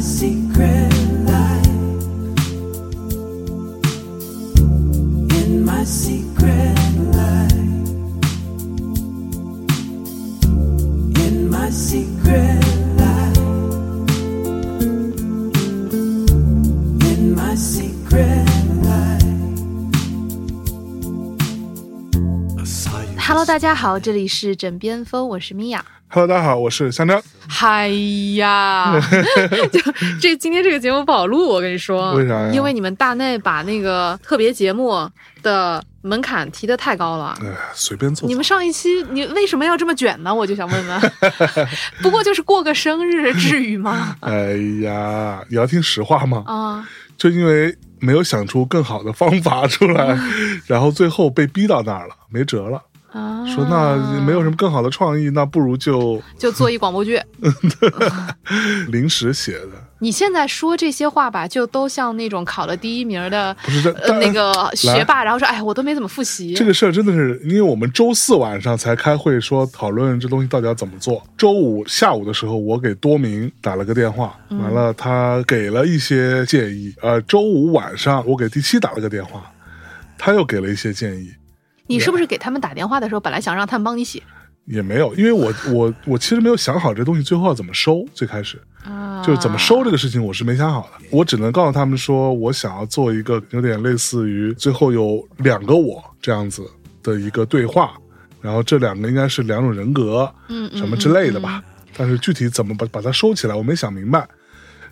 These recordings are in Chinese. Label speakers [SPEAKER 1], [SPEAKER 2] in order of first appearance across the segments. [SPEAKER 1] secret life. In my secret life. In my secret life. In my secret life. I saw you.
[SPEAKER 2] Hello，大家好，这里是枕边风，我是米娅。
[SPEAKER 3] Hello，大家好，我是香蕉。
[SPEAKER 2] 嗨 呀，就这今天这个节目不好录，我跟你说，
[SPEAKER 3] 为啥呀
[SPEAKER 2] 因为你们大内把那个特别节目的门槛提得太高了。
[SPEAKER 3] 哎呀，随便做
[SPEAKER 2] 你们上一期你为什么要这么卷呢？我就想问 问。不过就是过个生日，至于 吗？
[SPEAKER 3] 哎呀，你要听实话吗？
[SPEAKER 2] 啊，
[SPEAKER 3] 就因为没有想出更好的方法出 来，然后最后被逼到那儿了，没辙了。
[SPEAKER 2] 啊
[SPEAKER 3] 说那没有什么更好的创意，那不如就
[SPEAKER 2] 就做一广播剧。
[SPEAKER 3] 临时写的，
[SPEAKER 2] 你现在说这些话吧，就都像那种考了第一名的
[SPEAKER 3] 不是这
[SPEAKER 2] 呃
[SPEAKER 3] 但
[SPEAKER 2] 那个学霸，然后说哎，我都没怎么复习。
[SPEAKER 3] 这个事儿真的是，因为我们周四晚上才开会说讨论这东西到底要怎么做。周五下午的时候，我给多明打了个电话，完了他给了一些建议。呃，周五晚上我给第七打了个电话，他又给了一些建议，
[SPEAKER 2] 你是不是给他们打电话的时候，本来想让他们帮你写
[SPEAKER 3] 也没有，因为我我我其实没有想好这东西最后要怎么收。最开始
[SPEAKER 2] 啊
[SPEAKER 3] 就是怎么收这个事情，我是没想好的。我只能告诉他们说，我想要做一个有点类似于最后有两个我这样子的一个对话，然后这两个应该是两种人格，
[SPEAKER 2] 嗯嗯
[SPEAKER 3] 什么之类的吧。但是具体怎么把把它收起来，我没想明白。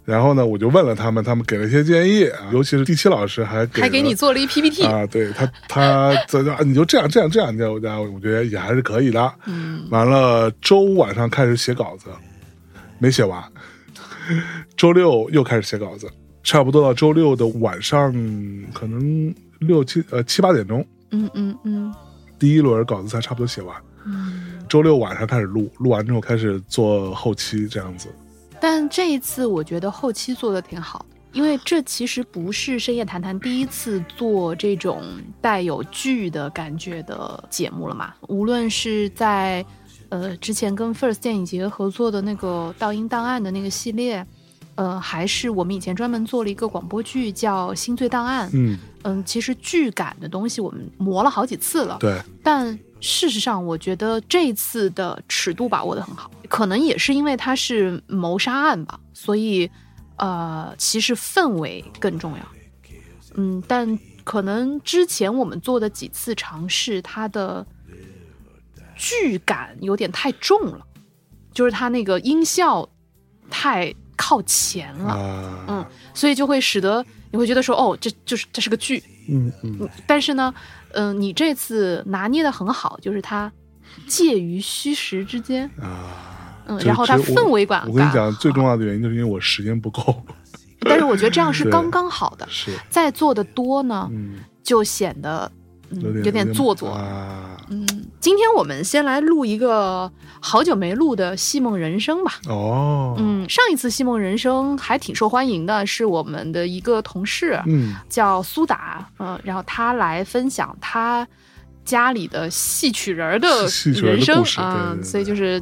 [SPEAKER 3] 然后呢，我就问了他们，他们给了一些建议啊，尤其是第七老师还给
[SPEAKER 2] 还给
[SPEAKER 3] 了
[SPEAKER 2] 你做了一 PPT，、
[SPEAKER 3] 啊，对他，他这啊，你就这样这样这样，我家我觉得也还是可以的。
[SPEAKER 2] 嗯，
[SPEAKER 3] 完了，周五晚上开始写稿子，没写完，周六又开始写稿子，差不多到周六的晚上，可能六七呃七八点钟，
[SPEAKER 2] 嗯嗯嗯
[SPEAKER 3] 第一轮稿子才差不多写完。
[SPEAKER 2] 嗯。
[SPEAKER 3] 周六晚上开始录，录完之后开始做后期，这样子。
[SPEAKER 2] 但这一次我觉得后期做的挺好，因为这其实不是深夜谈谈第一次做这种带有剧的感觉的节目了嘛，无论是在。呃，之前跟 First 电影节合作的那个《盗音档案》的那个系列，呃，还是我们以前专门做了一个广播剧叫《新罪档案》，
[SPEAKER 3] 嗯，
[SPEAKER 2] 嗯，其实剧感的东西我们磨了好几次了，
[SPEAKER 3] 对，
[SPEAKER 2] 但事实上，我觉得这次的尺度把握得很好，可能也是因为它是谋杀案吧，所以呃，其实氛围更重要。嗯，但可能之前我们做的几次尝试，它的剧感有点太重了，就是它那个音效太靠前了，
[SPEAKER 3] 啊，
[SPEAKER 2] 嗯，所以就会使得你会觉得说，哦，这就是这是个剧，
[SPEAKER 3] 嗯嗯，
[SPEAKER 2] 但是呢，嗯、你这次拿捏的很好，就是它介于虚实之间，
[SPEAKER 3] 啊，
[SPEAKER 2] 嗯，
[SPEAKER 3] 就
[SPEAKER 2] 然后它
[SPEAKER 3] 其实我
[SPEAKER 2] 氛围啊感，
[SPEAKER 3] 我跟你讲，最重要的原因就是因为我时间不够，
[SPEAKER 2] 但是我觉得这样是
[SPEAKER 3] 对
[SPEAKER 2] 刚刚好的，
[SPEAKER 3] 是，
[SPEAKER 2] 再做的多呢，
[SPEAKER 3] 嗯，
[SPEAKER 2] 就显得嗯
[SPEAKER 3] 有点
[SPEAKER 2] 有点做作。
[SPEAKER 3] 啊，
[SPEAKER 2] 嗯，今天我们先来录一个好久没录的《戏梦人生》吧。
[SPEAKER 3] 哦，
[SPEAKER 2] 嗯，上一次《戏梦人生》还挺受欢迎的，是我们的一个同事，
[SPEAKER 3] 嗯
[SPEAKER 2] 叫苏达，嗯，然后他来分享他家里的戏曲人儿的
[SPEAKER 3] 戏戏曲人
[SPEAKER 2] 人
[SPEAKER 3] 的
[SPEAKER 2] 生
[SPEAKER 3] 故事对
[SPEAKER 2] 啊
[SPEAKER 3] 对，对
[SPEAKER 2] 所以就是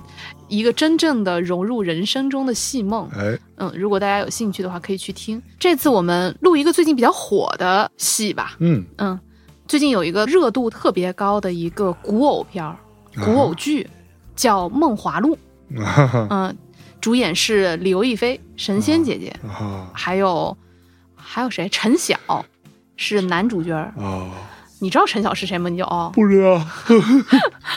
[SPEAKER 2] 一个真正的融入人生中的戏梦。
[SPEAKER 3] 哎，
[SPEAKER 2] 嗯，如果大家有兴趣的话，可以去听。这次我们录一个最近比较火的戏吧，
[SPEAKER 3] 嗯，
[SPEAKER 2] 嗯，最近有一个热度特别高的一个古偶片儿、古偶剧，叫《梦华录》，
[SPEAKER 3] 啊哈
[SPEAKER 2] 嗯，主演是刘亦菲、神仙姐姐，
[SPEAKER 3] 啊
[SPEAKER 2] 还有还有谁？陈晓是男主角儿。
[SPEAKER 3] 啊，
[SPEAKER 2] 你知道陈晓是谁吗？你就哦
[SPEAKER 3] 不知道，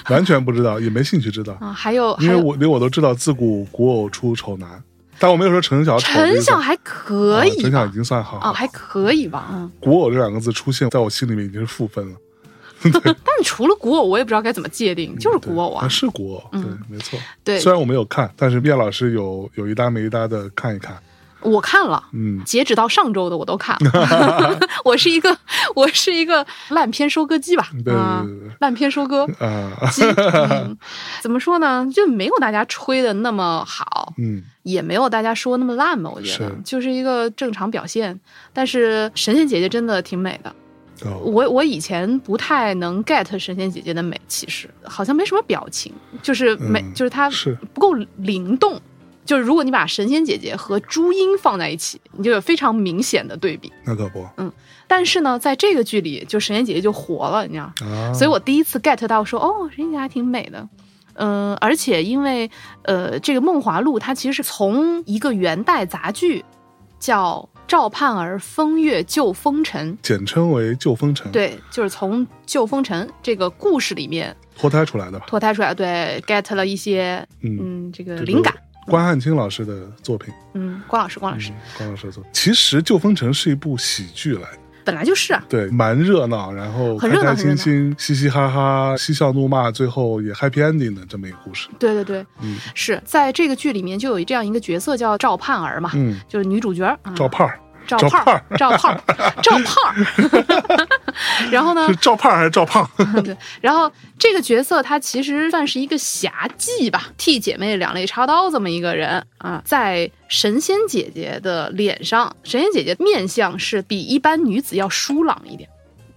[SPEAKER 3] 完全不知道，也没兴趣知道，
[SPEAKER 2] 啊，还有还
[SPEAKER 3] 因为
[SPEAKER 2] 有
[SPEAKER 3] 我连我都知道自古古偶出丑男，但我没有说陈晓丑的意
[SPEAKER 2] 陈
[SPEAKER 3] 思，
[SPEAKER 2] 晓还可
[SPEAKER 3] 啊
[SPEAKER 2] 以
[SPEAKER 3] 陈
[SPEAKER 2] 吧
[SPEAKER 3] 晓已经算好
[SPEAKER 2] 啊，还可以吧，嗯。
[SPEAKER 3] 古偶这两个字出现在我心里面已经是负分了，
[SPEAKER 2] 但除了古偶，我也不知道该怎么界定，就是古偶啊
[SPEAKER 3] 对，是古偶，嗯对
[SPEAKER 2] 嗯，
[SPEAKER 3] 没错。
[SPEAKER 2] 对
[SPEAKER 3] 虽然我没有看，但是叶老师有有一搭没一搭的看一看，
[SPEAKER 2] 我看了。
[SPEAKER 3] 嗯，
[SPEAKER 2] 截止到上周的我都看 了，我是一个我是一个烂片收割机吧，
[SPEAKER 3] 嗯对对
[SPEAKER 2] 啊
[SPEAKER 3] 对对对，
[SPEAKER 2] 烂片收割
[SPEAKER 3] 啊，
[SPEAKER 2] 机、嗯，怎么说呢？就没有大家吹的那么好，
[SPEAKER 3] 嗯，
[SPEAKER 2] 也没有大家说那么烂吧，我觉得
[SPEAKER 3] 是
[SPEAKER 2] 就是一个正常表现。但是神仙姐姐真的挺美的，
[SPEAKER 3] 哦，
[SPEAKER 2] 我我以前不太能 get 神仙姐姐的美，其实好像没什么表情，就是没，
[SPEAKER 3] 嗯
[SPEAKER 2] 就是她
[SPEAKER 3] 是
[SPEAKER 2] 不够灵动。就是如果你把神仙姐姐和朱茵放在一起，你就有非常明显的对比。
[SPEAKER 3] 那可不
[SPEAKER 2] 但是呢，在这个剧里，就神仙姐姐就活了，你知道。
[SPEAKER 3] 啊。
[SPEAKER 2] 所以我第一次 get 到说，哦，神仙姐姐还挺美的。嗯、而且因为呃，这个《梦华录》它其实是从一个元代杂剧叫《赵盼儿风月旧风尘》，
[SPEAKER 3] 简称为旧风尘，，
[SPEAKER 2] 对，就是从《旧风尘》这个故事里面
[SPEAKER 3] 脱胎出来的吧？
[SPEAKER 2] 脱胎出来，对，get 了一些
[SPEAKER 3] 嗯，
[SPEAKER 2] 嗯这个
[SPEAKER 3] 这个
[SPEAKER 2] 灵感。
[SPEAKER 3] 关汉卿老师的作品，
[SPEAKER 2] 嗯，关老师，关老师、
[SPEAKER 3] 嗯，关老师的作品。其实《旧风尘》是一部喜剧来的，
[SPEAKER 2] 本来就是啊，
[SPEAKER 3] 对，蛮热闹，然后
[SPEAKER 2] 很
[SPEAKER 3] 开
[SPEAKER 2] 热闹
[SPEAKER 3] 开心心、嘻嘻哈哈、嬉笑怒骂，最后也 happy ending 的这么一个故事。
[SPEAKER 2] 对对对，
[SPEAKER 3] 嗯
[SPEAKER 2] 是在这个剧里面就有这样一个角色叫赵盼儿嘛，
[SPEAKER 3] 嗯，
[SPEAKER 2] 就是女主角儿啊，
[SPEAKER 3] 赵盼儿
[SPEAKER 2] 赵
[SPEAKER 3] 赵
[SPEAKER 2] 胖儿，赵胖儿，赵胖儿。 然后呢
[SPEAKER 3] 是，赵盼儿还是赵胖？
[SPEAKER 2] 对，然后这个角色他其实算是一个侠妓吧，替姐妹两肋插刀这么一个人啊，在神仙姐姐的脸上，神仙姐姐面相是比一般女子要疏朗一点，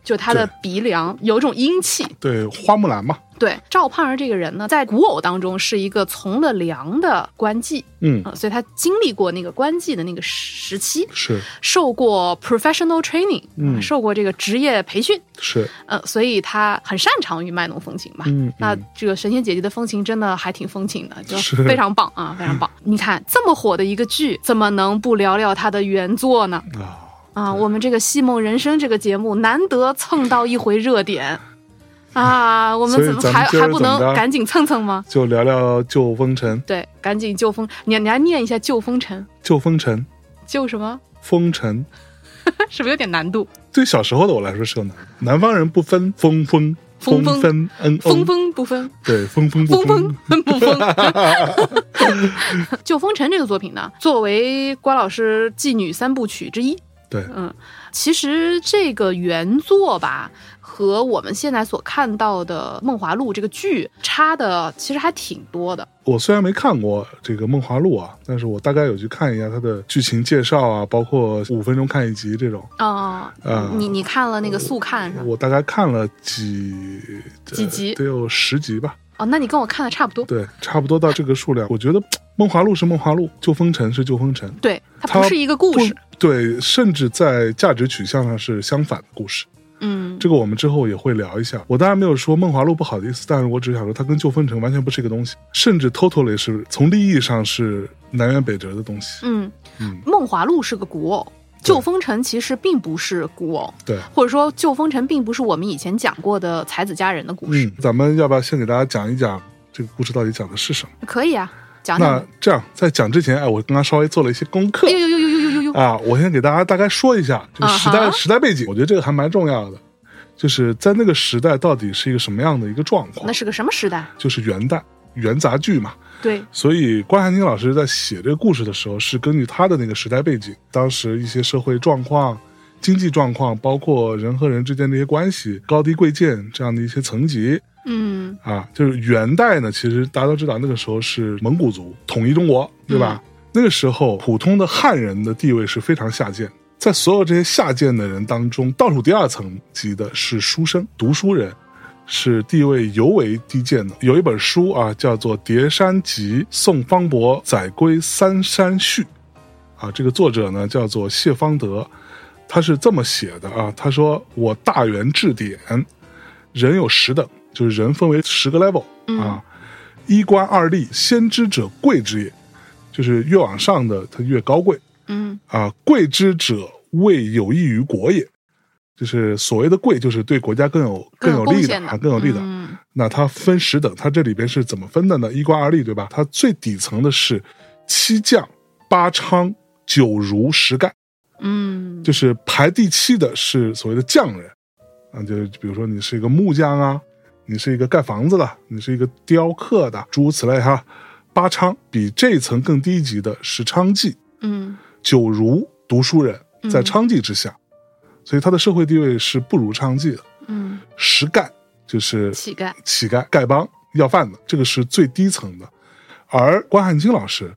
[SPEAKER 2] 就她的
[SPEAKER 3] 对
[SPEAKER 2] 鼻梁有种英气。
[SPEAKER 3] 对，花木兰嘛。
[SPEAKER 2] 对，赵盼儿这个人呢，在古偶当中是一个从了良的官妓
[SPEAKER 3] 嗯，
[SPEAKER 2] 啊、所以她经历过那个官妓的那个时期，
[SPEAKER 3] 是
[SPEAKER 2] 受过 professional training，啊
[SPEAKER 3] 嗯
[SPEAKER 2] 受过这个职业培训，
[SPEAKER 3] 是，
[SPEAKER 2] 呃，所以她很擅长于卖弄风情嘛。
[SPEAKER 3] 嗯，
[SPEAKER 2] 那
[SPEAKER 3] 嗯
[SPEAKER 2] 这个神仙姐姐的风情真的还挺风情的，就是非常棒啊，非常棒！你看这么火的一个剧，怎么能不聊聊它的原作呢？
[SPEAKER 3] 啊，
[SPEAKER 2] 啊，我们这个《戏梦人生》这个节目难得蹭到一回热点，啊，我们
[SPEAKER 3] 所以
[SPEAKER 2] 怎么
[SPEAKER 3] 咱们
[SPEAKER 2] 还
[SPEAKER 3] 今儿
[SPEAKER 2] 还不
[SPEAKER 3] 怎么
[SPEAKER 2] 能
[SPEAKER 3] 着
[SPEAKER 2] 赶紧蹭蹭吗？
[SPEAKER 3] 就聊聊《旧风尘》。《
[SPEAKER 2] 对，赶紧救风，你你还念一下救风尘，
[SPEAKER 3] 旧风尘》
[SPEAKER 2] 救什么？
[SPEAKER 3] 风尘，
[SPEAKER 2] 是不是有点难度？
[SPEAKER 3] 对小时候的我来说是个难。南方人不分风风
[SPEAKER 2] 风风
[SPEAKER 3] 风分嗯
[SPEAKER 2] 风
[SPEAKER 3] 风，
[SPEAKER 2] 风不分。
[SPEAKER 3] 对风风不
[SPEAKER 2] 风风不 风，《旧风尘》这个作品呢，作为关老师妓女三部曲之一，
[SPEAKER 3] 对，
[SPEAKER 2] 嗯，其实这个原作吧，和我们现在所看到的《梦华录》这个剧差的其实还挺多的。
[SPEAKER 3] 我虽然没看过这个《梦华录》啊，但是我大概有去看一下它的剧情介绍啊，包括五分钟看一集这种。
[SPEAKER 2] 啊、
[SPEAKER 3] 啊
[SPEAKER 2] 你你看了那个速看是吧？
[SPEAKER 3] 我大概看了几呃
[SPEAKER 2] 嗯几集
[SPEAKER 3] 得有十集吧。
[SPEAKER 2] 哦，那你跟我看的差不多。
[SPEAKER 3] 对，差不多到这个数量。我觉得《嗯梦华录》是《梦华录》，《旧风尘》是《旧风尘》，
[SPEAKER 2] 对，它
[SPEAKER 3] 它
[SPEAKER 2] 不是一个故事。
[SPEAKER 3] 不对，甚至在价值取向上是相反的故事。
[SPEAKER 2] 嗯，
[SPEAKER 3] 这个我们之后也会聊一下。我当然没有说《梦华录》不好的意思，但是我只是想说，它跟《旧风尘》完全不是一个东西，甚至 totally 是从利益上是南辕北辙的东西。
[SPEAKER 2] 嗯，
[SPEAKER 3] 嗯
[SPEAKER 2] 《梦华录》是个古偶，《旧风尘》其实并不是古偶。
[SPEAKER 3] 对，
[SPEAKER 2] 或者说《旧风尘》并不是我们以前讲过的才子佳人的故事
[SPEAKER 3] 嗯，，咱们要不要先给大家讲一讲这个故事到底讲的是什么？
[SPEAKER 2] 可以啊，讲讲
[SPEAKER 3] 那
[SPEAKER 2] 吧。
[SPEAKER 3] 这样，在讲之前，哎，我刚刚稍微做了一些功课
[SPEAKER 2] 哎呦呦呦呦呦呦呦！
[SPEAKER 3] 啊，我先给大家大概说一下这个时代、
[SPEAKER 2] 啊哈
[SPEAKER 3] 时代背景，我觉得这个还蛮重要的，就是在那个时代到底是一个什么样的一个状况
[SPEAKER 2] 那？是个什么时代？
[SPEAKER 3] 就是元代元杂剧嘛，
[SPEAKER 2] 对，
[SPEAKER 3] 所以关汉卿老师在写这个故事的时候，是根据他的那个时代背景，当时一些社会状况、经济状况，包括人和人之间的一些关系、高低贵贱这样的一些层级
[SPEAKER 2] 嗯
[SPEAKER 3] 啊。就是元代呢，其实大家都知道，那个时候是蒙古族统一中国，对吧？那个时候普通的汉人的地位是非常下贱，在所有这些下贱的人当中，倒数第二层级的是书生、读书人。是地位尤为低贱的。有一本书啊，叫做《叠山集宋方伯载归三山序》，啊，这个作者呢叫做谢方德，他是这么写的啊，他说：“我大元至典，人有十等，就是人分为十个 level 啊，一官二吏，先知者贵之也，就是越往上的他越高贵。”
[SPEAKER 2] 嗯
[SPEAKER 3] 啊，贵之者谓有益于国也，就是所谓的贵，就是对国家更有
[SPEAKER 2] 更有
[SPEAKER 3] 有
[SPEAKER 2] 贡
[SPEAKER 3] 利的
[SPEAKER 2] 献的
[SPEAKER 3] 啊，更有利的。
[SPEAKER 2] 嗯
[SPEAKER 3] 那它分十等，它这里边是怎么分的呢？一官二吏，对吧？它最底层的是七将、八娼、九儒、十丐，
[SPEAKER 2] 嗯，
[SPEAKER 3] 就是排第七的是所谓的匠人啊，就是比如说你是一个木匠啊，你是一个盖房子的，你是一个雕刻的，诸如此类哈。八娼比这一层更低级的是娼妓，
[SPEAKER 2] 嗯
[SPEAKER 3] 九如读书人
[SPEAKER 2] 嗯
[SPEAKER 3] 在娼妓之下，所以他的社会地位是不如娼妓的。
[SPEAKER 2] 嗯，
[SPEAKER 3] 实丐就是
[SPEAKER 2] 乞丐，
[SPEAKER 3] 乞丐、丐帮、要饭的，这个是最低层的。而关汉卿老师，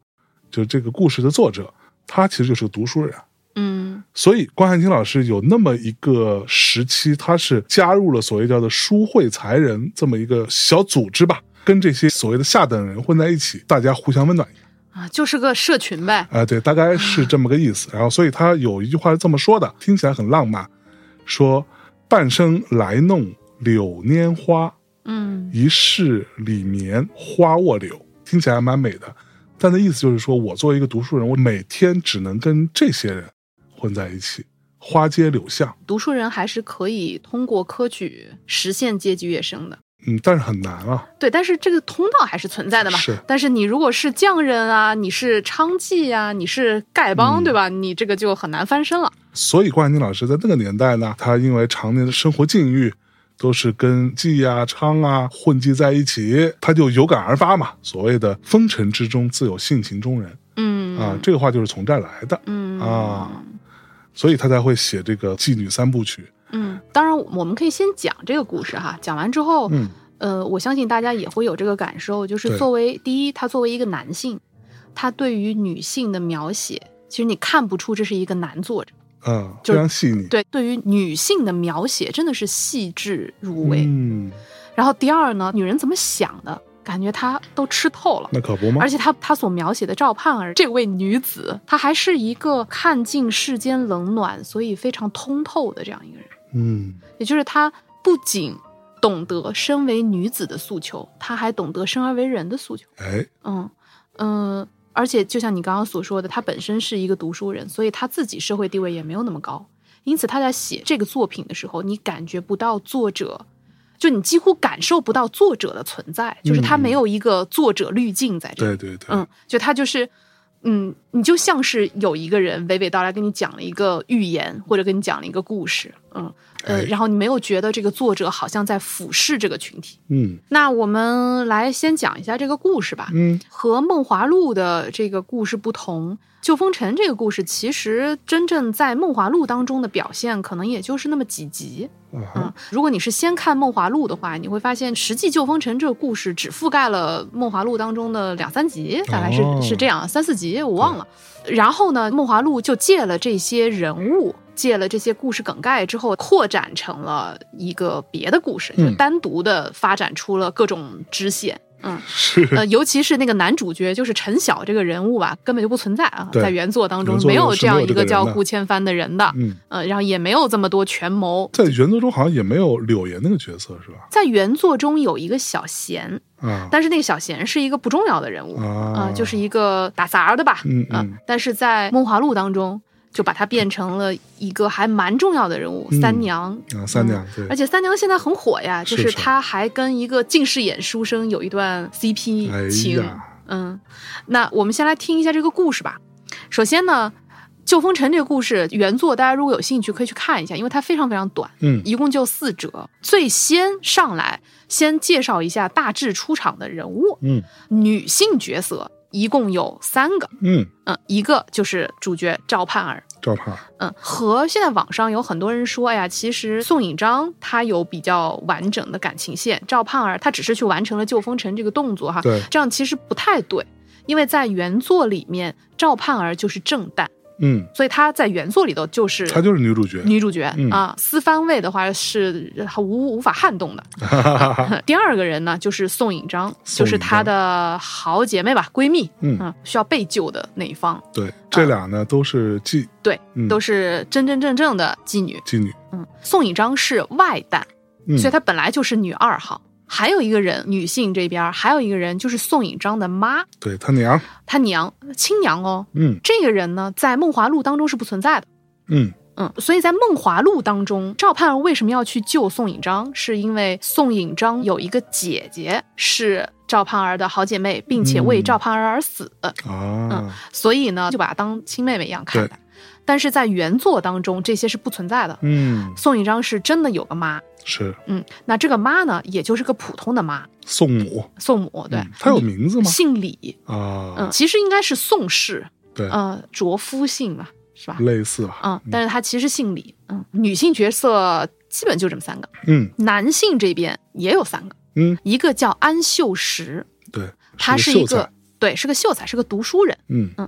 [SPEAKER 3] 就是这个故事的作者，他其实就是个读书人。啊
[SPEAKER 2] 嗯
[SPEAKER 3] 所以关汉卿老师有那么一个时期，他是加入了所谓叫做书会才人这么一个小组织吧，跟这些所谓的下等人混在一起，大家互相温暖。
[SPEAKER 2] 啊，就是个社群呗。
[SPEAKER 3] 啊、对，大概是这么个意思。然后，所以他有一句话是这么说的，听起来很浪漫，说“半生来弄柳拈花，
[SPEAKER 2] 嗯
[SPEAKER 3] 一世里眠花卧柳”，听起来还蛮美的。但的意思就是说，我作为一个读书人，我每天只能跟这些人混在一起，花街柳巷，
[SPEAKER 2] 读书人还是可以通过科举实现阶级跃升的。
[SPEAKER 3] 嗯，但是很难啊。
[SPEAKER 2] 对，但是这个通道还是存在的嘛。
[SPEAKER 3] 是
[SPEAKER 2] 但是你如果是匠人啊，你是娼妓啊，你是丐帮，
[SPEAKER 3] 嗯
[SPEAKER 2] 对吧？你这个就很难翻身了。
[SPEAKER 3] 所以，关雅妮老师在那个年代呢，她因为常年的生活境遇都是跟妓啊、娼啊混迹在一起，她就有感而发嘛，所谓的“风尘之中自有性情中人”
[SPEAKER 2] 嗯
[SPEAKER 3] 啊，这个话就是从这儿来的，
[SPEAKER 2] 嗯
[SPEAKER 3] 啊所以她才会写这个妓女三部曲。
[SPEAKER 2] 嗯，当然我们可以先讲这个故事哈，讲完之后，
[SPEAKER 3] 嗯，
[SPEAKER 2] 呃，我相信大家也会有这个感受，就是
[SPEAKER 3] 对
[SPEAKER 2] 作为第一，他作为一个男性，他对于女性的描写，其实你看不出这是一个男作者。
[SPEAKER 3] 啊，
[SPEAKER 2] 就
[SPEAKER 3] 非常细腻，
[SPEAKER 2] 对，对于女性的描写真的是细致入微。
[SPEAKER 3] 嗯，
[SPEAKER 2] 然后第二呢，女人怎么想的，感觉她都吃透了。
[SPEAKER 3] 那可不嘛
[SPEAKER 2] 而，且她她所描写的赵盼儿这位女子，她还是一个看尽世间冷暖，所以非常通透的这样一个人。
[SPEAKER 3] 嗯，
[SPEAKER 2] 也就是她不仅懂得身为女子的诉求，她还懂得生而为人的诉求。
[SPEAKER 3] 哎，
[SPEAKER 2] 嗯嗯、呃而且就像你刚刚所说的，她本身是一个读书人，所以她自己社会地位也没有那么高，因此她在写这个作品的时候，你感觉不到作者。就你几乎感受不到作者的存在，就是他
[SPEAKER 3] 嗯
[SPEAKER 2] 没有一个作者滤镜在这里。
[SPEAKER 3] 对对对，
[SPEAKER 2] 嗯，就他就是，嗯，你就像是有一个人娓娓道来跟你讲了一个寓言，或者跟你讲了一个故事，嗯呃
[SPEAKER 3] 哎，
[SPEAKER 2] 然后你没有觉得这个作者好像在俯视这个群体。
[SPEAKER 3] 嗯
[SPEAKER 2] 那我们来先讲一下这个故事吧。
[SPEAKER 3] 嗯，
[SPEAKER 2] 和《梦华录》的这个故事不同，《旧风尘》这个故事其实真正在《梦华录》当中的表现，可能也就是那么几集。
[SPEAKER 3] 啊哈
[SPEAKER 2] 嗯，如果你是先看《梦华录》的话，你会发现实际《旧风尘》这个故事只覆盖了《梦华录》当中的两三集，大概是、
[SPEAKER 3] 哦嗯
[SPEAKER 2] 是这样，三四集我忘了。然后呢，《梦华录》就借了这些人物。借了这些故事梗概之后，扩展成了一个别的故事，
[SPEAKER 3] 嗯
[SPEAKER 2] 就单独的发展出了各种支线。嗯，
[SPEAKER 3] 是
[SPEAKER 2] 呃，尤其是那个男主角，就是陈晓这个人物吧，根本就不存在啊，
[SPEAKER 3] 对
[SPEAKER 2] 在原作当中
[SPEAKER 3] 原作
[SPEAKER 2] 没有
[SPEAKER 3] 中是
[SPEAKER 2] 这样
[SPEAKER 3] 没有
[SPEAKER 2] 一
[SPEAKER 3] 这
[SPEAKER 2] 个
[SPEAKER 3] 个人
[SPEAKER 2] 叫
[SPEAKER 3] 的
[SPEAKER 2] 顾千帆的人的，
[SPEAKER 3] 嗯，
[SPEAKER 2] 呃，然后也没有这么多权谋。
[SPEAKER 3] 在原作中好像也没有柳岩那个角色是吧？
[SPEAKER 2] 在原作中有一个小贤，
[SPEAKER 3] 啊
[SPEAKER 2] 但是那个小贤是一个不重要的人物啊、
[SPEAKER 3] 啊，
[SPEAKER 2] 就是一个打杂儿的吧，
[SPEAKER 3] 嗯
[SPEAKER 2] 啊
[SPEAKER 3] 嗯
[SPEAKER 2] 但是在《梦华录》当中就把他变成了一个还蛮重要的人物，
[SPEAKER 3] 嗯
[SPEAKER 2] 三娘。
[SPEAKER 3] 啊三娘，
[SPEAKER 2] 而
[SPEAKER 3] 对，
[SPEAKER 2] 且三娘现在很火呀，就是是
[SPEAKER 3] 是
[SPEAKER 2] 她还跟一个近视眼书生有一段 CP
[SPEAKER 3] 哎
[SPEAKER 2] 情，
[SPEAKER 3] 呀，
[SPEAKER 2] 嗯，那我们先来听一下这个故事吧。首先呢，《旧风尘》这个故事原作，大家如果有兴趣可以去看一下，因为它非常非常短，
[SPEAKER 3] 嗯
[SPEAKER 2] 一共就四折。最先上来，先介绍一下大致出场的人物，
[SPEAKER 3] 嗯
[SPEAKER 2] 女性角色一共有三个，
[SPEAKER 3] 嗯，
[SPEAKER 2] 嗯，一个就是主角赵盼儿。
[SPEAKER 3] 赵盼儿，
[SPEAKER 2] 嗯，和现在网上有很多人说，哎呀，其实宋引章他有比较完整的感情线，赵盼儿她只是去完成了旧风尘这个动作哈，
[SPEAKER 3] 对，
[SPEAKER 2] 这样其实不太对，因为在原作里面，赵盼儿就是正旦，
[SPEAKER 3] 嗯，
[SPEAKER 2] 所以她在原作里头就是
[SPEAKER 3] 她就是女主角，
[SPEAKER 2] 女主角、
[SPEAKER 3] 嗯
[SPEAKER 2] 啊。司藩卫的话是无无法撼动 的。第二个人呢，就是宋引章，就
[SPEAKER 3] 宋
[SPEAKER 2] 是
[SPEAKER 3] 引章
[SPEAKER 2] 她的好姐妹吧，闺蜜，啊
[SPEAKER 3] 嗯
[SPEAKER 2] 需要被救的那一方，
[SPEAKER 3] 对，这俩呢都是妓
[SPEAKER 2] 对，
[SPEAKER 3] 嗯
[SPEAKER 2] 都是真真正正的妓女。
[SPEAKER 3] 妓女，
[SPEAKER 2] 嗯，宋引章是外旦，
[SPEAKER 3] 嗯，
[SPEAKER 2] 所以她本来就是女二号。还有一个人，女性这边儿还有一个人就是宋引章的妈，
[SPEAKER 3] 对她娘，
[SPEAKER 2] 她娘亲娘哦，
[SPEAKER 3] 嗯
[SPEAKER 2] 这个人呢，在《梦华录》当中是不存在的。
[SPEAKER 3] 嗯，
[SPEAKER 2] 嗯，所以在《梦华录》当中，赵盼儿为什么要去救宋引章？是因为宋引章有一个姐姐是赵盼儿的好姐妹，并且为
[SPEAKER 3] 嗯
[SPEAKER 2] 赵盼儿而死，
[SPEAKER 3] 啊，
[SPEAKER 2] 所以呢，就把她当亲妹妹一样看
[SPEAKER 3] 对
[SPEAKER 2] 待。但是在原作当中，这些是不存在的。
[SPEAKER 3] 嗯，
[SPEAKER 2] 宋引章是真的有个妈，
[SPEAKER 3] 是
[SPEAKER 2] 嗯，那这个妈呢，也就是个普通的妈，
[SPEAKER 3] 宋母，
[SPEAKER 2] 宋母，对，
[SPEAKER 3] 嗯她有名字吗？
[SPEAKER 2] 姓李，嗯，
[SPEAKER 3] 啊，
[SPEAKER 2] 其实应该是宋氏，
[SPEAKER 3] 对，
[SPEAKER 2] 呃，卓夫姓嘛，是吧？
[SPEAKER 3] 类似吧，
[SPEAKER 2] 嗯，但是她其实姓李，嗯，女性角色基本就这么三个，
[SPEAKER 3] 嗯
[SPEAKER 2] 男性这边也有三个，
[SPEAKER 3] 嗯，
[SPEAKER 2] 一个叫安秀实，
[SPEAKER 3] 对，
[SPEAKER 2] 他是
[SPEAKER 3] 是
[SPEAKER 2] 一
[SPEAKER 3] 秀
[SPEAKER 2] 个
[SPEAKER 3] 才，
[SPEAKER 2] 对，是个秀才，是个读书人。
[SPEAKER 3] 嗯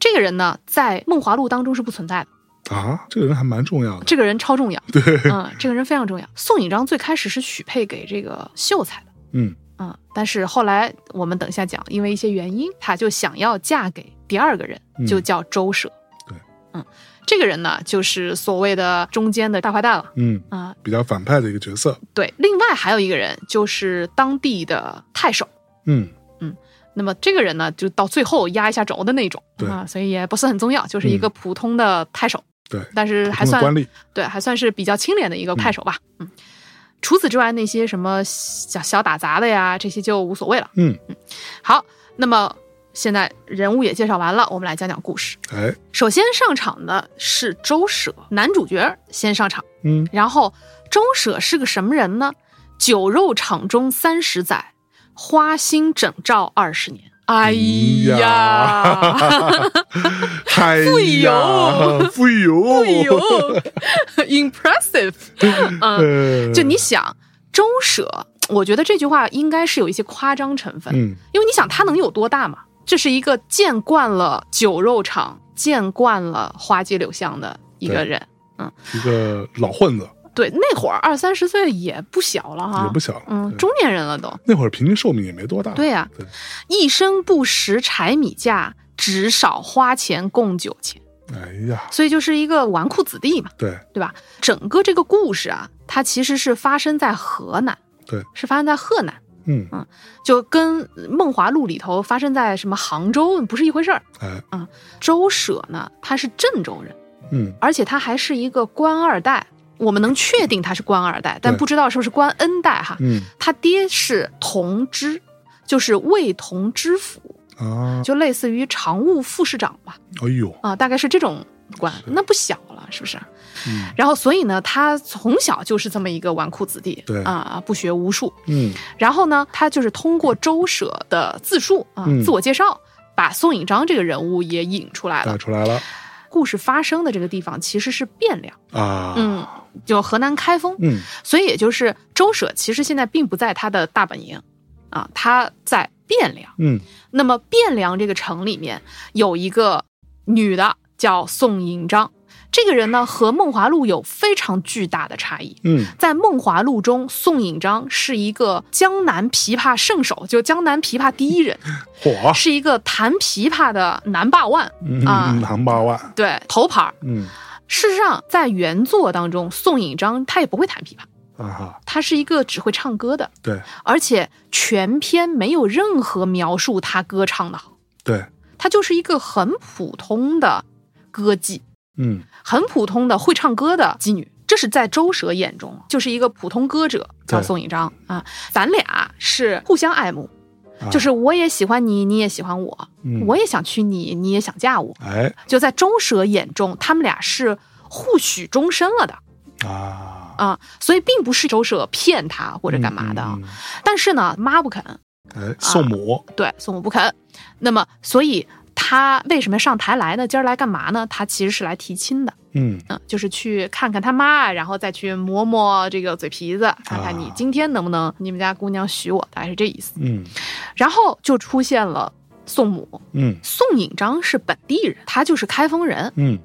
[SPEAKER 2] 这个人呢，在《梦华录》当中是不存在的，
[SPEAKER 3] 啊，这个人还蛮重要的，
[SPEAKER 2] 这个人超重要，
[SPEAKER 3] 对，
[SPEAKER 2] 嗯，这个人非常重要。宋引章最开始是许配给这个秀才的，
[SPEAKER 3] 嗯
[SPEAKER 2] 嗯，但是后来我们等一下讲，因为一些原因，她就想要嫁给第二个人，
[SPEAKER 3] 嗯
[SPEAKER 2] 就叫周舍。
[SPEAKER 3] 对，
[SPEAKER 2] 嗯，这个人呢，就是所谓的中间的大坏蛋了
[SPEAKER 3] 嗯，
[SPEAKER 2] 啊、
[SPEAKER 3] 比较反派的一个角色，
[SPEAKER 2] 对，另外还有一个人就是当地的太守。
[SPEAKER 3] 嗯，
[SPEAKER 2] 那么这个人呢，就到最后压一下轴的那种
[SPEAKER 3] 对
[SPEAKER 2] 啊，所以也不是很重要，就是一个普通的太守，
[SPEAKER 3] 对，
[SPEAKER 2] 但是还
[SPEAKER 3] 普通的
[SPEAKER 2] 算
[SPEAKER 3] 官吏，
[SPEAKER 2] 对，还算是比较清廉的一个太守吧。嗯，除此之外，那些什么小小打杂的呀，这些就无所谓了。
[SPEAKER 3] 嗯，
[SPEAKER 2] 好，那么现在人物也介绍完了，我们来讲讲故事。
[SPEAKER 3] 哎，
[SPEAKER 2] 首先上场的是周舍，男主角先上场。
[SPEAKER 3] 嗯，
[SPEAKER 2] 然后周舍是个什么人呢？酒肉场中三十载，花心整照二十年。哎
[SPEAKER 3] 哎
[SPEAKER 2] 呀，
[SPEAKER 3] 嗨
[SPEAKER 2] 富有
[SPEAKER 3] 呀，哎 富有，
[SPEAKER 2] 哎呦，impressive！嗯，
[SPEAKER 3] 呃，
[SPEAKER 2] 就你想，周舍，我觉得这句话应该是有一些夸张成分，
[SPEAKER 3] 嗯，
[SPEAKER 2] 因为你想他能有多大嘛？这是一个见惯了酒肉场、见惯了花街柳巷的一个
[SPEAKER 3] 对
[SPEAKER 2] 人。
[SPEAKER 3] 一个老混子
[SPEAKER 2] 对，那会儿二三十岁也不小了哈，
[SPEAKER 3] 也不小了，
[SPEAKER 2] 嗯，
[SPEAKER 3] 对
[SPEAKER 2] 中年人了都。
[SPEAKER 3] 那会儿平均寿命也没多大，
[SPEAKER 2] 对呀、
[SPEAKER 3] 啊对
[SPEAKER 2] 一生不识柴米价，只少花钱供酒钱。
[SPEAKER 3] 哎呀，
[SPEAKER 2] 所以就是一个纨绔子弟嘛，
[SPEAKER 3] 对，
[SPEAKER 2] 对吧？整个这个故事啊，它其实是发生在河南，
[SPEAKER 3] 对，
[SPEAKER 2] 是发生在河南，
[SPEAKER 3] 嗯，
[SPEAKER 2] 就跟《梦华录》里头发生在什么杭州不是一回事儿。
[SPEAKER 3] 哎，
[SPEAKER 2] 周舍呢，他是郑州人，
[SPEAKER 3] 嗯，
[SPEAKER 2] 而且他还是一个官二代。我们能确定他是官二代，但
[SPEAKER 3] 对
[SPEAKER 2] 不知道是不是官恩代哈。
[SPEAKER 3] 嗯，
[SPEAKER 2] 他爹是同知，就是卫同知府。
[SPEAKER 3] 啊，
[SPEAKER 2] 就类似于常务副市长吧，
[SPEAKER 3] 哎呦，
[SPEAKER 2] 啊，大概是这种官，那不小了，是不是？
[SPEAKER 3] 嗯
[SPEAKER 2] 然后，所以呢，他从小就是这么一个纨绔子弟，
[SPEAKER 3] 对
[SPEAKER 2] 啊，不学无术。
[SPEAKER 3] 嗯，
[SPEAKER 2] 然后呢，他就是通过周舍的自述啊、
[SPEAKER 3] 嗯
[SPEAKER 2] 自我介绍，把宋引章这个人物也引出来
[SPEAKER 3] 打
[SPEAKER 2] 了。
[SPEAKER 3] 出来了
[SPEAKER 2] 故事发生的这个地方其实是汴梁，
[SPEAKER 3] 啊，
[SPEAKER 2] 嗯，就河南开封，
[SPEAKER 3] 嗯，
[SPEAKER 2] 所以也就是周舍其实现在并不在他的大本营，啊，他在汴梁。
[SPEAKER 3] 嗯，
[SPEAKER 2] 那么汴梁这个城里面有一个女的叫宋引章，这个人呢和《梦华录》有非常巨大的差异。
[SPEAKER 3] 嗯，
[SPEAKER 2] 在《梦华录》中，宋引章是一个江南琵琶圣手，就江南琵琶第一人，
[SPEAKER 3] 火，
[SPEAKER 2] 是一个弹琵琶的南霸万，
[SPEAKER 3] 嗯，
[SPEAKER 2] 啊
[SPEAKER 3] 南八万，
[SPEAKER 2] 对头牌儿。
[SPEAKER 3] 嗯，
[SPEAKER 2] 事实上，在原作当中，宋引章他也不会弹琵琶，
[SPEAKER 3] 啊哈，
[SPEAKER 2] 他是一个只会唱歌的，
[SPEAKER 3] 对
[SPEAKER 2] 而且全篇没有任何描述他歌唱的好。
[SPEAKER 3] 对，
[SPEAKER 2] 他就是一个很普通的歌妓，
[SPEAKER 3] 嗯，
[SPEAKER 2] 很普通的会唱歌的妓女。这是在周舍眼中，就是一个普通歌者，叫
[SPEAKER 3] 对
[SPEAKER 2] 宋引章啊。咱俩是互相爱慕，
[SPEAKER 3] 啊
[SPEAKER 2] 就是我也喜欢你，你也喜欢我，
[SPEAKER 3] 嗯
[SPEAKER 2] 我也想娶你，你也想嫁我。
[SPEAKER 3] 哎
[SPEAKER 2] 就在周舍眼中，他们俩是互许终身了的
[SPEAKER 3] 啊，
[SPEAKER 2] 啊，所以并不是周舍骗他或者干嘛的。啊。
[SPEAKER 3] 嗯？嗯
[SPEAKER 2] 但是呢，妈不肯，
[SPEAKER 3] 嗯哎，宋母，
[SPEAKER 2] 对，宋母不肯。那么，所以他为什么上台来呢？今儿来干嘛呢？他其实是来提亲的，
[SPEAKER 3] 嗯，
[SPEAKER 2] 嗯，就是去看看他妈，然后再去磨磨这个嘴皮子，看看你今天能不能你们家姑娘许我，大概是这意思。
[SPEAKER 3] 嗯
[SPEAKER 2] 然后就出现了宋母，
[SPEAKER 3] 嗯
[SPEAKER 2] 宋引章是本地人，他就是开封人。
[SPEAKER 3] 嗯，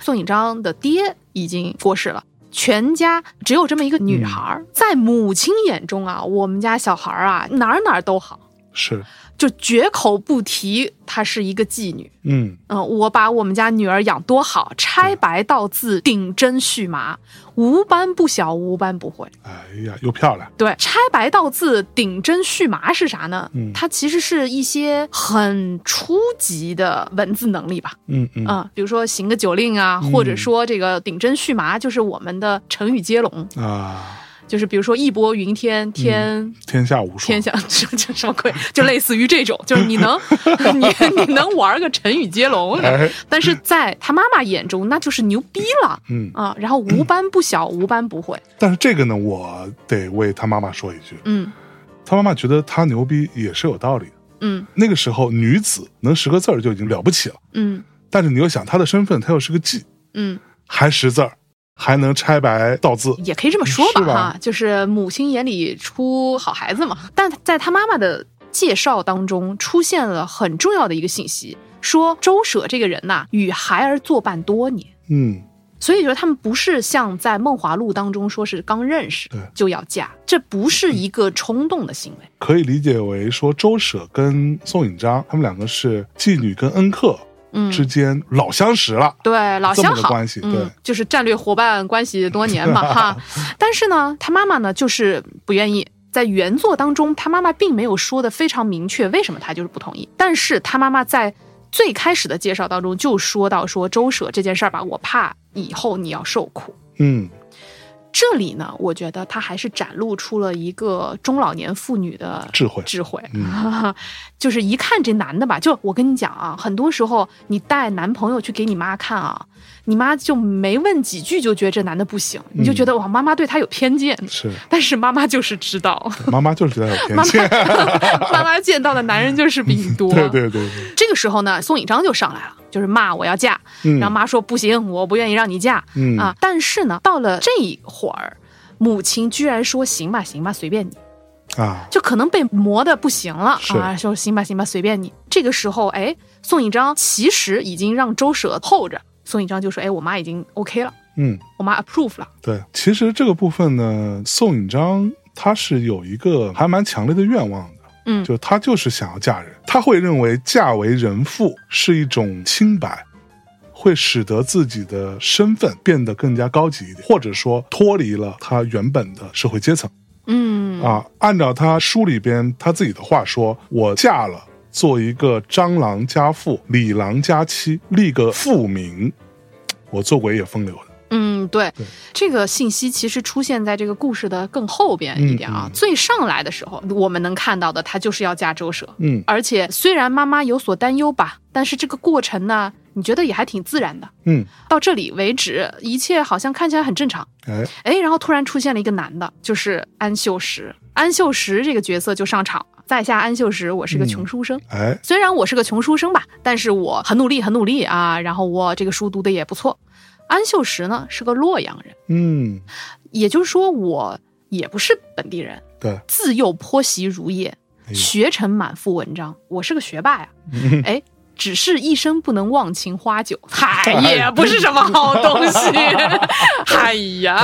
[SPEAKER 2] 宋引章的爹已经过世了。全家只有这么一个女孩儿，在母亲眼中啊，我们家小孩儿啊，哪儿哪儿都好，
[SPEAKER 3] 是，
[SPEAKER 2] 就绝口不提她是一个妓女。
[SPEAKER 3] 嗯
[SPEAKER 2] 嗯，我把我们家女儿养多好，拆白道字，顶针续麻，无斑不晓，无斑不会。
[SPEAKER 3] 哎呀，又漂亮，
[SPEAKER 2] 对，拆白道字，顶针续麻是啥呢？
[SPEAKER 3] 嗯
[SPEAKER 2] 它其实是一些很初级的文字能力吧。
[SPEAKER 3] 嗯嗯
[SPEAKER 2] 啊、比如说行个酒令啊，
[SPEAKER 3] 嗯
[SPEAKER 2] 或者说这个顶针续麻，就是我们的成语接龙，
[SPEAKER 3] 啊，
[SPEAKER 2] 就是比如说义薄云天，天。
[SPEAKER 3] 天下无双，
[SPEAKER 2] 天下什么什么鬼， 就类似于这种，就是你 能你你能玩个成语接龙，
[SPEAKER 3] 哎，
[SPEAKER 2] 但是在他妈妈眼中那就是牛逼了
[SPEAKER 3] 嗯，
[SPEAKER 2] 啊，然后无班不小，无班不会，
[SPEAKER 3] 但是这个呢，我得为他妈妈说一句，
[SPEAKER 2] 嗯
[SPEAKER 3] 他妈妈觉得他牛逼也是有道理的。
[SPEAKER 2] 嗯
[SPEAKER 3] 那个时候，女子能识个字儿就已经了不起了，
[SPEAKER 2] 嗯
[SPEAKER 3] 但是你又想她的身份，她又是个妓，
[SPEAKER 2] 嗯，
[SPEAKER 3] 还识字儿，还能拆白道字，
[SPEAKER 2] 也可以这么说吧
[SPEAKER 3] 是吧
[SPEAKER 2] 哈，就是母亲眼里出好孩子嘛。但在他妈妈的介绍当中，出现了很重要的一个信息，说周舍这个人呐、与孩儿作伴多年。
[SPEAKER 3] 嗯，
[SPEAKER 2] 所以就是他们不是像在《梦华录》当中说是刚认识
[SPEAKER 3] 对
[SPEAKER 2] 就要嫁，这不是一个冲动的行为。
[SPEAKER 3] 可以理解为说周舍跟宋引章他们两个是妓女跟恩客
[SPEAKER 2] 嗯，
[SPEAKER 3] 之间老相识了，
[SPEAKER 2] 对，老
[SPEAKER 3] 这
[SPEAKER 2] 相
[SPEAKER 3] 么个
[SPEAKER 2] 好，
[SPEAKER 3] 关系对
[SPEAKER 2] 嗯，就是战略伙伴关系多年嘛 哈。但是呢，他妈妈呢就是不愿意。在原作当中，他妈妈并没有说的非常明确为什么他就是不同意，但是他妈妈在最开始的介绍当中就说到说周舍这件事儿吧，我怕以后你要受苦。
[SPEAKER 3] 嗯，
[SPEAKER 2] 这里呢，我觉得他还是展露出了一个中老年妇女的
[SPEAKER 3] 智慧
[SPEAKER 2] 智慧，
[SPEAKER 3] 嗯
[SPEAKER 2] 就是一看这男的吧，就我跟你讲啊，很多时候你带男朋友去给你妈看啊，你妈就没问几句就觉得这男的不行，
[SPEAKER 3] 嗯
[SPEAKER 2] 你就觉得哇，妈妈对他有偏见，
[SPEAKER 3] 是
[SPEAKER 2] 但是妈妈就是知 道，
[SPEAKER 3] 妈妈就是对他有偏见，
[SPEAKER 2] 妈妈见到的男人就是比你多。
[SPEAKER 3] 对对对对，
[SPEAKER 2] 这个时候呢，宋引章就上来了，就是骂我要嫁，
[SPEAKER 3] 嗯
[SPEAKER 2] 然后妈说不行，我不愿意让你嫁、
[SPEAKER 3] 嗯
[SPEAKER 2] 啊。但是呢，到了这一会儿，母亲居然说行吧，行吧，随便你，
[SPEAKER 3] 啊，
[SPEAKER 2] 就可能被磨的不行了
[SPEAKER 3] 是
[SPEAKER 2] 啊，说行吧，行吧，随便你。这个时候，哎，宋引章其实已经让周舍候着，宋引章就说，哎，我妈已经 OK 了，
[SPEAKER 3] 嗯，
[SPEAKER 2] 我妈 approve 了，
[SPEAKER 3] 对，其实这个部分呢，宋引章他是有一个还蛮强烈的愿望的，
[SPEAKER 2] 嗯
[SPEAKER 3] 就他就是想要嫁人，他会认为嫁为人妇是一种清白，会使得自己的身份变得更加高级一点，或者说脱离了他原本的社会阶层
[SPEAKER 2] 嗯
[SPEAKER 3] 啊。按照他书里边他自己的话说，我嫁了。做一个张郎家妇、李郎家妻，立个妇名，我做鬼也风流的。
[SPEAKER 2] 嗯，对，
[SPEAKER 3] 对
[SPEAKER 2] 这个信息其实出现在这个故事的更后边一点啊。
[SPEAKER 3] 嗯嗯
[SPEAKER 2] 最上来的时候，我们能看到的，他就是要嫁周舍。
[SPEAKER 3] 嗯
[SPEAKER 2] 而且虽然妈妈有所担忧吧，但是这个过程呢，你觉得也还挺自然的。
[SPEAKER 3] 嗯，
[SPEAKER 2] 到这里为止，一切好像看起来很正常。
[SPEAKER 3] 哎，
[SPEAKER 2] 哎，然后突然出现了一个男的，就是安秀实。安秀实这个角色就上场了。在下安秀实，我是个
[SPEAKER 3] 嗯
[SPEAKER 2] 穷书生。
[SPEAKER 3] 哎，
[SPEAKER 2] 虽然我是个穷书生吧，但是我很努力，很努力啊。然后我这个书读的也不错。安秀实呢是个洛阳人，
[SPEAKER 3] 嗯，
[SPEAKER 2] 也就是说我也不是本地人，
[SPEAKER 3] 对，
[SPEAKER 2] 自幼颇习儒业，
[SPEAKER 3] 哎呦
[SPEAKER 2] 学成满腹文章，我是个学霸 呀。哎，只是一生不能忘情花 酒，嗨，
[SPEAKER 3] 哎
[SPEAKER 2] 也不是什么好东西。哎呀，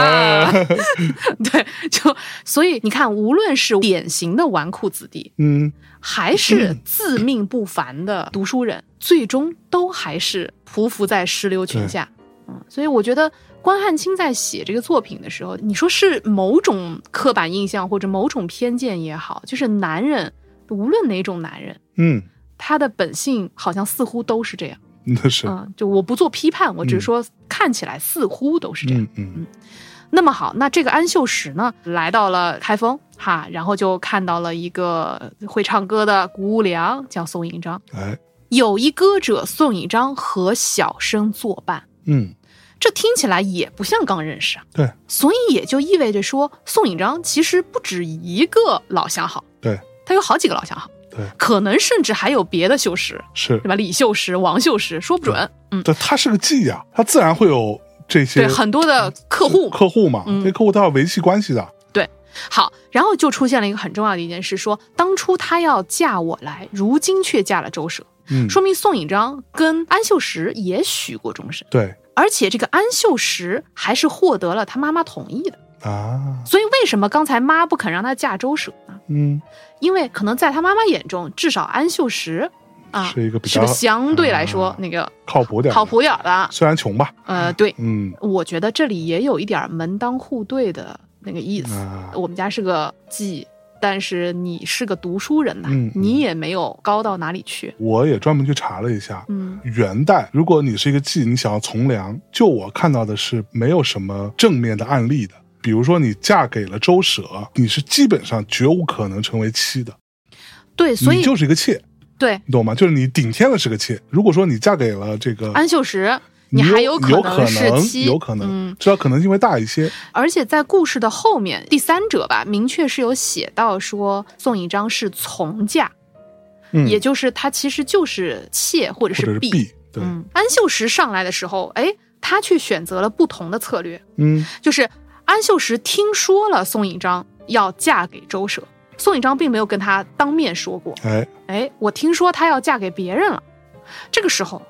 [SPEAKER 3] 哎
[SPEAKER 2] 对，就所以你看，无论是典型的纨绔子弟，
[SPEAKER 3] 嗯，
[SPEAKER 2] 还是自命不凡的读书人，最终都还是匍匐在石榴裙下。嗯，所以我觉得关汉卿在写这个作品的时候，你说是某种刻板印象或者某种偏见也好，就是男人，无论哪种男人，
[SPEAKER 3] 嗯，
[SPEAKER 2] 他的本性好像似乎都是这样。
[SPEAKER 3] 那是，
[SPEAKER 2] 嗯，就我不做批判，我只
[SPEAKER 3] 嗯
[SPEAKER 2] 是说看起来似乎都是这样。
[SPEAKER 3] 嗯嗯
[SPEAKER 2] 那么好，那这个安秀实呢，来到了开封哈，然后就看到了一个会唱歌的谷无良，叫宋引章。
[SPEAKER 3] 哎，
[SPEAKER 2] 有一歌者宋引章和小生作伴，
[SPEAKER 3] 嗯，
[SPEAKER 2] 这听起来也不像刚认识啊。
[SPEAKER 3] 对，
[SPEAKER 2] 所以也就意味着说，宋引章其实不止一个老相好，
[SPEAKER 3] 对，
[SPEAKER 2] 他有好几个老相好，
[SPEAKER 3] 对，
[SPEAKER 2] 可能甚至还有别的秀实，
[SPEAKER 3] 是
[SPEAKER 2] 对，吧？李秀实、王秀实，说不准。嗯，
[SPEAKER 3] 对，他是个妓呀，他自然会有这些
[SPEAKER 2] 对，很多的客户嘛
[SPEAKER 3] 客户嘛，
[SPEAKER 2] 嗯
[SPEAKER 3] 这客户他要维系关系的，
[SPEAKER 2] 好，然后就出现了一个很重要的一件事，说当初她要嫁我来，如今却嫁了周舍，
[SPEAKER 3] 嗯，
[SPEAKER 2] 说明宋引章跟安秀实也许过终身，
[SPEAKER 3] 对
[SPEAKER 2] 而且这个安秀实还是获得了他妈妈同意的。
[SPEAKER 3] 啊，
[SPEAKER 2] 所以为什么刚才妈不肯让她嫁周舍呢？
[SPEAKER 3] 嗯，
[SPEAKER 2] 因为可能在她妈妈眼中，至少安秀实啊
[SPEAKER 3] 是一个比
[SPEAKER 2] 是
[SPEAKER 3] 较
[SPEAKER 2] 个相对来说、
[SPEAKER 3] 啊
[SPEAKER 2] 那个
[SPEAKER 3] 靠谱点，
[SPEAKER 2] 靠，谱点儿的。
[SPEAKER 3] 虽然穷吧，
[SPEAKER 2] 呃，对，
[SPEAKER 3] 嗯
[SPEAKER 2] 我觉得这里也有一点儿门当户对的那个意思。
[SPEAKER 3] 啊，
[SPEAKER 2] 我们家是个妓，但是你是个读书人呐、
[SPEAKER 3] 嗯嗯
[SPEAKER 2] 你也没有高到哪里去。
[SPEAKER 3] 我也专门去查了一下。
[SPEAKER 2] 嗯
[SPEAKER 3] 元代，如果你是一个妓，你想要从良，就我看到的是没有什么正面的案例的。比如说，你嫁给了周舍，你是基本上绝无可能成为妻的，
[SPEAKER 2] 对，所
[SPEAKER 3] 你
[SPEAKER 2] 以
[SPEAKER 3] 就是一个妾。
[SPEAKER 2] 对
[SPEAKER 3] 你懂吗？就是你顶天了是个妾，如果说你嫁给了这个，
[SPEAKER 2] 安秀实。
[SPEAKER 3] 你
[SPEAKER 2] 还
[SPEAKER 3] 有
[SPEAKER 2] 可
[SPEAKER 3] 能
[SPEAKER 2] 是妻，
[SPEAKER 3] 有可能，
[SPEAKER 2] 嗯，
[SPEAKER 3] 至少可能性会大一些。
[SPEAKER 2] 而且在故事的后面，第三者吧，明确是有写到说宋引章是从嫁，
[SPEAKER 3] 嗯，
[SPEAKER 2] 也就是他其实就是妾或者
[SPEAKER 3] 或者
[SPEAKER 2] 是
[SPEAKER 3] 是
[SPEAKER 2] 婢。
[SPEAKER 3] B，对，
[SPEAKER 2] 嗯，安秀实上来的时候，哎，他却选择了不同的策略，
[SPEAKER 3] 嗯
[SPEAKER 2] 就是安秀实听说了宋引章要嫁给周舍，宋引章并没有跟他当面说过。
[SPEAKER 3] 哎，
[SPEAKER 2] 哎，我听说她要嫁给别人了。这个时候，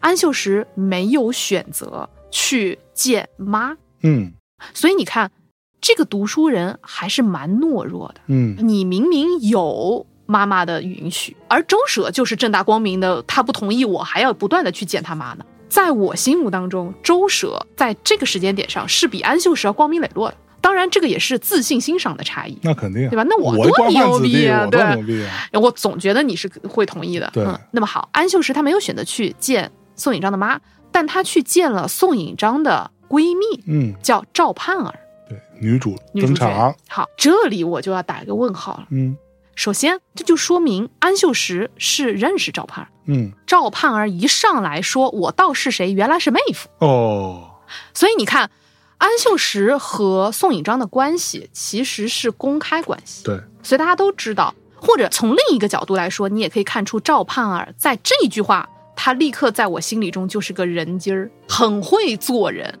[SPEAKER 2] 安秀实没有选择去见妈。
[SPEAKER 3] 嗯
[SPEAKER 2] 所以你看，这个读书人还是蛮懦弱的。
[SPEAKER 3] 嗯
[SPEAKER 2] 你明明有妈妈的允许，而周舍就是正大光明的，他不同意我，还要不断的去见他妈呢。在我心目当中，周舍在这个时间点上是比安秀石要光明磊落的。当然，这个也是自信欣赏的差异。
[SPEAKER 3] 那肯定啊，
[SPEAKER 2] 对吧那我
[SPEAKER 3] 我
[SPEAKER 2] 多
[SPEAKER 3] 官
[SPEAKER 2] 牛
[SPEAKER 3] 宦子
[SPEAKER 2] 逼
[SPEAKER 3] 弟，
[SPEAKER 2] 啊
[SPEAKER 3] 我多
[SPEAKER 2] 对
[SPEAKER 3] 牛逼啊！
[SPEAKER 2] 我总觉得你是会同意的。
[SPEAKER 3] 对
[SPEAKER 2] 嗯，那么好，安秀石他没有选择去见宋引章的妈，但他去见了宋引章的闺蜜，
[SPEAKER 3] 嗯，
[SPEAKER 2] 叫赵盼儿，
[SPEAKER 3] 对，女主
[SPEAKER 2] 女
[SPEAKER 3] 登
[SPEAKER 2] 主角
[SPEAKER 3] 场，。
[SPEAKER 2] 好，这里我就要打一个问号了。
[SPEAKER 3] 嗯
[SPEAKER 2] 首先，这就说明安秀石是认识赵盼儿。
[SPEAKER 3] 嗯，
[SPEAKER 2] 赵盼儿一上来说我倒是谁，原来是妹夫。
[SPEAKER 3] 哦，
[SPEAKER 2] 所以你看，安秀石和宋引章的关系其实是公开关系。
[SPEAKER 3] 对，
[SPEAKER 2] 所以大家都知道。或者从另一个角度来说，你也可以看出赵盼儿在这一句话，他立刻在我心里中就是个人精儿，很会做人，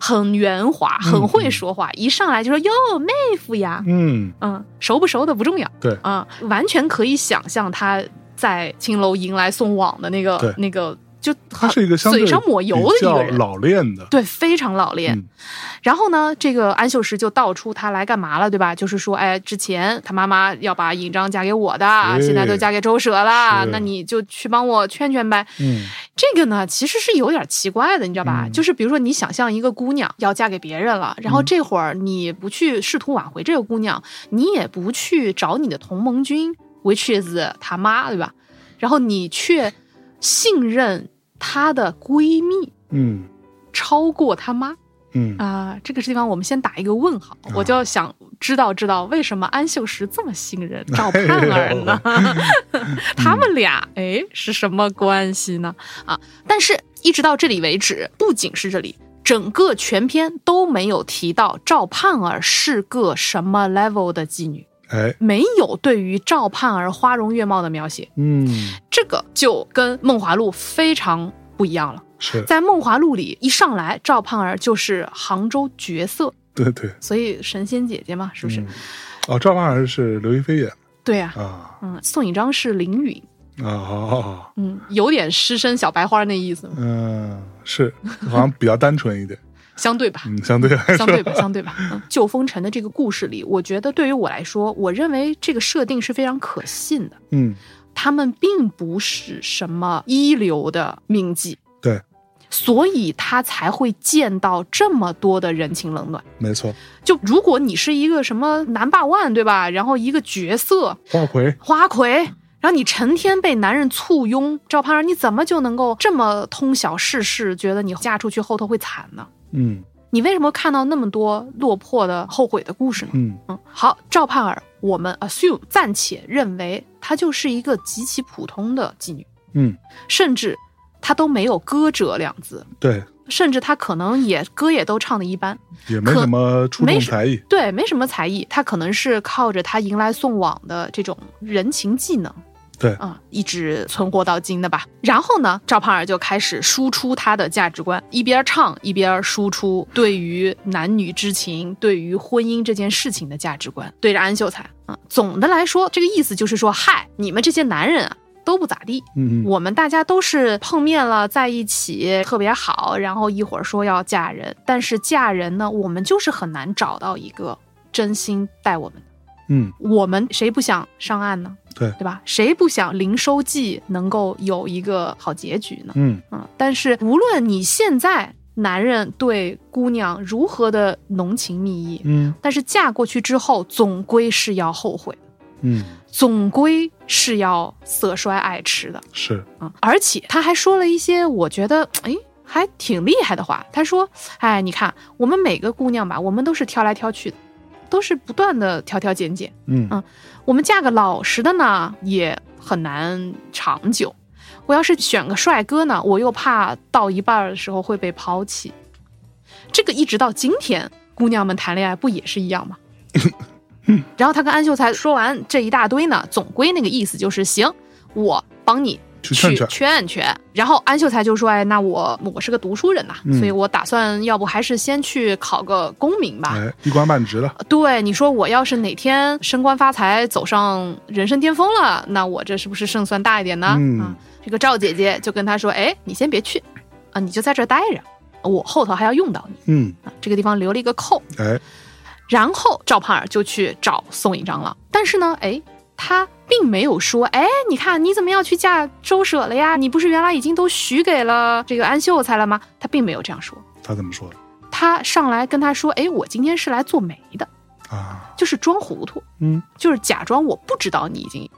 [SPEAKER 2] 很圆滑，很会说话，一上来就说“哟，妹夫呀”，
[SPEAKER 3] 嗯
[SPEAKER 2] 嗯，熟不熟的不重要，
[SPEAKER 3] 对
[SPEAKER 2] 啊、完全可以想象他在青楼迎来送往的那
[SPEAKER 3] 对
[SPEAKER 2] 个那个，就
[SPEAKER 3] 她是一个相对
[SPEAKER 2] 嘴上抹油的
[SPEAKER 3] 比
[SPEAKER 2] 一个
[SPEAKER 3] 较
[SPEAKER 2] 人。
[SPEAKER 3] 老练的，
[SPEAKER 2] 对，非常老练。
[SPEAKER 3] 嗯
[SPEAKER 2] 然后呢，这个安秀石就道出他来干嘛了，对吧？就是说，哎，之前他妈妈要把尹章嫁给我的，
[SPEAKER 3] 哎
[SPEAKER 2] 现在都嫁给周舍了
[SPEAKER 3] 是，
[SPEAKER 2] 那你就去帮我劝劝呗。
[SPEAKER 3] 嗯
[SPEAKER 2] 这个呢，其实是有点奇怪的，你知道吧？
[SPEAKER 3] 嗯
[SPEAKER 2] 就是比如说，你想象一个姑娘要嫁给别人了，然后这会儿你不去试图挽回这个姑娘，你也不去找你的同盟军 which is 他妈，对吧？然后你却信任她的闺蜜
[SPEAKER 3] 嗯
[SPEAKER 2] 超过她妈
[SPEAKER 3] 嗯，
[SPEAKER 2] 啊、这个地方我们先打一个问号，我就想知道知道为什么安秀石这么信任赵盼儿呢？ 他们俩哎是什么关系呢？啊，但是一直到这里为止，不仅是这里，整个全篇都没有提到赵盼儿是个什么 level 的妓女，
[SPEAKER 3] 哎，
[SPEAKER 2] 没有对于赵盼儿花容月貌的描写，
[SPEAKER 3] 嗯
[SPEAKER 2] 这个就跟《梦华录》非常不一样了。
[SPEAKER 3] 是，
[SPEAKER 2] 在《梦华录》里，一上来赵盼儿就是杭州绝色，
[SPEAKER 3] 对对，
[SPEAKER 2] 所以神仙姐姐嘛，是不是？
[SPEAKER 3] 嗯哦，赵盼儿是刘亦菲演
[SPEAKER 2] 对呀、
[SPEAKER 3] 的啊
[SPEAKER 2] 嗯，宋引章是凌云，
[SPEAKER 3] 啊哦，
[SPEAKER 2] 嗯，有点师生小白花那意思，
[SPEAKER 3] 嗯，是，好像比较单纯一点，
[SPEAKER 2] 相对 吧。
[SPEAKER 3] 嗯，相对来
[SPEAKER 2] 相
[SPEAKER 3] 说，
[SPEAKER 2] 对吧，相对吧。嗯旧风尘的这个故事里，我觉得对于我来说，我认为这个设定是非常可信的。
[SPEAKER 3] 嗯
[SPEAKER 2] 他们并不是什么一流的名妓，
[SPEAKER 3] 对，
[SPEAKER 2] 所以他才会见到这么多的人情冷暖。
[SPEAKER 3] 没错，
[SPEAKER 2] 就如果你是一个什么南霸万，对吧？然后一个角色，
[SPEAKER 3] 花魁，
[SPEAKER 2] 花魁，然后你成天被男人簇拥，赵盼儿，你怎么就能够这么通晓世事，觉得你嫁出去后头会惨呢？
[SPEAKER 3] 嗯
[SPEAKER 2] 你为什么看到那么多落魄的后悔的故事呢？
[SPEAKER 3] 嗯
[SPEAKER 2] 嗯，好，赵盼儿，我们 assume 暂且认为她就是一个极其普通的妓女，
[SPEAKER 3] 嗯，
[SPEAKER 2] 甚至她都没有歌者两字，
[SPEAKER 3] 对，
[SPEAKER 2] 甚至她可能也歌也都唱的一般，
[SPEAKER 3] 也没什么出众
[SPEAKER 2] 没什
[SPEAKER 3] 才艺，
[SPEAKER 2] 对，没什么才艺，她可能是靠着她迎来送往的这种人情技能。
[SPEAKER 3] 对
[SPEAKER 2] 啊、一直存活到今的吧。然后呢，赵盼儿就开始输出她的价值观，一边唱一边输出对于男女之情、对于婚姻这件事情的价值观，对着安秀才啊、总的来说，这个意思就是说，嗨，你们这些男人啊都不咋地，
[SPEAKER 3] 嗯嗯
[SPEAKER 2] 我们大家都是碰面了在一起特别好，然后一会儿说要嫁人，但是嫁人呢，我们就是很难找到一个真心待我们的。
[SPEAKER 3] 嗯，
[SPEAKER 2] 我们谁不想上岸呢？
[SPEAKER 3] 对
[SPEAKER 2] 对吧？谁不想《灵收记》能够有一个好结局呢？
[SPEAKER 3] 嗯
[SPEAKER 2] 嗯，但是无论你现在男人对姑娘如何的浓情蜜意，
[SPEAKER 3] 嗯
[SPEAKER 2] 但是嫁过去之后，总归是要后悔，
[SPEAKER 3] 嗯，
[SPEAKER 2] 总归是要色衰爱弛的。
[SPEAKER 3] 是，
[SPEAKER 2] 啊、而且他还说了一些我觉得哎还挺厉害的话。他说：“哎，你看我们每个姑娘吧，我们都是挑来挑去的，都是不断的挑挑拣拣。
[SPEAKER 3] 嗯
[SPEAKER 2] 嗯我们嫁个老实的呢，也很难长久。我要是选个帅哥呢，我又怕到一半儿的时候会被抛弃。这个一直到今天，姑娘们谈恋爱不也是一 样吗？然后他跟安秀才说完这一大堆呢，总归那个意思就是行，我帮你
[SPEAKER 3] 去劝劝
[SPEAKER 2] 劝劝。然后安秀才就说：“哎，那我我是个读书人呐、
[SPEAKER 3] 嗯
[SPEAKER 2] 所以我打算要不还是先去考个功名吧。
[SPEAKER 3] 哎，一官半职的，
[SPEAKER 2] 对，你说我要是哪天升官发财，走上人生巅峰了，那我这是不是胜算大一点呢？
[SPEAKER 3] 嗯
[SPEAKER 2] 啊，这个赵姐姐就跟他说：“哎，你先别去，啊，你就在这儿待着，我后头还要用到你
[SPEAKER 3] 嗯，
[SPEAKER 2] 啊，这个地方留了一个扣。
[SPEAKER 3] 哎，
[SPEAKER 2] 然后赵盼儿就去找宋引章了，但是呢，哎，他并没有说，哎，你看你怎么要去嫁周舍了呀？你不是原来已经都许给了这个安秀才了吗？他并没有这样说，
[SPEAKER 3] 他怎么说的
[SPEAKER 2] 他上来跟他说，哎，我今天是来做媒的，
[SPEAKER 3] 啊？
[SPEAKER 2] 就是装糊涂，
[SPEAKER 3] 嗯，
[SPEAKER 2] 就是假装我不知道你已经。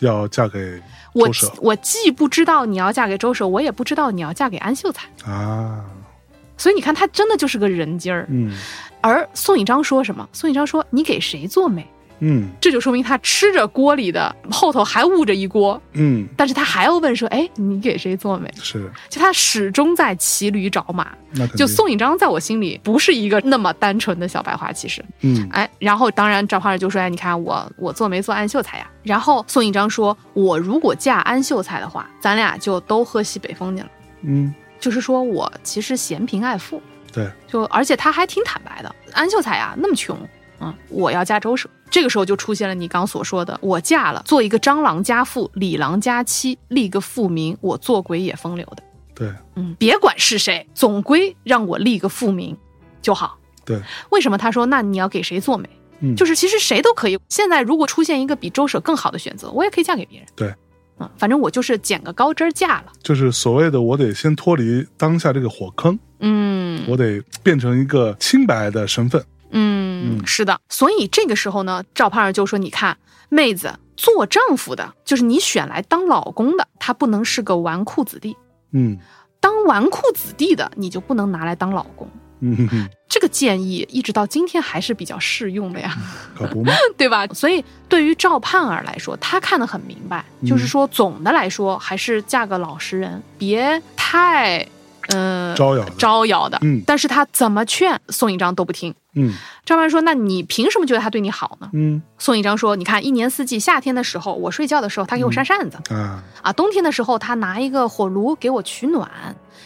[SPEAKER 3] 要嫁给
[SPEAKER 2] 我
[SPEAKER 3] 周舍
[SPEAKER 2] 我既不知道你要嫁给周舍，我也不知道你要嫁给安秀才，
[SPEAKER 3] 啊，
[SPEAKER 2] 所以你看他真的就是个人精儿。
[SPEAKER 3] 嗯
[SPEAKER 2] 而宋引章说什么？宋引章说：“你给谁做媒？”
[SPEAKER 3] 嗯
[SPEAKER 2] 这就说明他吃着锅里的，后头还捂着一锅，
[SPEAKER 3] 嗯，
[SPEAKER 2] 但是他还要问说：“哎，你给谁做媒
[SPEAKER 3] 是，？”
[SPEAKER 2] 就他始终在骑驴找马。
[SPEAKER 3] 那肯定
[SPEAKER 2] 就宋引章在我心里不是一个那么单纯的小白花，其实，
[SPEAKER 3] 嗯
[SPEAKER 2] 哎，然后当然赵匡胤就说：“哎，你看我我做媒做安秀才呀。”然后宋引章说：“我如果嫁安秀才的话，咱俩就都喝西北风去了。
[SPEAKER 3] 嗯，”
[SPEAKER 2] 就是说我其实嫌贫爱富，
[SPEAKER 3] 对，
[SPEAKER 2] 就而且他还挺坦白的，安秀才啊那么穷，嗯，我要嫁周舍。这个时候就出现了你刚所说的，我嫁了，做一个张郎家妇、李郎家妻，立个妇名，我做鬼也风流的。
[SPEAKER 3] 对
[SPEAKER 2] 嗯，别管是谁，总归让我立个妇名就好。
[SPEAKER 3] 对，
[SPEAKER 2] 为什么他说那你要给谁做媒？
[SPEAKER 3] 嗯
[SPEAKER 2] 就是其实谁都可以。现在如果出现一个比周舍更好的选择，我也可以嫁给别人。
[SPEAKER 3] 对，
[SPEAKER 2] 嗯，反正我就是捡个高枝儿嫁了。
[SPEAKER 3] 就是所谓的我得先脱离当下这个火坑，
[SPEAKER 2] 嗯，
[SPEAKER 3] 我得变成一个清白的身份。
[SPEAKER 2] 嗯，
[SPEAKER 3] 嗯
[SPEAKER 2] 是的。所以这个时候呢，赵盼儿就说：“你看，妹子做丈夫的，就是你选来当老公的，他不能是个纨绔子弟；
[SPEAKER 3] 嗯
[SPEAKER 2] 当纨绔子弟的，你就不能拿来当老公。”
[SPEAKER 3] 嗯哼哼，
[SPEAKER 2] 这个建议一直到今天还是比较适用的呀，
[SPEAKER 3] 可不嘛，
[SPEAKER 2] 对吧？
[SPEAKER 3] 嗯
[SPEAKER 2] 所以对于赵盼儿来说，她看得很明白，
[SPEAKER 3] 嗯
[SPEAKER 2] 就是说总的来说还是嫁个老实人，别太呃
[SPEAKER 3] 招摇的
[SPEAKER 2] 招摇的。
[SPEAKER 3] 嗯
[SPEAKER 2] 但是她怎么劝宋引章都不听。
[SPEAKER 3] 嗯
[SPEAKER 2] 赵盼儿说：“那你凭什么觉得他对你好呢？”
[SPEAKER 3] 嗯
[SPEAKER 2] 宋一章说：“你看，一年四季，夏天的时候，我睡觉的时候，他给我扇扇子、
[SPEAKER 3] 啊，
[SPEAKER 2] 啊；冬天的时候，他拿一个火炉给我取暖；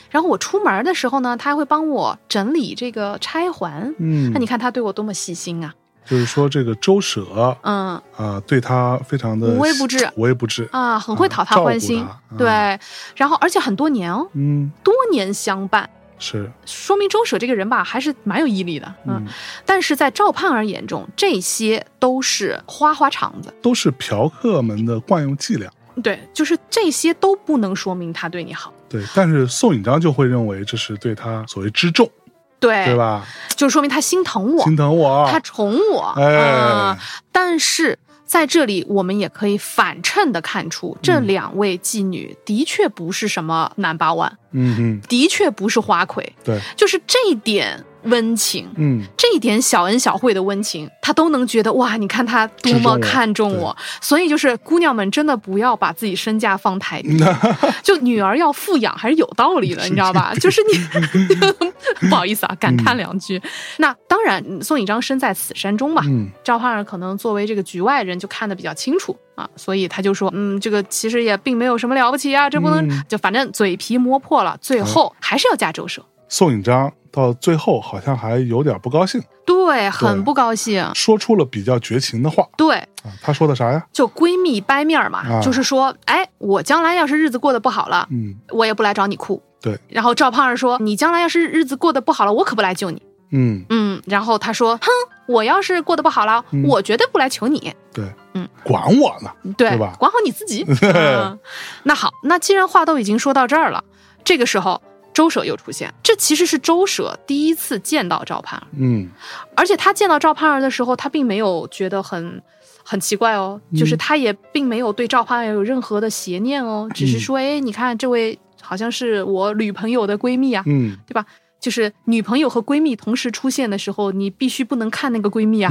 [SPEAKER 2] 然后我出门的时候呢，他还会帮我整理这个钗环。
[SPEAKER 3] 嗯
[SPEAKER 2] 那，你看他对我多么细心啊！
[SPEAKER 3] 就是说这个周舍
[SPEAKER 2] 嗯
[SPEAKER 3] 啊，对他非常的
[SPEAKER 2] 无微不至
[SPEAKER 3] 无微不至。
[SPEAKER 2] 啊，很会讨他欢心。
[SPEAKER 3] 啊照顾他
[SPEAKER 2] 对，然后而且很多年哦，
[SPEAKER 3] 嗯，
[SPEAKER 2] 多年相伴，
[SPEAKER 3] 是，
[SPEAKER 2] 说明周舍这个人吧，还是蛮有毅力的。嗯，
[SPEAKER 3] 嗯，
[SPEAKER 2] 但是在赵盼儿眼中，这些都是花花肠子。
[SPEAKER 3] 都是嫖客们的惯用伎俩。
[SPEAKER 2] 对，就是这些都不能说明他对你好。
[SPEAKER 3] 对，但是宋引章就会认为这是对他所谓之重，
[SPEAKER 2] 对，
[SPEAKER 3] 对吧？
[SPEAKER 2] 就说明他心疼我，
[SPEAKER 3] 心疼我，
[SPEAKER 2] 他宠我啊、
[SPEAKER 3] 哎
[SPEAKER 2] 但是在这里，我们也可以反衬的看出，这
[SPEAKER 3] 嗯
[SPEAKER 2] 两位妓女的确不是什么男八万，
[SPEAKER 3] 嗯嗯，
[SPEAKER 2] 的确不是花魁，
[SPEAKER 3] 对，
[SPEAKER 2] 就是这一点温情。
[SPEAKER 3] 嗯
[SPEAKER 2] 这一点小恩小惠的温情，他都能觉得哇！你看他多么看重我，所以就是姑娘们真的不要把自己身价放太低，就女儿要富养还是有道理的，你知道吧？就是你 不好意思啊，感叹两句。那当然，嗯宋引章身在此山中嘛，
[SPEAKER 3] 嗯，
[SPEAKER 2] 赵盼儿可能作为这个局外人就看得比较清楚啊，所以他就说，嗯，这个其实也并没有什么了不起啊，这不能、
[SPEAKER 3] 嗯
[SPEAKER 2] 就反正嘴皮磨破了，最后还是要嫁周舍。
[SPEAKER 3] 宋引章到最后好像还有点不高兴，
[SPEAKER 2] 对，很不高兴。
[SPEAKER 3] 说出了比较绝情的话
[SPEAKER 2] 对，
[SPEAKER 3] 啊。他说的啥呀？
[SPEAKER 2] 就闺蜜掰面儿嘛，
[SPEAKER 3] 啊
[SPEAKER 2] 就是说，哎，我将来要是日子过得不好了，
[SPEAKER 3] 嗯
[SPEAKER 2] 我也不来找你哭。
[SPEAKER 3] 对。
[SPEAKER 2] 然后赵胖儿说，你将来要是日子过得不好了，我可不来救你。
[SPEAKER 3] 嗯，
[SPEAKER 2] 嗯。然后他说，哼，我要是过得不好了，
[SPEAKER 3] 嗯
[SPEAKER 2] 我绝对不来求你。
[SPEAKER 3] 对，
[SPEAKER 2] 嗯，
[SPEAKER 3] 管我呢，
[SPEAKER 2] 对，
[SPEAKER 3] 对吧
[SPEAKER 2] 管好你自己、嗯 那好，那既然话都已经说到这儿了，这个时候周舍又出现，这其实是周舍第一次见到赵盼儿，
[SPEAKER 3] 嗯
[SPEAKER 2] 而且他见到赵盼儿的时候，他并没有觉得很。很奇怪哦，就是
[SPEAKER 3] 嗯
[SPEAKER 2] 他也并没有对赵盼儿有任何的邪念哦，只是说，哎，你看这位好像是我女朋友的闺蜜啊，
[SPEAKER 3] 嗯，
[SPEAKER 2] 对吧？就是女朋友和闺蜜同时出现的时候，你必须不能看那个闺 蜜啊，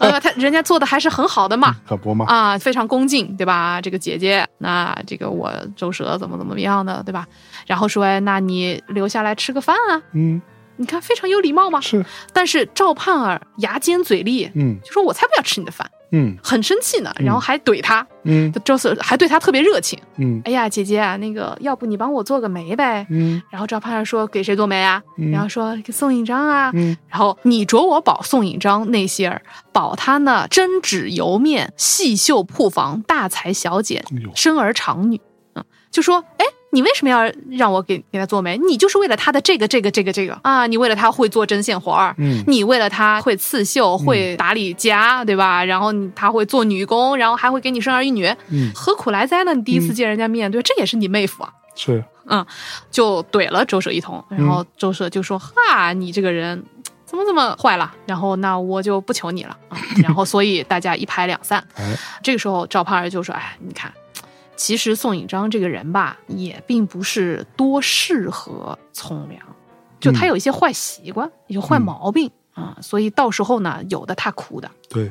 [SPEAKER 2] 呃，他人家做的还是很好的嘛，
[SPEAKER 3] 可不嘛，
[SPEAKER 2] 啊，非常恭敬，对吧？这个姐姐，那这个我周蛇怎么怎么样的，对吧？然后说，哎，那你留下来吃个饭啊？
[SPEAKER 3] 嗯
[SPEAKER 2] 你看非常有礼貌嘛。
[SPEAKER 3] 是，
[SPEAKER 2] 但是赵盼儿牙尖嘴利，
[SPEAKER 3] 嗯
[SPEAKER 2] 就说我才不要吃你的饭，
[SPEAKER 3] 嗯
[SPEAKER 2] 很生气呢，然后
[SPEAKER 3] 嗯
[SPEAKER 2] 还怼他。
[SPEAKER 3] 嗯
[SPEAKER 2] 周蛇还对他特别热情，
[SPEAKER 3] 嗯
[SPEAKER 2] 哎呀，姐姐啊，那个要不你帮我做个媒呗？
[SPEAKER 3] 嗯
[SPEAKER 2] 然后赵盼儿说给谁做媒啊？
[SPEAKER 3] 嗯
[SPEAKER 2] 然后说给宋引章啊。
[SPEAKER 3] 嗯
[SPEAKER 2] 然后你着我保宋引章那些儿，保他那针指油面、细绣铺房、大才小姐
[SPEAKER 3] 哎呦，
[SPEAKER 2] 生儿长女。嗯，就说哎，你为什么要让我给给他做媒？你就是为了他的这个这个这个这个啊，你为了他会做针线活儿，
[SPEAKER 3] 嗯
[SPEAKER 2] 你为了他会刺绣，会打理家，对吧？然后你他会做女工，然后还会给你生儿育女，
[SPEAKER 3] 嗯，
[SPEAKER 2] 何苦来哉呢？你第一次见人家面对，这也是你妹夫啊。
[SPEAKER 3] 是，
[SPEAKER 2] 就怼了周舍一通，
[SPEAKER 3] 嗯
[SPEAKER 2] 然后周舍就说：“哈，你这个人怎么这么坏了？然后那我就不求你了 啊。”然后所以大家一拍两散。
[SPEAKER 3] 哎，
[SPEAKER 2] 这个时候赵盼儿就说：“哎，你看，其实宋引章这个人吧，也并不是多适合从良，就他
[SPEAKER 3] 嗯
[SPEAKER 2] 有一些坏习惯，有坏
[SPEAKER 3] 嗯
[SPEAKER 2] 毛病啊、所以到时候呢，有的他哭的。
[SPEAKER 3] 对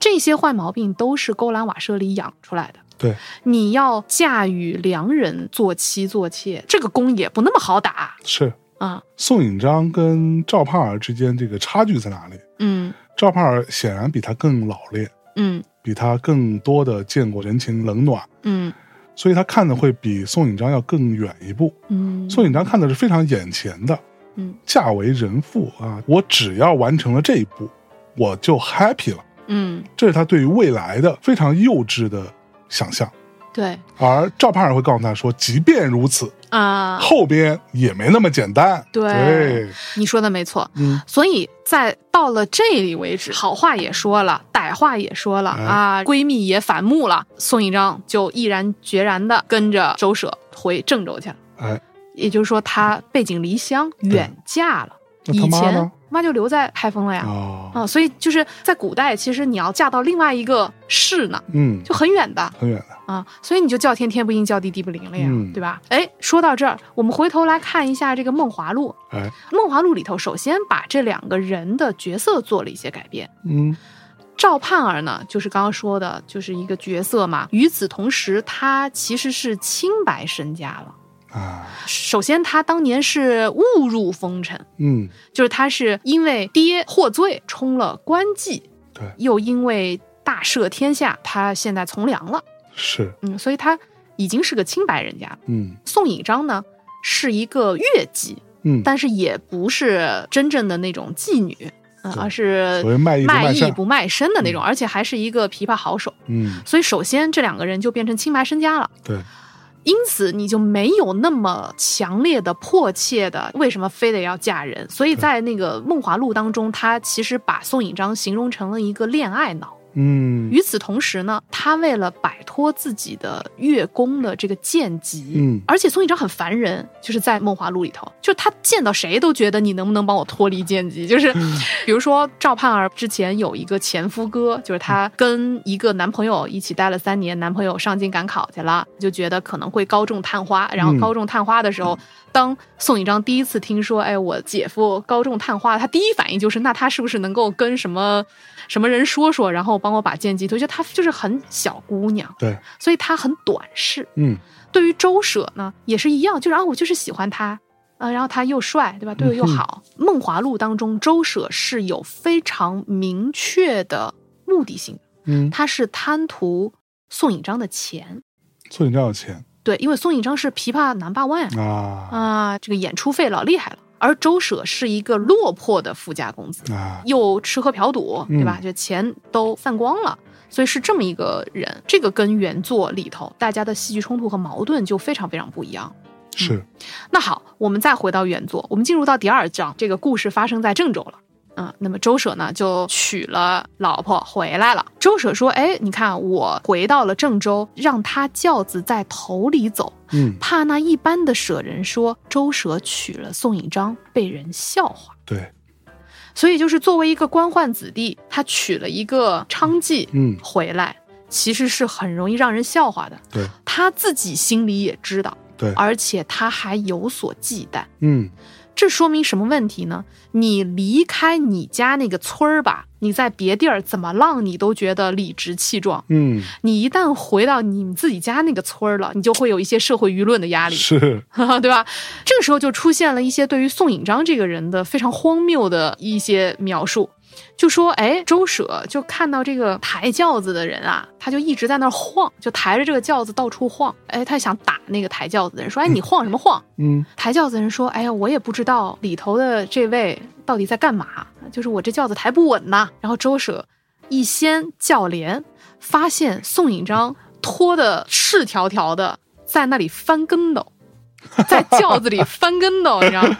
[SPEAKER 2] 这些坏毛病都是勾栏瓦舍里养出来的。
[SPEAKER 3] 对，
[SPEAKER 2] 你要嫁与良人做妻做妾，这个工也不那么好打
[SPEAKER 3] 是
[SPEAKER 2] 啊。
[SPEAKER 3] 宋引章跟赵盼儿之间这个差距在哪里？
[SPEAKER 2] 嗯
[SPEAKER 3] 赵盼儿显然比他更老练，
[SPEAKER 2] 嗯
[SPEAKER 3] 比他更多的见过人情冷暖，
[SPEAKER 2] 嗯
[SPEAKER 3] 所以他看的会比宋引章要更远一步。
[SPEAKER 2] 嗯，
[SPEAKER 3] 宋引章看的是非常眼前的，
[SPEAKER 2] 嗯，
[SPEAKER 3] 嫁为人妇啊，我只要完成了这一步，我就 happy 了。
[SPEAKER 2] 嗯
[SPEAKER 3] 这是他对于未来的非常幼稚的想象。
[SPEAKER 2] 对
[SPEAKER 3] 而赵盼儿会告诉他说，即便如此，
[SPEAKER 2] 啊，
[SPEAKER 3] 后边也没那么简单。
[SPEAKER 2] 对啊
[SPEAKER 3] 对，
[SPEAKER 2] 你说的没错。
[SPEAKER 3] 嗯，
[SPEAKER 2] 所以在到了这里为止，好话也说了，歹话也说了、
[SPEAKER 3] 哎
[SPEAKER 2] 啊，闺蜜也反目了，宋引章就毅然决然的跟着周舍回郑州去了。
[SPEAKER 3] 哎，
[SPEAKER 2] 也就是说，他背井离乡，远嫁了。
[SPEAKER 3] 那他
[SPEAKER 2] 以
[SPEAKER 3] 妈
[SPEAKER 2] 前
[SPEAKER 3] 呢？
[SPEAKER 2] 妈就留在开封了呀。
[SPEAKER 3] 哦，
[SPEAKER 2] 啊、所以就是在古代，其实你要嫁到另外一个市呢，
[SPEAKER 3] 嗯，
[SPEAKER 2] 就很远的啊、
[SPEAKER 3] 很远的，
[SPEAKER 2] 所以你就叫天天不应，叫地地不灵了呀，
[SPEAKER 3] 嗯
[SPEAKER 2] 对吧？哎，说到这儿，我们回头来看一下这个《梦华录》。
[SPEAKER 3] 哎，
[SPEAKER 2] 《梦华录》里头，首先把这两个人的角色做了一些改变。
[SPEAKER 3] 嗯，
[SPEAKER 2] 赵盼儿呢，就是刚刚说的，就是一个角色嘛。与此同时，她其实是清白身家了。
[SPEAKER 3] 啊，
[SPEAKER 2] 首先，她当年是误入风尘，
[SPEAKER 3] 嗯，
[SPEAKER 2] 就是他是因为爹获罪充了官妓，
[SPEAKER 3] 对
[SPEAKER 2] 又因为大赦天下，他现在从良了，
[SPEAKER 3] 是，
[SPEAKER 2] 嗯，所以他已经是个清白人家了。
[SPEAKER 3] 嗯
[SPEAKER 2] 宋引章呢是一个越妓，
[SPEAKER 3] 嗯，
[SPEAKER 2] 但是也不是真正的那种妓女，嗯，
[SPEAKER 3] 对
[SPEAKER 2] 而是
[SPEAKER 3] 所谓卖艺不
[SPEAKER 2] 卖
[SPEAKER 3] 卖
[SPEAKER 2] 艺
[SPEAKER 3] 相，
[SPEAKER 2] 不卖身的那种，而且还是一个琵琶好手。
[SPEAKER 3] 嗯，
[SPEAKER 2] 所以首先这两个人就变成清白身家了。
[SPEAKER 3] 对，
[SPEAKER 2] 因此你就没有那么强烈的、迫切的，为什么非得要嫁人？所以在那个《梦华录》当中，他其实把宋引章形容成了一个恋爱脑。
[SPEAKER 3] 嗯
[SPEAKER 2] 与此同时呢，他为了摆脱自己的月宫的这个贱籍，
[SPEAKER 3] 嗯
[SPEAKER 2] 而且宋引章很烦人，就是在《梦华录》里头，就是他见到谁都觉得你能不能帮我脱离贱籍？就是
[SPEAKER 3] 嗯
[SPEAKER 2] 比如说赵盼儿之前有一个前夫哥，就是她跟一个男朋友一起待了三年，男朋友上京赶考去了，就觉得可能会高中探花。然后
[SPEAKER 3] 嗯
[SPEAKER 2] 高中探花的时候，当宋引章第一次听说，哎，我姐夫高中探花，他第一反应就是，那他是不是能够跟什么什么人说说，然后帮我把剑击推？就她就是很小姑娘，
[SPEAKER 3] 对，
[SPEAKER 2] 所以她很短视。
[SPEAKER 3] 嗯
[SPEAKER 2] 对于周舍呢，也是一样，就是啊，我就是喜欢他，啊，然后他又帅，对吧？对我又好。梦华录》当中，周舍是有非常明确的目的性，
[SPEAKER 3] 嗯，
[SPEAKER 2] 他是贪图宋引章的钱，
[SPEAKER 3] 宋引章有钱
[SPEAKER 2] 对，因为宋引章是琵琶 number one
[SPEAKER 3] 啊
[SPEAKER 2] 啊，这个演出费老厉害了，而周舍是一个落魄的富家公子，
[SPEAKER 3] 啊，
[SPEAKER 2] 又吃喝嫖赌，对吧？
[SPEAKER 3] 嗯
[SPEAKER 2] 就钱都散光了，所以是这么一个人。这个跟原作里头大家的戏剧冲突和矛盾就非常非常不一样。
[SPEAKER 3] 是，
[SPEAKER 2] 那好，我们再回到原作，我们进入到第二章，这个故事发生在郑州了。嗯，那么周舍呢就娶了老婆回来了。周舍说：“哎，你看我回到了郑州，让他轿子在头里走，
[SPEAKER 3] 嗯，
[SPEAKER 2] 怕那一般的舍人说周舍娶了宋引章被人笑话。
[SPEAKER 3] 对，
[SPEAKER 2] 所以就是作为一个官宦子弟，他娶了一个娼妓
[SPEAKER 3] 嗯
[SPEAKER 2] 回来，其实是很容易让人笑话的。
[SPEAKER 3] 对
[SPEAKER 2] 他自己心里也知道，
[SPEAKER 3] 对，
[SPEAKER 2] 而且他还有所忌惮。
[SPEAKER 3] 嗯
[SPEAKER 2] 这说明什么问题呢？你离开你家那个村儿吧，你在别地儿怎么浪你都觉得理直气壮。
[SPEAKER 3] 嗯
[SPEAKER 2] 你一旦回到你自己家那个村儿了，你就会有一些社会舆论的 压力，
[SPEAKER 3] 是，
[SPEAKER 2] 对吧？这个时候就出现了一些对于宋引章这个人的非常荒谬的一些描述，就说，哎，周舍就看到这个抬轿子的人啊，他就一直在那儿晃，就抬着这个轿子到处晃，哎，他想打那个抬轿子的人，说，哎，你晃什么晃？
[SPEAKER 3] 嗯
[SPEAKER 2] 抬轿子的人说：“哎呀，我也不知道里头的这位到底在干嘛，就是我这轿子抬不稳呐。”然后周舍一掀轿帘，发现宋引章脱的赤条条的在那里翻跟 斗，在轿子里翻跟斗，你知道吗？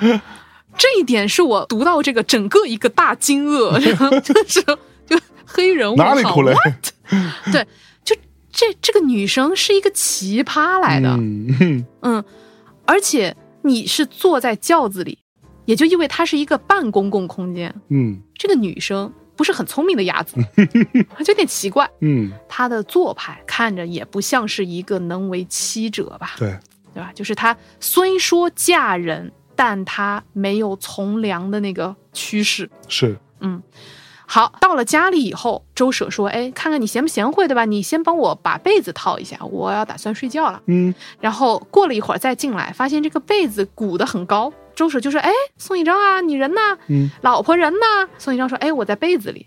[SPEAKER 2] 这一点是我读到这个整个一个大惊 愕，就是就黑人问
[SPEAKER 3] 哪里
[SPEAKER 2] 号
[SPEAKER 3] 苦嘞？
[SPEAKER 2] what？对，就这这个女生是一个奇葩来的，
[SPEAKER 3] 嗯哼
[SPEAKER 2] 嗯，而且你是坐在轿子里，也就意味它是一个半公共空间。
[SPEAKER 3] 嗯
[SPEAKER 2] 这个女生不是很聪明的鸭子，就有点奇怪。
[SPEAKER 3] 嗯，
[SPEAKER 2] 她的做派看着也不像是一个能为妻者吧，
[SPEAKER 3] 对，
[SPEAKER 2] 对吧？就是她虽说嫁人，但她没有从良的那个趋势。
[SPEAKER 3] 是，
[SPEAKER 2] 好，到了家里以后，周舍说：“哎，看看你贤不贤惠，对吧？你先帮我把被子套一下，我要打算睡觉了。”
[SPEAKER 3] 嗯
[SPEAKER 2] 然后过了一会儿再进来，发现这个被子鼓得很高。周舍就说：“哎，宋一章啊，你人呢？
[SPEAKER 3] 嗯，
[SPEAKER 2] 老婆人呢？”宋一章说：“哎，我在被子里。”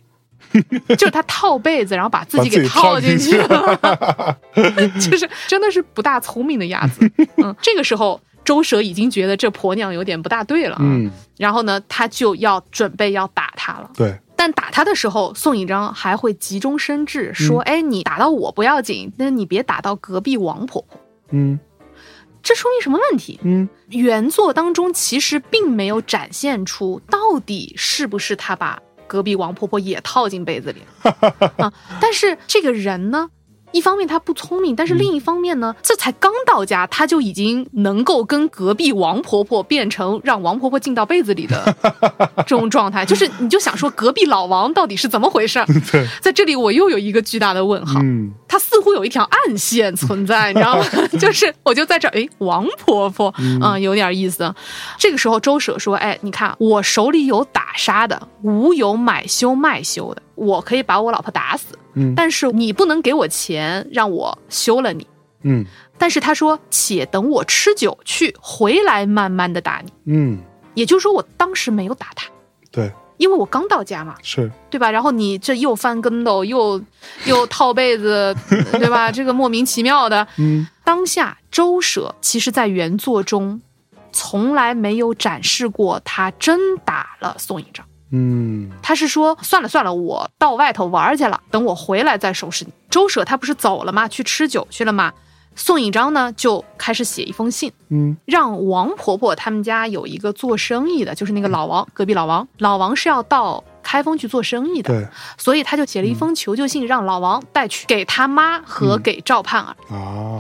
[SPEAKER 2] 就是他套被子，然后把自己
[SPEAKER 3] 把自
[SPEAKER 2] 给
[SPEAKER 3] 己
[SPEAKER 2] 套
[SPEAKER 3] 套
[SPEAKER 2] 进
[SPEAKER 3] 进
[SPEAKER 2] 去
[SPEAKER 3] 去
[SPEAKER 2] 了， 就是真的是不大聪明的鸭 子。嗯，这个时候周舍已经觉得这婆娘有点不大对了啊，
[SPEAKER 3] 嗯，
[SPEAKER 2] 然后呢，他就要准备要打她了。
[SPEAKER 3] 对，
[SPEAKER 2] 但打他的时候，宋引章还会急中生智
[SPEAKER 3] 嗯
[SPEAKER 2] 说：“哎，你打到我不要紧，但是你别打到隔壁王婆婆。”
[SPEAKER 3] 嗯
[SPEAKER 2] 这说明什么问题？
[SPEAKER 3] 嗯
[SPEAKER 2] 原作当中其实并没有展现出到底是不是他把隔壁王婆婆也套进被子里了啊。但是这个人呢，一方面他不聪明，但是另一方面呢，这才刚到家，他就已经能够跟隔壁王婆婆变成让王婆婆进到被子里的这种状态，就是你就想说隔壁老王到底是怎么回事儿？
[SPEAKER 3] 对，
[SPEAKER 2] 在这里我又有一个巨大的问号。
[SPEAKER 3] 嗯
[SPEAKER 2] 它似乎有一条暗线存在，你知道吗？ 就是我就在这儿，哎，王婆婆，嗯、有点意思。这个时候，周舍说：“哎，你看，我手里有打杀的，吾有买修卖修的，我可以把我老婆打死，
[SPEAKER 3] 嗯
[SPEAKER 2] 但是你不能给我钱让我休了你。
[SPEAKER 3] 嗯
[SPEAKER 2] 但是他说，且等我吃酒去，回来慢慢的打你。
[SPEAKER 3] 嗯，
[SPEAKER 2] 也就是说，我当时没有打他，
[SPEAKER 3] 对，
[SPEAKER 2] 因为我刚到家嘛。”
[SPEAKER 3] 是，
[SPEAKER 2] 对吧？然后你这又翻跟 斗，又又套被子，对吧？这个莫名其妙的。
[SPEAKER 3] 嗯
[SPEAKER 2] 当下周舍其实在原作中从来没有展示过他真打了宋引章，
[SPEAKER 3] 嗯
[SPEAKER 2] 他是说算了算了，我到外头玩去了，等我回来再收拾你。周舍他不是走了吗？去吃酒去了吗？宋引章呢就开始写一封信，
[SPEAKER 3] 嗯
[SPEAKER 2] 让王婆婆他们家有一个做生意的，就是那个老王，隔壁老王，老王是要到开封去做生意的。
[SPEAKER 3] 对
[SPEAKER 2] 所以他就写了一封求救信，让老王带去给他妈和给赵盼儿。
[SPEAKER 3] 啊，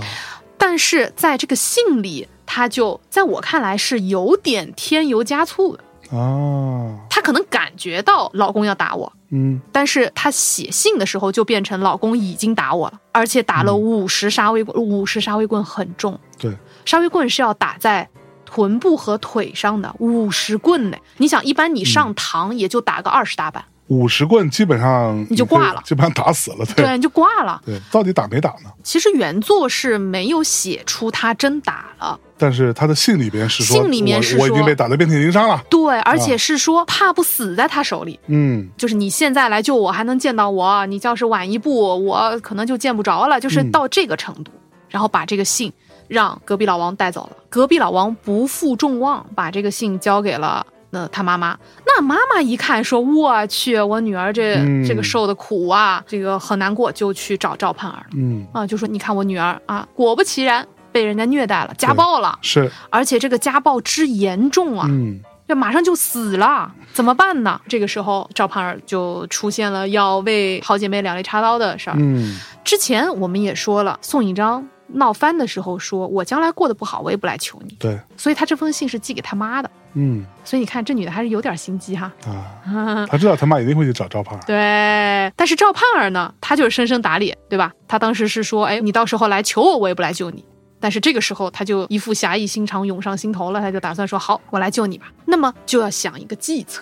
[SPEAKER 2] 但是在这个信里，他就在我看来是有点添油加醋的。
[SPEAKER 3] 啊，
[SPEAKER 2] 他可能感觉到老公要打我，
[SPEAKER 3] 嗯
[SPEAKER 2] 但是他写信的时候就变成老公已经打我了，而且打了五十杀威棍，五十杀威棍很重，
[SPEAKER 3] 对，
[SPEAKER 2] 杀威棍是要打在。臀部和腿上的五十棍呢？你想，一般你上膛也就打个二十大板，
[SPEAKER 3] 五十棍基本上
[SPEAKER 2] 你就挂了
[SPEAKER 3] 基本上打死了，对
[SPEAKER 2] 对，你就挂了。
[SPEAKER 3] 对，到底打没打呢？
[SPEAKER 2] 其实原作是没有写出他真打了，
[SPEAKER 3] 但是他的信里边是说，
[SPEAKER 2] 信里面
[SPEAKER 3] 我
[SPEAKER 2] 是
[SPEAKER 3] 我已经
[SPEAKER 2] 说
[SPEAKER 3] 被打得遍体鳞伤了，
[SPEAKER 2] 对，而
[SPEAKER 3] 啊
[SPEAKER 2] 且是说怕不死在他手里，
[SPEAKER 3] 嗯
[SPEAKER 2] 就是你现在来救我还能见到我，你要是晚一步，我可能就见不着了，就是
[SPEAKER 3] 嗯
[SPEAKER 2] 到这个程度。然后把这个信让隔壁老王带走了，隔壁老王不负众望，把这个信交给了。那他妈妈，那妈妈一看说：“我去，我女儿这、
[SPEAKER 3] 嗯
[SPEAKER 2] 这个受的苦啊，这个很难过，就去找赵盼儿了
[SPEAKER 3] 嗯，
[SPEAKER 2] 啊，就说你看我女儿啊，果不其然被人家虐待了，家暴了，
[SPEAKER 3] 是，
[SPEAKER 2] 而且这个家暴之严重啊，
[SPEAKER 3] 嗯
[SPEAKER 2] 这马上就死了，怎么办呢？这个时候赵盼儿就出现了要为好姐妹两肋插刀的事儿。
[SPEAKER 3] 嗯
[SPEAKER 2] 之前我们也说了，宋引章闹翻的时候说，我将来过得不好，我也不来求你，
[SPEAKER 3] 对，
[SPEAKER 2] 所以他这封信是寄给他妈的。
[SPEAKER 3] 嗯
[SPEAKER 2] 所以你看，这女的还是有点心机哈。
[SPEAKER 3] 啊， 他知道他妈一定会去找赵胖儿，
[SPEAKER 2] 对，但是赵盼儿呢，她就是生生打脸，对吧？她当时是说，哎，你到时候来求我，我也不来救你。但是这个时候，她就一副侠义心肠涌上心头了，她就打算说，好，我来救你吧。那么就要想一个计策，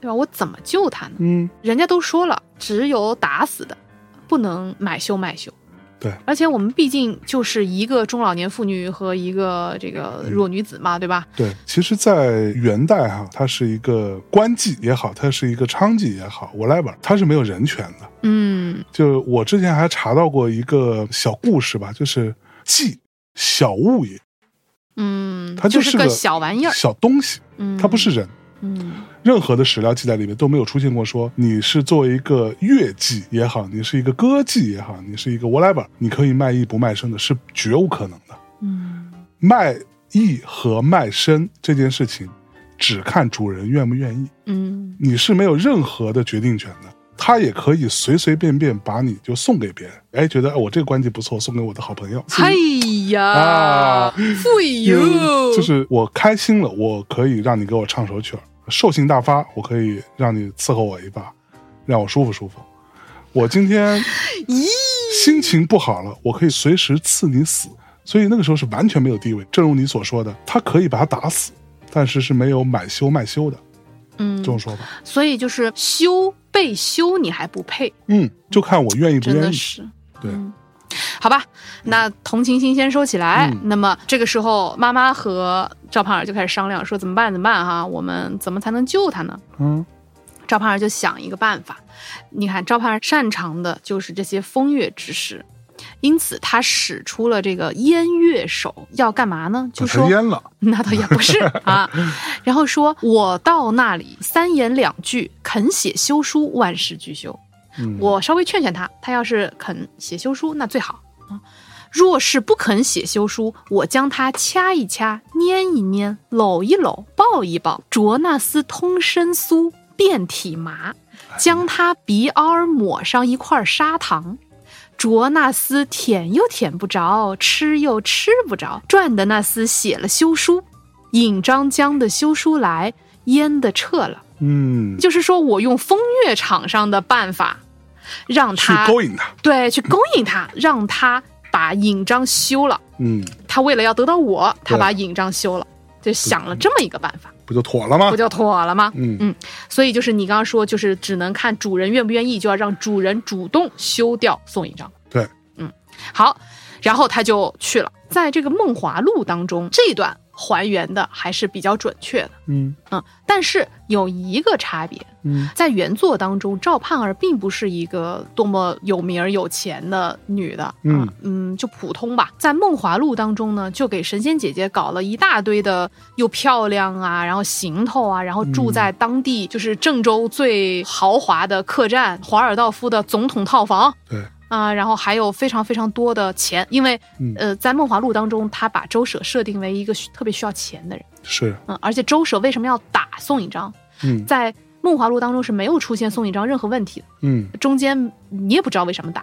[SPEAKER 2] 对吧？我怎么救她呢？
[SPEAKER 3] 嗯
[SPEAKER 2] 人家都说了，只有打死的，不能买修卖修。
[SPEAKER 3] 对，
[SPEAKER 2] 而且我们毕竟就是一个中老年妇女和一个这个弱女子嘛，对吧？
[SPEAKER 3] 对，其实，在元代哈，它是一个官妓也好，它是一个娼妓也好，whatever，它是没有人权的。
[SPEAKER 2] 嗯
[SPEAKER 3] 就我之前还查到过一个小故事吧，就是妓小物也，
[SPEAKER 2] 嗯，
[SPEAKER 3] 它
[SPEAKER 2] 就是个小玩意儿，
[SPEAKER 3] 小东西，
[SPEAKER 2] 嗯，
[SPEAKER 3] 它不是，人。
[SPEAKER 2] 嗯
[SPEAKER 3] 任何的史料记载里面都没有出现过说你是作为一个乐妓也好，你是一个歌妓也好，你是一个 whatever，你可以卖艺不卖身的，是绝无可能的。
[SPEAKER 2] 嗯
[SPEAKER 3] 卖艺和卖身这件事情，只看主人愿不愿意，
[SPEAKER 2] 嗯
[SPEAKER 3] 你是没有任何的决定权的。他也可以随随便便把你就送给别人，哎，觉得哎我这个关系不错，送给我的好朋友。
[SPEAKER 2] 哎呀
[SPEAKER 3] 啊，
[SPEAKER 2] 会
[SPEAKER 3] 因为
[SPEAKER 2] 哟，
[SPEAKER 3] 就是我开心了，我可以让你给我唱首曲儿；兽性大发，我可以让你伺候我一把，让我舒服舒服。我今天
[SPEAKER 2] 咦，
[SPEAKER 3] 心情不好了，我可以随时赐你死。所以那个时候是完全没有地位，正如你所说的，他可以把他打死，但是是没有买修卖修的这
[SPEAKER 2] 嗯，
[SPEAKER 3] 种说法。
[SPEAKER 2] 所以就是修被修你还不配，
[SPEAKER 3] 嗯，就看我愿意不
[SPEAKER 2] 真
[SPEAKER 3] 愿
[SPEAKER 2] 的
[SPEAKER 3] 意。
[SPEAKER 2] 是。嗯
[SPEAKER 3] 对，
[SPEAKER 2] 好吧，那同情心先收起来。
[SPEAKER 3] 嗯
[SPEAKER 2] 那么这个时候，妈妈和赵胖儿就开始商量说怎么办？怎么办？哈，我们怎么才能救他呢？
[SPEAKER 3] 嗯
[SPEAKER 2] 赵胖儿就想一个办法。你看，赵胖儿擅长的就是这些风月之事，因此他使出了这个烟乐手，要干嘛呢？就
[SPEAKER 3] 把
[SPEAKER 2] 说
[SPEAKER 3] 他淹了。
[SPEAKER 2] 那倒也不是啊。然后说，我到那里三言两句肯写休书，万事俱休。
[SPEAKER 3] 嗯，
[SPEAKER 2] 我稍微劝劝他，他要是肯写休书，那最好啊。若是不肯写休书，我将他掐一掐，捏一捏，搂一搂，抱一抱，着那丝通身酥，遍体麻，将他鼻凹儿抹上一块砂糖。着那厮舔又舔不着，吃又吃不着，赚的那厮写了休书，引张江的休书来，淹的撤了。
[SPEAKER 3] 嗯，
[SPEAKER 2] 就是说我用风月场上的办法，让
[SPEAKER 3] 去
[SPEAKER 2] 他
[SPEAKER 3] 勾引他。
[SPEAKER 2] 对去勾引他，让他把引章休了。
[SPEAKER 3] 嗯，
[SPEAKER 2] 他为了要得到我，他
[SPEAKER 3] 对
[SPEAKER 2] 把引章休了，就想了这么一个办法，
[SPEAKER 3] 不就妥了吗
[SPEAKER 2] 不？就妥了吗？
[SPEAKER 3] 嗯
[SPEAKER 2] 嗯，所以就是你刚刚说，就是只能看主人愿不愿意，就要让主人主动休掉宋引章。
[SPEAKER 3] 对，
[SPEAKER 2] 嗯，好，然后他就去了。在这个《梦华录》当中，这一段还原的还是比较准确的。
[SPEAKER 3] 嗯
[SPEAKER 2] 嗯，但是有一个差别，
[SPEAKER 3] 嗯，
[SPEAKER 2] 在原作当中，赵盼儿并不是一个多么有名儿有钱的女的，
[SPEAKER 3] 嗯
[SPEAKER 2] 啊嗯，就普通吧。在《梦华录》当中呢，就给神仙姐姐搞了一大堆的，又漂亮啊，然后行头啊，然后住在当地就是郑州最豪华的客栈——华尔道夫的总统套房，
[SPEAKER 3] 对，
[SPEAKER 2] 啊、然后还有非常非常多的钱，因为、
[SPEAKER 3] 嗯
[SPEAKER 2] 呃，在《梦华录》当中，他把周舍设定为一个需特别需要钱的人，
[SPEAKER 3] 是，
[SPEAKER 2] 嗯，而且周舍为什么要打宋引章？
[SPEAKER 3] 嗯
[SPEAKER 2] 在《梦华录》当中是没有出现宋引章任何问题的，
[SPEAKER 3] 嗯
[SPEAKER 2] 中间你也不知道为什么打，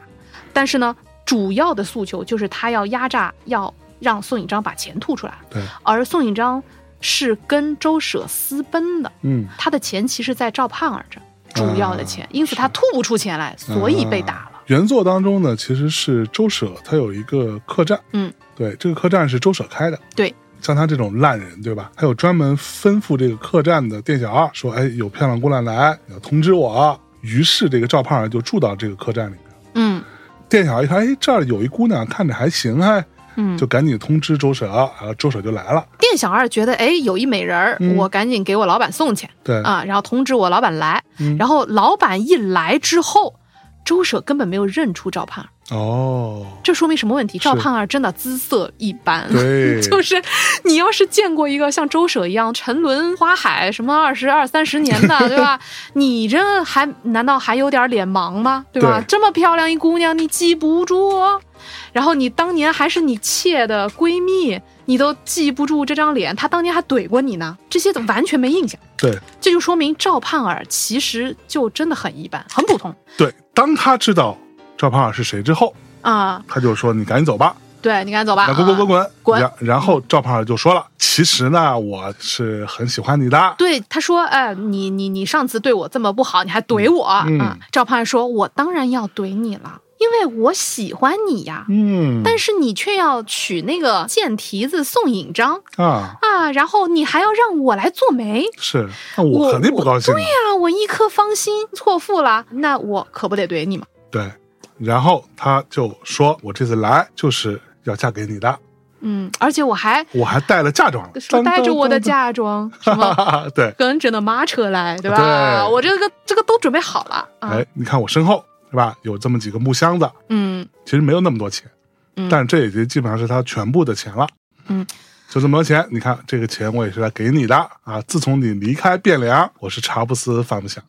[SPEAKER 2] 但是呢，主要的诉求就是他要压榨，要让宋引章把钱吐出来，
[SPEAKER 3] 对，
[SPEAKER 2] 而宋引章是跟周舍私奔的，
[SPEAKER 3] 嗯
[SPEAKER 2] 他的钱其实在赵盼儿这儿，主要的钱，因此他吐不出钱来，所以被打了。
[SPEAKER 3] 嗯原作当中呢，其实是周舍他有一个客栈，
[SPEAKER 2] 嗯，
[SPEAKER 3] 对，这个客栈是周舍开的，
[SPEAKER 2] 对，
[SPEAKER 3] 像他这种烂人，对吧？他有专门吩咐这个客栈的店小二说，哎，有漂亮姑娘来，要通知我。啊于是这个赵胖儿就住到这个客栈里面。
[SPEAKER 2] 嗯
[SPEAKER 3] 店小二一看，哎，这儿有一姑娘，看着还行，哎，
[SPEAKER 2] 嗯
[SPEAKER 3] 就，赶紧通知周舍，然后周舍就来了。
[SPEAKER 2] 店小二觉得哎有一美人儿，
[SPEAKER 3] 嗯
[SPEAKER 2] 我赶紧给我老板送去，
[SPEAKER 3] 对，
[SPEAKER 2] 啊，然后通知我老板来，
[SPEAKER 3] 嗯
[SPEAKER 2] 然后老板一来之后，周舍根本没有认出赵盼儿，
[SPEAKER 3] 哦，
[SPEAKER 2] 这说明什么问题？赵盼儿真的姿色一般，
[SPEAKER 3] 对
[SPEAKER 2] 就是你要是见过一个像周舍一样沉沦花海什么二十二三十年 的，对吧？你这还难道还有点脸盲吗？对吧？
[SPEAKER 3] 对
[SPEAKER 2] 这么漂亮一姑娘，你记不住哦。然后你当年还是你妾的闺蜜，你都记不住这张脸，她当年还怼过你呢，这些都完全没印象。
[SPEAKER 3] 对
[SPEAKER 2] 这就说明赵盼儿其实就真的很一般，很普通
[SPEAKER 3] 对，当他知道赵胖儿是谁之后，
[SPEAKER 2] 啊。
[SPEAKER 3] 他就说：“你赶紧走吧，
[SPEAKER 2] 对你赶紧走吧，
[SPEAKER 3] 滚滚
[SPEAKER 2] 啊
[SPEAKER 3] 滚滚
[SPEAKER 2] 滚
[SPEAKER 3] 然然后赵胖儿就说了：“其实呢，我是很喜欢你的。
[SPEAKER 2] 对，他说：“哎，你你你上次对我这么不好，你还怼我、
[SPEAKER 3] 嗯
[SPEAKER 2] 啊？”赵盼说：“我当然要怼你了，因为我喜欢你呀。
[SPEAKER 3] 嗯，
[SPEAKER 2] 但是你却要娶那个贱蹄子宋引章
[SPEAKER 3] 啊，
[SPEAKER 2] 啊，然后你还要让我来做媒
[SPEAKER 3] 是，那我肯定不高兴啊。
[SPEAKER 2] 啊！我一颗芳心错付了，那我可不得怼你吗？
[SPEAKER 3] 对，然后他就说：“我这次来就是要嫁给你的，
[SPEAKER 2] 嗯，而且我还
[SPEAKER 3] 我还带了嫁妆了，
[SPEAKER 2] 说带着我的
[SPEAKER 3] 当
[SPEAKER 2] 嫁妆，什
[SPEAKER 3] 当当
[SPEAKER 2] 么
[SPEAKER 3] 当。哈哈”对，
[SPEAKER 2] 跟着那马车来，对吧？
[SPEAKER 3] 对
[SPEAKER 2] 我这个这个都准备好了啊。
[SPEAKER 3] 哎，你看我身后是吧？有这么几个木箱子，
[SPEAKER 2] 嗯
[SPEAKER 3] 其实没有那么多钱，
[SPEAKER 2] 嗯
[SPEAKER 3] 但这已经基本上是他全部的钱了。
[SPEAKER 2] 嗯，
[SPEAKER 3] 就这么多钱，你看这个钱我也是来给你的啊。自从你离开汴梁，我是茶不思饭不想，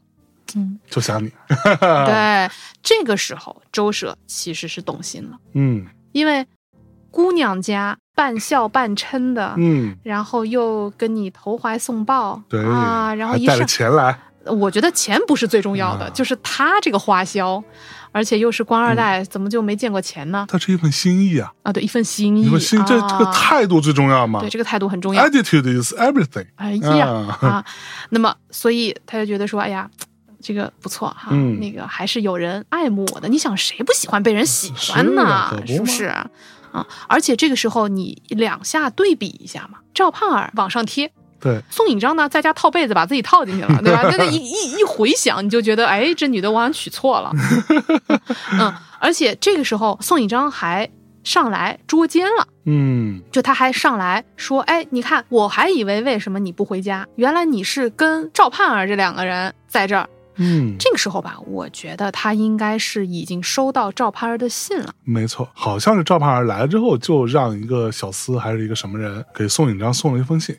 [SPEAKER 2] 嗯，
[SPEAKER 3] 就想你。啊
[SPEAKER 2] 对，这个时候周舍其实是动心了，
[SPEAKER 3] 嗯
[SPEAKER 2] 因为姑娘家半笑半嗔的，
[SPEAKER 3] 嗯，
[SPEAKER 2] 然后又跟你投怀送抱，
[SPEAKER 3] 对
[SPEAKER 2] 啊，然后
[SPEAKER 3] 还
[SPEAKER 2] 一
[SPEAKER 3] 带了
[SPEAKER 2] 上，
[SPEAKER 3] 钱来，
[SPEAKER 2] 我觉得钱不是最重要的，
[SPEAKER 3] 啊
[SPEAKER 2] 就是他这个花销，而且又是官二
[SPEAKER 3] 嗯
[SPEAKER 2] 代，怎么就没见过钱呢？
[SPEAKER 3] 它是一份心意啊！
[SPEAKER 2] 啊，对，一份心意，
[SPEAKER 3] 你说心这
[SPEAKER 2] 啊
[SPEAKER 3] 这个态度最重要嘛
[SPEAKER 2] 对这个态度很重要。
[SPEAKER 3] ？Attitude is everything。
[SPEAKER 2] 哎呀
[SPEAKER 3] 啊
[SPEAKER 2] 啊，那么所以他就觉得说，哎呀，这个不错哈，
[SPEAKER 3] 嗯
[SPEAKER 2] 那个还是有人爱慕我的。你想谁不喜欢被人喜欢
[SPEAKER 3] 是
[SPEAKER 2] 呢
[SPEAKER 3] 啊可？不
[SPEAKER 2] 是不
[SPEAKER 3] 嘛
[SPEAKER 2] 是？啊，而且这个时候你两下对比一下嘛，赵盼儿往上贴，
[SPEAKER 3] 对，
[SPEAKER 2] 宋引章呢在家套被子把自己套进去 了，对吧？那个一一一回想，你就觉得，哎，这女的我好像娶错 了。嗯，而且这个时候宋引章还上来捉奸了。
[SPEAKER 3] 嗯，
[SPEAKER 2] 就他还上来说：“哎，你看，我还以为为什么你不回家，原来你是跟赵盼儿这两个人在这儿。”
[SPEAKER 3] 嗯，
[SPEAKER 2] 这个时候吧，我觉得他应该是已经收到赵盼儿的信了。
[SPEAKER 3] 没错，好像是赵盼儿来了之后，就让一个小厮还是一个什么人给宋引章送了一封信，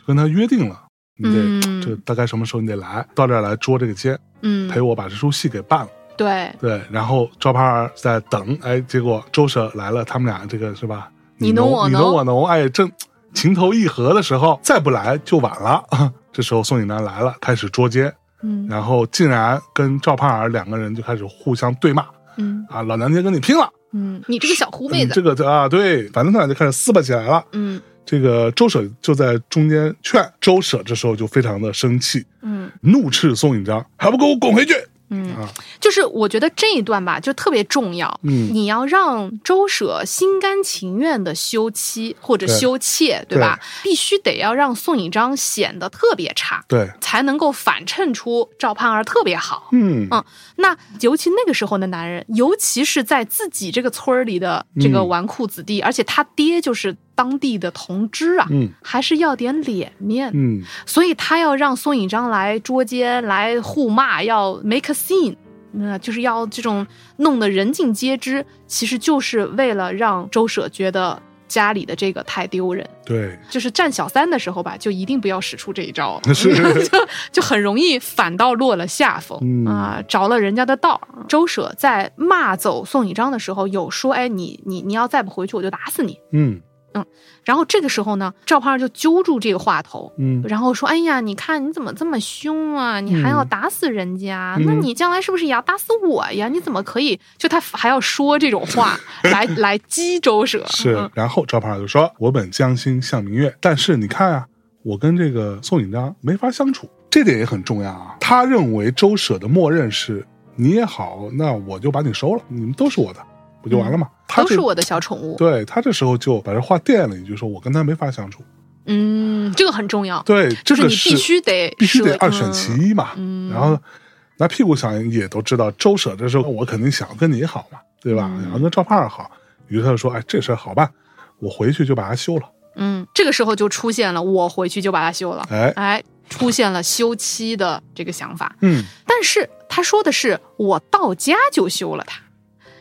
[SPEAKER 3] 就跟他约定了，你得、
[SPEAKER 2] 嗯
[SPEAKER 3] 这大概什么时候你得来到这儿来捉这个奸，
[SPEAKER 2] 嗯
[SPEAKER 3] 陪，我把这出戏给办了。
[SPEAKER 2] 对，
[SPEAKER 3] 对，然后赵盼儿在等，哎，结果周舍来了，他们俩这个是吧？
[SPEAKER 2] 你侬
[SPEAKER 3] 侬
[SPEAKER 2] 我
[SPEAKER 3] 你
[SPEAKER 2] 侬
[SPEAKER 3] 我侬，哎，正情投意合的时候，再不来就晚了。 这时候宋锦南来了，开始捉奸，
[SPEAKER 2] 嗯
[SPEAKER 3] 然后竟然跟赵盼儿两个人就开始互相对骂
[SPEAKER 2] 嗯
[SPEAKER 3] 啊，老娘今天跟你拼了！
[SPEAKER 2] 嗯，你这个小狐妹
[SPEAKER 3] 嗯
[SPEAKER 2] 子，
[SPEAKER 3] 这个啊，对，反正他俩就开始撕巴起来了。
[SPEAKER 2] 嗯
[SPEAKER 3] 这个周舍就在中间劝周舍，这时候就非常的生气，
[SPEAKER 2] 嗯
[SPEAKER 3] 怒斥宋引章，还不给我滚回去！
[SPEAKER 2] 嗯
[SPEAKER 3] 啊，
[SPEAKER 2] 就是我觉得这一段吧，就特别重要。
[SPEAKER 3] 嗯
[SPEAKER 2] 你要让周舍心甘情愿的休妻或者
[SPEAKER 3] 对
[SPEAKER 2] 休妾，对吧？必须得要让宋引章显得特别差。
[SPEAKER 3] 对，
[SPEAKER 2] 才能够反衬出赵盼儿特别好。
[SPEAKER 3] 嗯
[SPEAKER 2] 嗯那尤其那个时候的男人，尤其是在自己这个村儿里的这个
[SPEAKER 3] 嗯
[SPEAKER 2] 纨绔子弟，而且他爹就是当地的同知啊，
[SPEAKER 3] 嗯
[SPEAKER 2] 还是要点脸面。
[SPEAKER 3] 嗯，
[SPEAKER 2] 所以他要让宋引章来捉奸、来互骂，要 make a scene，那、就是要这种弄得人尽皆知，其实就是为了让周舍觉得家里的这个太丢人。
[SPEAKER 3] 对，
[SPEAKER 2] 就是站小三的时候吧，就一定不要使出这一 招，
[SPEAKER 3] 是
[SPEAKER 2] 就就很容易反倒落了下风、
[SPEAKER 3] 嗯
[SPEAKER 2] 啊，着了人家的道儿。周舍在骂走宋以章的时候，有说：“哎，你你你要再不回去，我就打死你。
[SPEAKER 3] 嗯”
[SPEAKER 2] 然后这个时候呢，赵胖就揪住这个话头。
[SPEAKER 3] 嗯，
[SPEAKER 2] 然后说：“哎呀，你看你怎么这么凶啊？你还要打死人家？
[SPEAKER 3] 嗯
[SPEAKER 2] 那你将来是不是也要打死我呀？你怎么可以？就他还要说这种话 来来激周舍？
[SPEAKER 3] 是
[SPEAKER 2] 嗯，
[SPEAKER 3] 然后赵盼儿就说：“我本将心向明月，但是你看啊，我跟这个宋引章没法相处，这点也很重要啊。”他认为周舍的默认是你也好，那我就把你收了，你们都是我的，不就完了吗？他
[SPEAKER 2] 嗯都
[SPEAKER 3] 这
[SPEAKER 2] 是我的小宠物。
[SPEAKER 3] 对他这时候就把这话垫了一句，说我跟他没法相处。
[SPEAKER 2] 嗯，这个很重要。
[SPEAKER 3] 对，这
[SPEAKER 2] 就是
[SPEAKER 3] 个
[SPEAKER 2] 你必须得
[SPEAKER 3] 必须得
[SPEAKER 2] 舍
[SPEAKER 3] 二选其一嘛。
[SPEAKER 2] 嗯
[SPEAKER 3] 然后拿屁股想也都知道，周舍这时候我肯定想要跟你好嘛，对吧？
[SPEAKER 2] 嗯
[SPEAKER 3] 然后跟赵盼儿好，于是他就说：“哎，这事儿好办，我回去就把它休了。
[SPEAKER 2] 嗯，这个时候就出现了，我回去就把它休了”。
[SPEAKER 3] 哎，
[SPEAKER 2] 哎，出现了休妻的这个想法，
[SPEAKER 3] 嗯，
[SPEAKER 2] 但是他说的是我到家就休了他。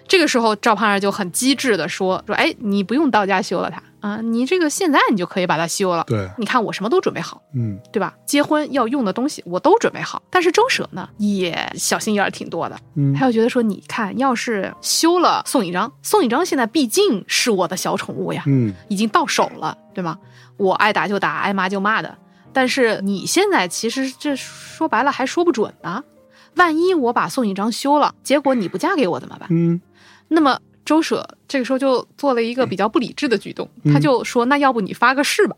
[SPEAKER 2] 这个时候，赵盼儿就很机智的说说，哎，你不用到家休了他啊，你这个现在你就可以把它休了。
[SPEAKER 3] 对，
[SPEAKER 2] 你看我什么都准备好，
[SPEAKER 3] 嗯，
[SPEAKER 2] 对吧？结婚要用的东西我都准备好，但是周舍呢也小心眼儿挺多的，
[SPEAKER 3] 嗯
[SPEAKER 2] 他，又觉得说，你看，要是休了宋以章，宋以章现在毕竟是我的小宠物呀，
[SPEAKER 3] 嗯，
[SPEAKER 2] 已经到手了，对吗？我爱打就打，爱骂就骂的。但是你现在其实这说白了还说不准呢，万一我把宋以章休了，结果你不嫁给我怎么办？
[SPEAKER 3] 嗯，
[SPEAKER 2] 那么周舍这个时候就做了一个比较不理智的举动，
[SPEAKER 3] 嗯
[SPEAKER 2] 他就说：“那要不你发个誓 吧？”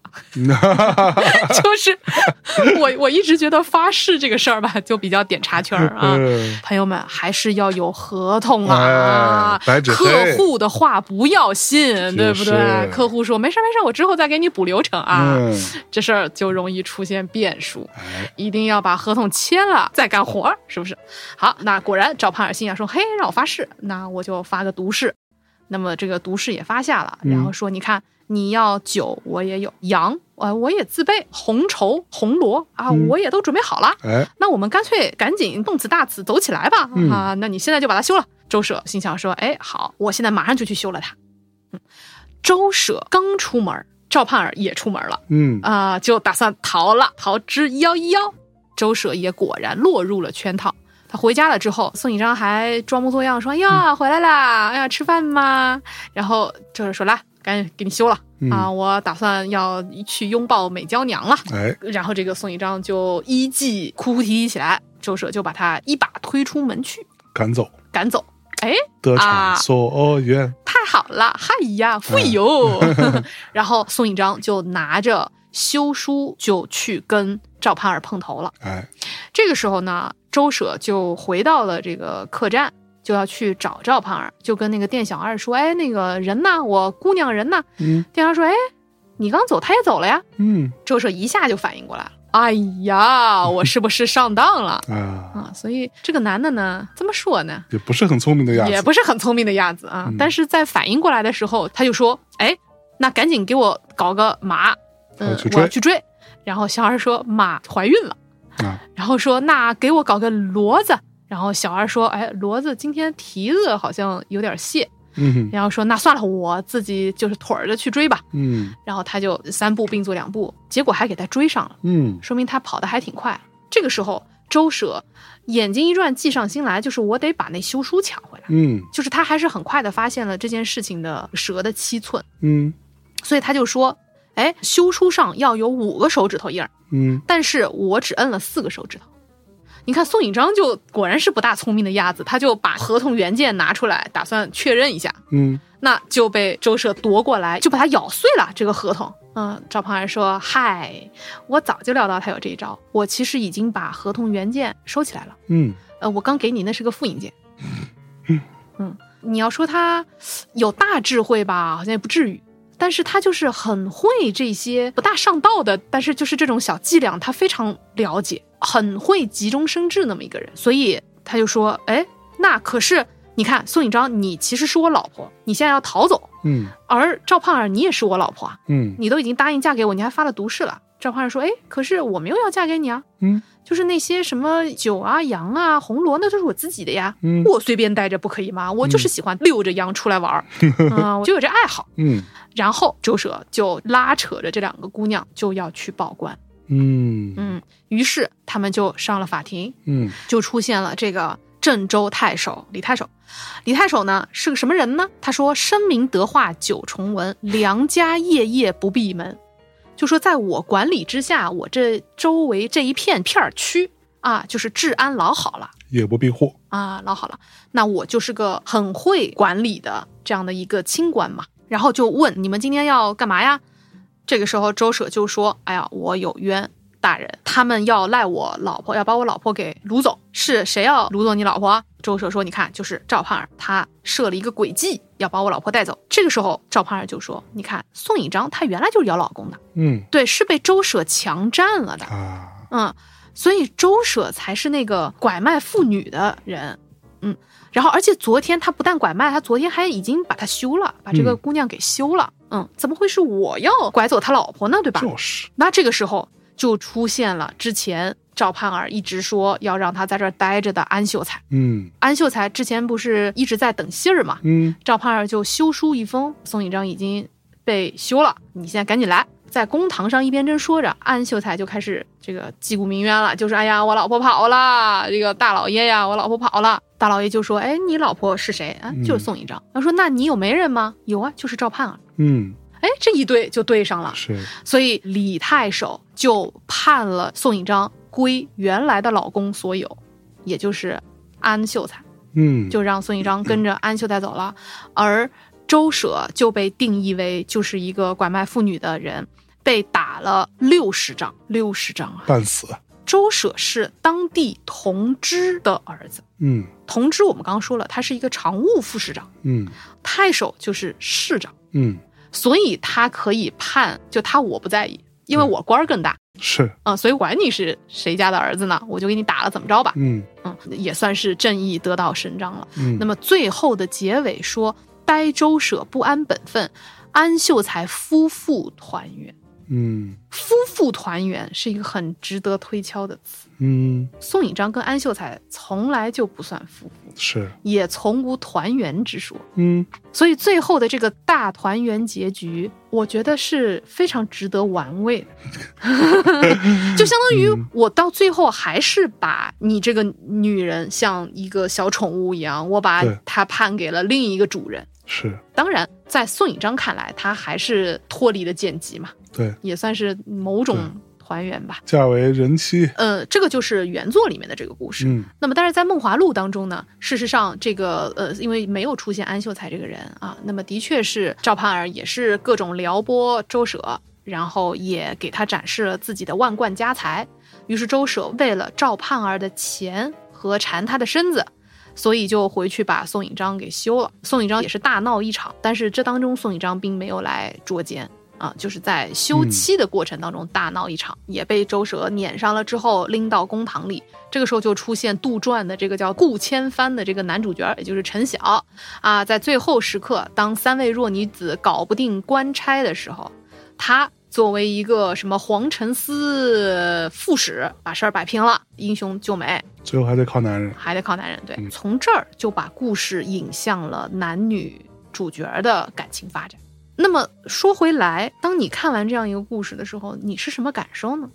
[SPEAKER 3] 嗯
[SPEAKER 2] 就是我我一直觉得发誓这个事儿吧，就比较点茶圈儿啊。朋友们还是要有合同啊，
[SPEAKER 3] 哎白纸黑
[SPEAKER 2] 客户的话不要信，对不
[SPEAKER 3] 就是
[SPEAKER 2] 对？客户说没事儿没事儿，我之后再给你补流程啊，
[SPEAKER 3] 嗯
[SPEAKER 2] 这事儿就容易出现变数，
[SPEAKER 3] 哎，
[SPEAKER 2] 一定要把合同签了再干活儿，是不是？好，那果然赵盼儿心想说，嘿，让我发誓，那我就发个毒誓。那么这个毒誓也发下了，
[SPEAKER 3] 嗯
[SPEAKER 2] 然后说，你看你要酒我也有，羊呃我也自备，红绸、红罗啊、
[SPEAKER 3] 嗯
[SPEAKER 2] 我也都准备好了。
[SPEAKER 3] 哎，
[SPEAKER 2] 那我们干脆赶紧动词大词走起来吧、
[SPEAKER 3] 嗯
[SPEAKER 2] 啊！那你现在就把它修了。周舍心想说：“哎，好，我现在马上就去修了它。”嗯，周舍刚出门，赵盼儿也出门了
[SPEAKER 3] 嗯，
[SPEAKER 2] 啊、就打算逃了，逃之夭夭。周舍也果然落入了圈套。他回家了之后，宋以
[SPEAKER 3] 嗯
[SPEAKER 2] 章还装模作样说：“哎呀，回来啦！哎呀，吃饭吗？”然后周舍说：“来，赶紧给你修了、
[SPEAKER 3] 嗯
[SPEAKER 2] 啊！我打算要去拥抱美娇娘了。
[SPEAKER 3] 哎，
[SPEAKER 2] 然后这个宋一章就一计哭哭啼啼起来，周舍就把他一把推出门去，
[SPEAKER 3] 赶走
[SPEAKER 2] 赶走。哎，
[SPEAKER 3] 得
[SPEAKER 2] 啊
[SPEAKER 3] 偿所愿，
[SPEAKER 2] 太好了，嗨呀，会哟！ 然后宋一章就拿着休书就去跟赵盼儿碰头了。
[SPEAKER 3] 哎，
[SPEAKER 2] 这个时候呢，周舍就回到了这个客栈，就要去找赵盼儿，就跟那个店小二说：“哎，那个人呢？我姑娘人呢
[SPEAKER 3] 嗯？”
[SPEAKER 2] 店小二说：“哎，你刚走，他也走了呀。
[SPEAKER 3] 嗯”
[SPEAKER 2] 周舍一下就反应过来了，哎呀，我是不是上当了
[SPEAKER 3] 啊，
[SPEAKER 2] 啊？所以这个男的呢，怎么说呢？
[SPEAKER 3] 也不是很聪明的样
[SPEAKER 2] 也
[SPEAKER 3] 子，
[SPEAKER 2] 不是很聪明的样子啊。
[SPEAKER 3] 嗯
[SPEAKER 2] 但是在反应过来的时候，他就说：“哎，那赶紧给我搞个马，嗯、
[SPEAKER 3] 我去
[SPEAKER 2] 我要
[SPEAKER 3] 追
[SPEAKER 2] 去追。”然后小二说：“马怀孕了。”
[SPEAKER 3] 啊，
[SPEAKER 2] 然后说：“那给我搞个骡子。”然后小二说：“哎，骡子今天蹄子好像有点卸。
[SPEAKER 3] 嗯”
[SPEAKER 2] 然后说：“那算了，我自己就是腿儿着去追吧。
[SPEAKER 3] 嗯”
[SPEAKER 2] 然后他就三步并作两步，结果还给他追上了，
[SPEAKER 3] 嗯，
[SPEAKER 2] 说明他跑得还挺快。这个时候，周舍眼睛一转，计上心来，就是我得把那休书抢回来。
[SPEAKER 3] 嗯
[SPEAKER 2] 就是他还是很快的发现了这件事情的蛇的七寸，
[SPEAKER 3] 嗯
[SPEAKER 2] 所以他就说：“哎，修书上要有五个手指头印儿，
[SPEAKER 3] 嗯，
[SPEAKER 2] 但是我只摁了四个手指头。”你看宋引章就果然是不大聪明的样子，他就把合同原件拿出来，打算确认一下，
[SPEAKER 3] 嗯
[SPEAKER 2] 那就被周舍夺过来，就把它咬碎了这个合同。嗯，赵鹏还说：“嗨，我早就料到他有这一招，我其实已经把合同原件收起来了。”
[SPEAKER 3] 嗯
[SPEAKER 2] 呃，我刚给你那是个复印件。嗯，你要说他有大智慧吧，好像也不至于。但是他就是很会这些不大上道的，但是就是这种小伎俩，他非常了解，很会急中生智那么一个人。所以他就说：“哎，那可是你看宋引章，你其实是我老婆，你现在要逃走，
[SPEAKER 3] 嗯
[SPEAKER 2] 而赵盼儿你也是我老婆啊，
[SPEAKER 3] 嗯
[SPEAKER 2] 你都已经答应嫁给我，你还发了毒誓了。”赵盼儿说：“哎，可是我没有要嫁给你啊，
[SPEAKER 3] 嗯
[SPEAKER 2] 就是那些什么酒啊、羊啊、红螺，那都是我自己的呀。
[SPEAKER 3] 嗯
[SPEAKER 2] 我随便待着不可以吗？我就是喜欢溜着羊出来玩 儿，嗯，我就有这爱好。
[SPEAKER 3] 嗯
[SPEAKER 2] 然后周舍就拉扯着这两个姑娘就要去报官，
[SPEAKER 3] 嗯
[SPEAKER 2] 嗯，于是他们就上了法庭，
[SPEAKER 3] 嗯
[SPEAKER 2] 就出现了这个郑州太守李太守。李太守呢是个什么人呢？他说：“深明德化九重文，良家业业不闭门。”就说在我管理之下，我这周围这一片片儿区啊，就是治安老好了。
[SPEAKER 3] 也不庇护，
[SPEAKER 2] 啊，老好了，那我就是个很会管理的这样的一个清官嘛。然后就问你们今天要干嘛呀？这个时候周舍就说：“哎呀，我有冤，大人，他们要赖我老婆，要把我老婆给掳走，是谁要掳走你老婆啊？”周舍说：“你看，就是赵盼儿，他设了一个诡计，要把我老婆带走。”这个时候赵盼儿就说：“你看，宋引章他原来就是咬老公的，
[SPEAKER 3] 嗯
[SPEAKER 2] 对，是被周舍强占了的。”
[SPEAKER 3] 啊，
[SPEAKER 2] 嗯，所以周舍才是那个拐卖妇女的人，嗯，然后而且昨天他不但拐卖，他昨天还已经把她休了，把这个
[SPEAKER 3] 嗯
[SPEAKER 2] 姑娘给休了，嗯怎么会是我要拐走他老婆呢？对吧？
[SPEAKER 3] 就是，
[SPEAKER 2] 那这个时候就出现了之前赵盼儿一直说要让他在这儿待着的安秀才，
[SPEAKER 3] 嗯
[SPEAKER 2] 安秀才之前不是一直在等信儿嘛，
[SPEAKER 3] 嗯
[SPEAKER 2] 赵盼儿就修书一封，宋引章已经被休了，你现在赶紧来。在公堂上一边真说着，安秀才就开始这个击鼓鸣冤了，就是哎呀，我老婆跑了，这个大老爷呀，我老婆跑了。大老爷就说，哎，你老婆是谁啊？
[SPEAKER 3] 嗯
[SPEAKER 2] 就是宋引章。他说，那你有媒人吗？有啊，就是赵盼儿。
[SPEAKER 3] 嗯，
[SPEAKER 2] 哎，这一对就对上了，
[SPEAKER 3] 是，
[SPEAKER 2] 所以李太守就判了宋引章归原来的老公所有，也就是安秀才。
[SPEAKER 3] 嗯
[SPEAKER 2] 就让宋一章跟着安秀带走了，而周舍就被定义为就是一个拐卖妇女的人，被打了六十杖，六十杖啊！
[SPEAKER 3] 半死，
[SPEAKER 2] 周舍是当地同知的儿子，
[SPEAKER 3] 嗯
[SPEAKER 2] 同知我们刚刚说了，他是一个常务副市长，
[SPEAKER 3] 嗯
[SPEAKER 2] 太守就是市长，
[SPEAKER 3] 嗯
[SPEAKER 2] 所以他可以判，就他我不在意，因为我官儿更大
[SPEAKER 3] 是，
[SPEAKER 2] 啊、所以管你是谁家的儿子呢，我就给你打了，怎么着吧？
[SPEAKER 3] 嗯
[SPEAKER 2] 嗯，也算是正义得到伸张了。
[SPEAKER 3] 嗯，
[SPEAKER 2] 那么最后的结尾说：“呆周舍不安本分，安秀才夫妇团圆。”
[SPEAKER 3] 嗯
[SPEAKER 2] 夫妇团圆是一个很值得推敲的词。
[SPEAKER 3] 嗯
[SPEAKER 2] 宋引章跟安秀才从来就不算夫妇，
[SPEAKER 3] 是，
[SPEAKER 2] 也从无团圆之说。
[SPEAKER 3] 嗯
[SPEAKER 2] 所以最后的这个大团圆结局，我觉得是非常值得玩味的， 就相当于我到最后还是把你这个女人像一个小宠物一样，我把
[SPEAKER 3] 对
[SPEAKER 2] 她判给了另一个主人，
[SPEAKER 3] 是
[SPEAKER 2] 当然，在宋引章看来，他还是脱离了剪辑嘛，
[SPEAKER 3] 对，
[SPEAKER 2] 也算是某种团圆吧。
[SPEAKER 3] 嫁为人妻，
[SPEAKER 2] 呃，这个就是原作里面的这个故事。
[SPEAKER 3] 嗯
[SPEAKER 2] 那么，但是在《梦华录》当中呢，事实上，这个呃，因为没有出现安秀才这个人啊，那么的确是赵盼儿也是各种撩拨周舍，然后也给他展示了自己的万贯家财。于是周舍为了赵盼儿的钱和缠他的身子，所以就回去把宋引章给休了。宋引章也是大闹一场，但是这当中宋引章并没有来捉奸。啊，就是在休妻的过程当中大闹一场，也被周舍撵上了之后拎到公堂里。这个时候就出现杜撰的这个叫顾千帆的这个男主角，也就是陈晓啊，在最后时刻，当三位弱女子搞不定官差的时候，他作为一个什么皇城司副使，把事儿摆平了，英雄救美，
[SPEAKER 3] 最后还得靠男人。
[SPEAKER 2] 还得靠男人。对，
[SPEAKER 3] 嗯
[SPEAKER 2] 从这儿就把故事引向了男女主角的感情发展。那么说回来，当你看完这样一个故事的时候，你是什么感受呢？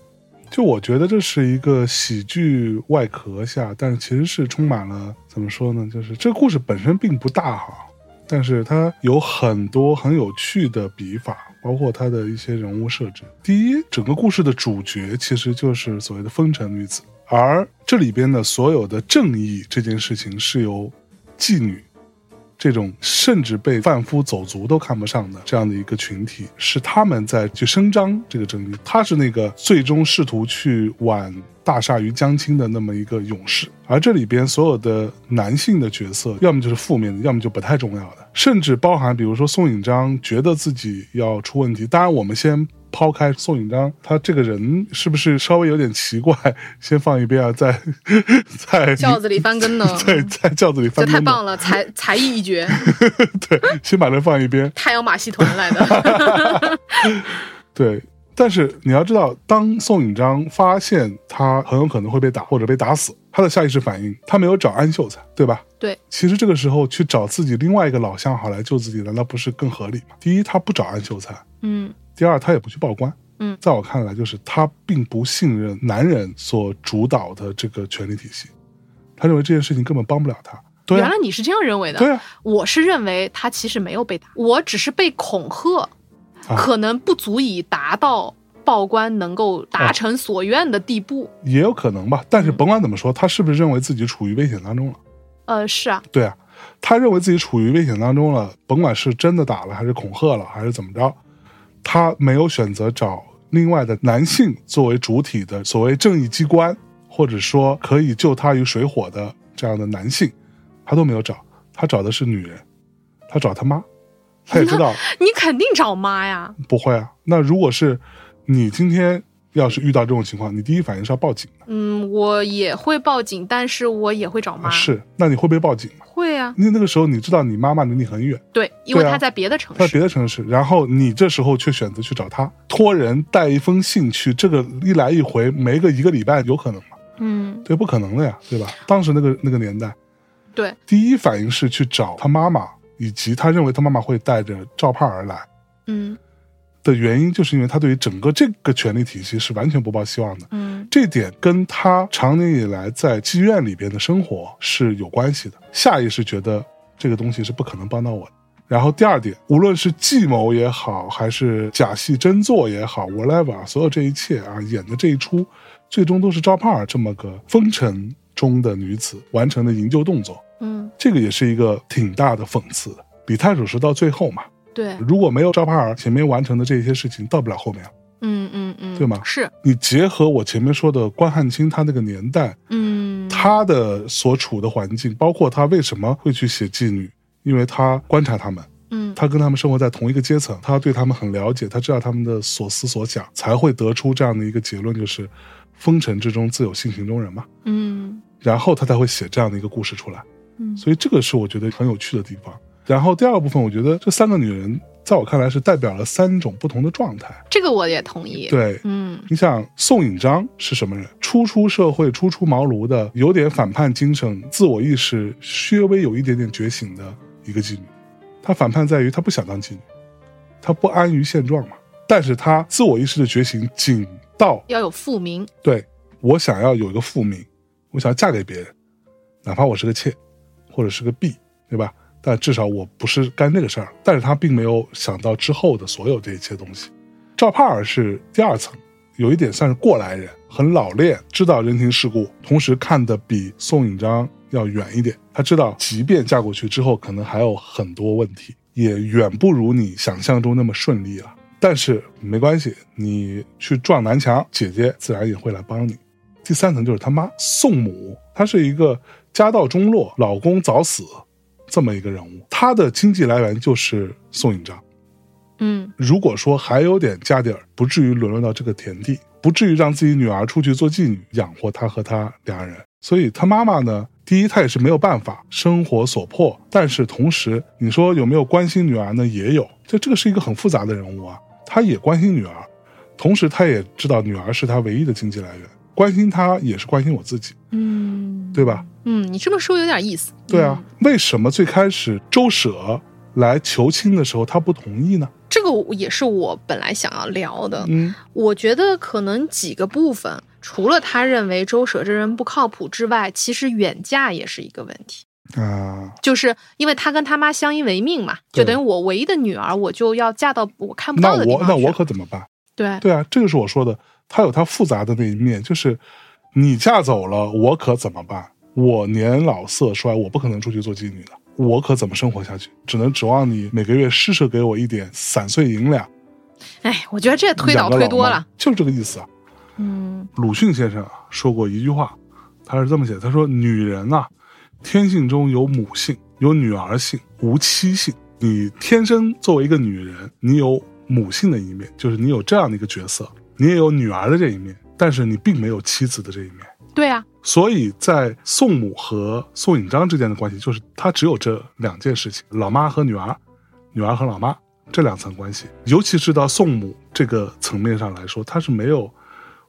[SPEAKER 3] 就我觉得这是一个喜剧外壳下，但其实是充满了怎么说呢？就是这个故事本身并不大哈，但是它有很多很有趣的笔法，包括它的一些人物设置。第一，整个故事的主角其实就是所谓的风尘女子，而这里边的所有的正义这件事情是由妓女这种甚至被贩夫走卒都看不上的这样的一个群体，是他们在去声张这个正义。他是那个最终试图去挽大厦于江青的那么一个勇士，而这里边所有的男性的角色，要么就是负面的，要么就不太重要的，甚至包含比如说宋引章觉得自己要出问题。当然，我们先。抛开宋引章，他这个人是不是稍微有点奇怪？先放一边啊，再 再
[SPEAKER 2] 轿子里翻跟头
[SPEAKER 3] 对，在轿子里翻
[SPEAKER 2] 这
[SPEAKER 3] 跟
[SPEAKER 2] 太
[SPEAKER 3] 头
[SPEAKER 2] 棒了，才才艺一绝，
[SPEAKER 3] 对，先把这放一边。
[SPEAKER 2] 太阳马戏团来 的。
[SPEAKER 3] 对，但是你要知道，当宋引章发现他很有可能会被打或者被打死，他的下意识反应，他没有找安秀才，对吧？
[SPEAKER 2] 对，
[SPEAKER 3] 其实这个时候去找自己另外一个老相好来救自己，难道不是更合理吗？第一，他不找安秀才；
[SPEAKER 2] 嗯
[SPEAKER 3] 第二，他也不去报官。
[SPEAKER 2] 嗯
[SPEAKER 3] 在我看来，就是他并不信任男人所主导的这个权力体系，他认为这件事情根本帮不了他。对、
[SPEAKER 2] 原
[SPEAKER 3] 啊
[SPEAKER 2] 来，你是这样认为的。
[SPEAKER 3] 对啊，
[SPEAKER 2] 我是认为他其实没有被打，我只是被恐吓，
[SPEAKER 3] 啊
[SPEAKER 2] 可能不足以达到报官能够达成所愿的地步。
[SPEAKER 3] 也有可能吧。但
[SPEAKER 2] 嗯
[SPEAKER 3] 是甭管怎么说，他是不是认为自己处于危险当中了？
[SPEAKER 2] 呃，是啊，
[SPEAKER 3] 对啊，他认为自己处于危险当中了，甭管是真的打了，还是恐吓了，还是怎么着，他没有选择找另外的男性作为主体的所谓正义机关，或者说可以救他于水火的这样的男性，他都没有找，他找的是女人，他找他妈，他也知道
[SPEAKER 2] 你肯定找妈呀。
[SPEAKER 3] 不会啊。那如果是你今天要是遇到这种情况，你第一反应是要报警啊的，
[SPEAKER 2] 嗯，我也会报警，但是我也会找妈。
[SPEAKER 3] 啊是？那你会不会报警嘛？
[SPEAKER 2] 会啊，
[SPEAKER 3] 因为那个时候你知道你妈妈离你很远。
[SPEAKER 2] 对，因为
[SPEAKER 3] 对啊
[SPEAKER 2] 他在别的城
[SPEAKER 3] 在
[SPEAKER 2] 市。
[SPEAKER 3] 别的城市，然后你这时候却选择去找他，托人带一封信去，这个一来一回没个一个礼拜，有可能吗？
[SPEAKER 2] 嗯，
[SPEAKER 3] 对，不可能的呀，对吧？当时那个那个年代，
[SPEAKER 2] 对，
[SPEAKER 3] 第一反应是去找他妈妈，以及他认为他妈妈会带着赵盼儿来
[SPEAKER 2] 嗯
[SPEAKER 3] 的原因，就是因为他对于整个这个权力体系是完全不抱希望的。
[SPEAKER 2] 嗯
[SPEAKER 3] 这点跟他长年以来在妓院里边的生活是有关系的，下意识觉得这个东西是不可能帮到我的。然后第二点，无论是计谋也好，还是假戏真做也好，whatever，所有这一切啊，演的这一出，最终都是赵盼儿这么个风尘中的女子完成的营救动作，
[SPEAKER 2] 嗯，
[SPEAKER 3] 这个也是一个挺大的讽刺的。比太守是到最后嘛，
[SPEAKER 2] 对，
[SPEAKER 3] 如果没有赵盼儿前面完成的这些事情，到不了后面了。
[SPEAKER 2] 嗯嗯嗯，
[SPEAKER 3] 对吗
[SPEAKER 2] 是，
[SPEAKER 3] 你结合我前面说的关汉卿他那个年代，
[SPEAKER 2] 嗯，
[SPEAKER 3] 他的所处的环境，包括他为什么会去写妓女，因为他观察他们，
[SPEAKER 2] 嗯
[SPEAKER 3] 他跟他们生活在同一个阶层，他对他们很了解，他知道他们的所思所想，才会得出这样的一个结论，就是风尘之中自有性情中人嘛。
[SPEAKER 2] 嗯
[SPEAKER 3] 然后他才会写这样的一个故事出来，
[SPEAKER 2] 嗯
[SPEAKER 3] 所以这个是我觉得很有趣的地方。然后第二个部分，我觉得这三个女人在我看来是代表了三种不同的状态。
[SPEAKER 2] 这个我也同意。，
[SPEAKER 3] 对，
[SPEAKER 2] 嗯
[SPEAKER 3] 你想宋引章是什么人？初出社会、初出茅庐的，有点反叛精神、自我意识稍微有一点点觉醒的一个妓女。她反叛在于她不想当妓女，她不安于现状嘛。但是她自我意识的觉醒仅到
[SPEAKER 2] 要有复明，
[SPEAKER 3] 对我想要有一个父名，我想要嫁给别人，哪怕我是个妾，或者是个婢，对吧？但至少我不是干这个事儿。但是他并没有想到之后的所有这一切东西。赵盼儿是第二层，有一点算是过来人，很老练，知道人情世故，同时看得比宋引章要远一点。他知道，即便嫁过去之后，可能还有很多问题，也远不如你想象中那么顺利了。但是没关系，你去撞南墙，姐姐自然也会来帮你。第三层就是他妈宋母，她是一个家道中落、老公早死这么一个人物，她的经济来源就是宋引章。
[SPEAKER 2] 嗯
[SPEAKER 3] 如果说还有点家底儿，不至于沦落到这个田地，不至于让自己女儿出去做妓女，养活她和她俩人。所以她妈妈呢，第一她也是没有办法，生活所迫。但是同时，你说有没有关心女儿呢？也有，这这个是一个很复杂的人物啊。她也关心女儿，同时她也知道女儿是她唯一的经济来源，关心她也是关心我自己，
[SPEAKER 2] 嗯，
[SPEAKER 3] 对吧？
[SPEAKER 2] 嗯，你这么说有点意思。
[SPEAKER 3] 对啊，为什么最开始周舍来求亲的时候她不同意呢？
[SPEAKER 2] 这个我也是我本来想要聊的。
[SPEAKER 3] 嗯
[SPEAKER 2] 我觉得可能几个部分，除了他认为周舍这人不靠谱之外，其实远嫁也是一个问题。
[SPEAKER 3] 啊，
[SPEAKER 2] 就是因为他跟他妈相依为命嘛，
[SPEAKER 3] 对
[SPEAKER 2] 就等于我唯一的女儿，我就要嫁到我看不
[SPEAKER 3] 那
[SPEAKER 2] 到的地
[SPEAKER 3] 我
[SPEAKER 2] 方
[SPEAKER 3] 那我
[SPEAKER 2] 去
[SPEAKER 3] 可怎么办？
[SPEAKER 2] 对
[SPEAKER 3] 对啊，这就是我说的，它有它复杂的那一面，就是你嫁走了，我可怎么办？我年老色衰，我不可能出去做妓女的，我可怎么生活下去？只能指望你每个月施舍给我一点散碎银两，
[SPEAKER 2] 哎，我觉得这推导
[SPEAKER 3] 养个
[SPEAKER 2] 推
[SPEAKER 3] 老
[SPEAKER 2] 多
[SPEAKER 3] 妈
[SPEAKER 2] 了。，
[SPEAKER 3] 就是这个意思啊。
[SPEAKER 2] 嗯
[SPEAKER 3] 鲁迅先生啊说过一句话，他是这么写：他说，女人啊，天性中有母性，有女儿性，无妻性。你天生作为一个女人，你有母性的一面，就是你有这样的一个角色，你也有女儿的这一面，但是你并没有妻子的这一面。
[SPEAKER 2] 对啊，
[SPEAKER 3] 所以在宋母和宋引章之间的关系，就是他只有这两件事情：老妈和女儿，女儿和老妈这两层关系。尤其是到宋母这个层面上来说，他是没有，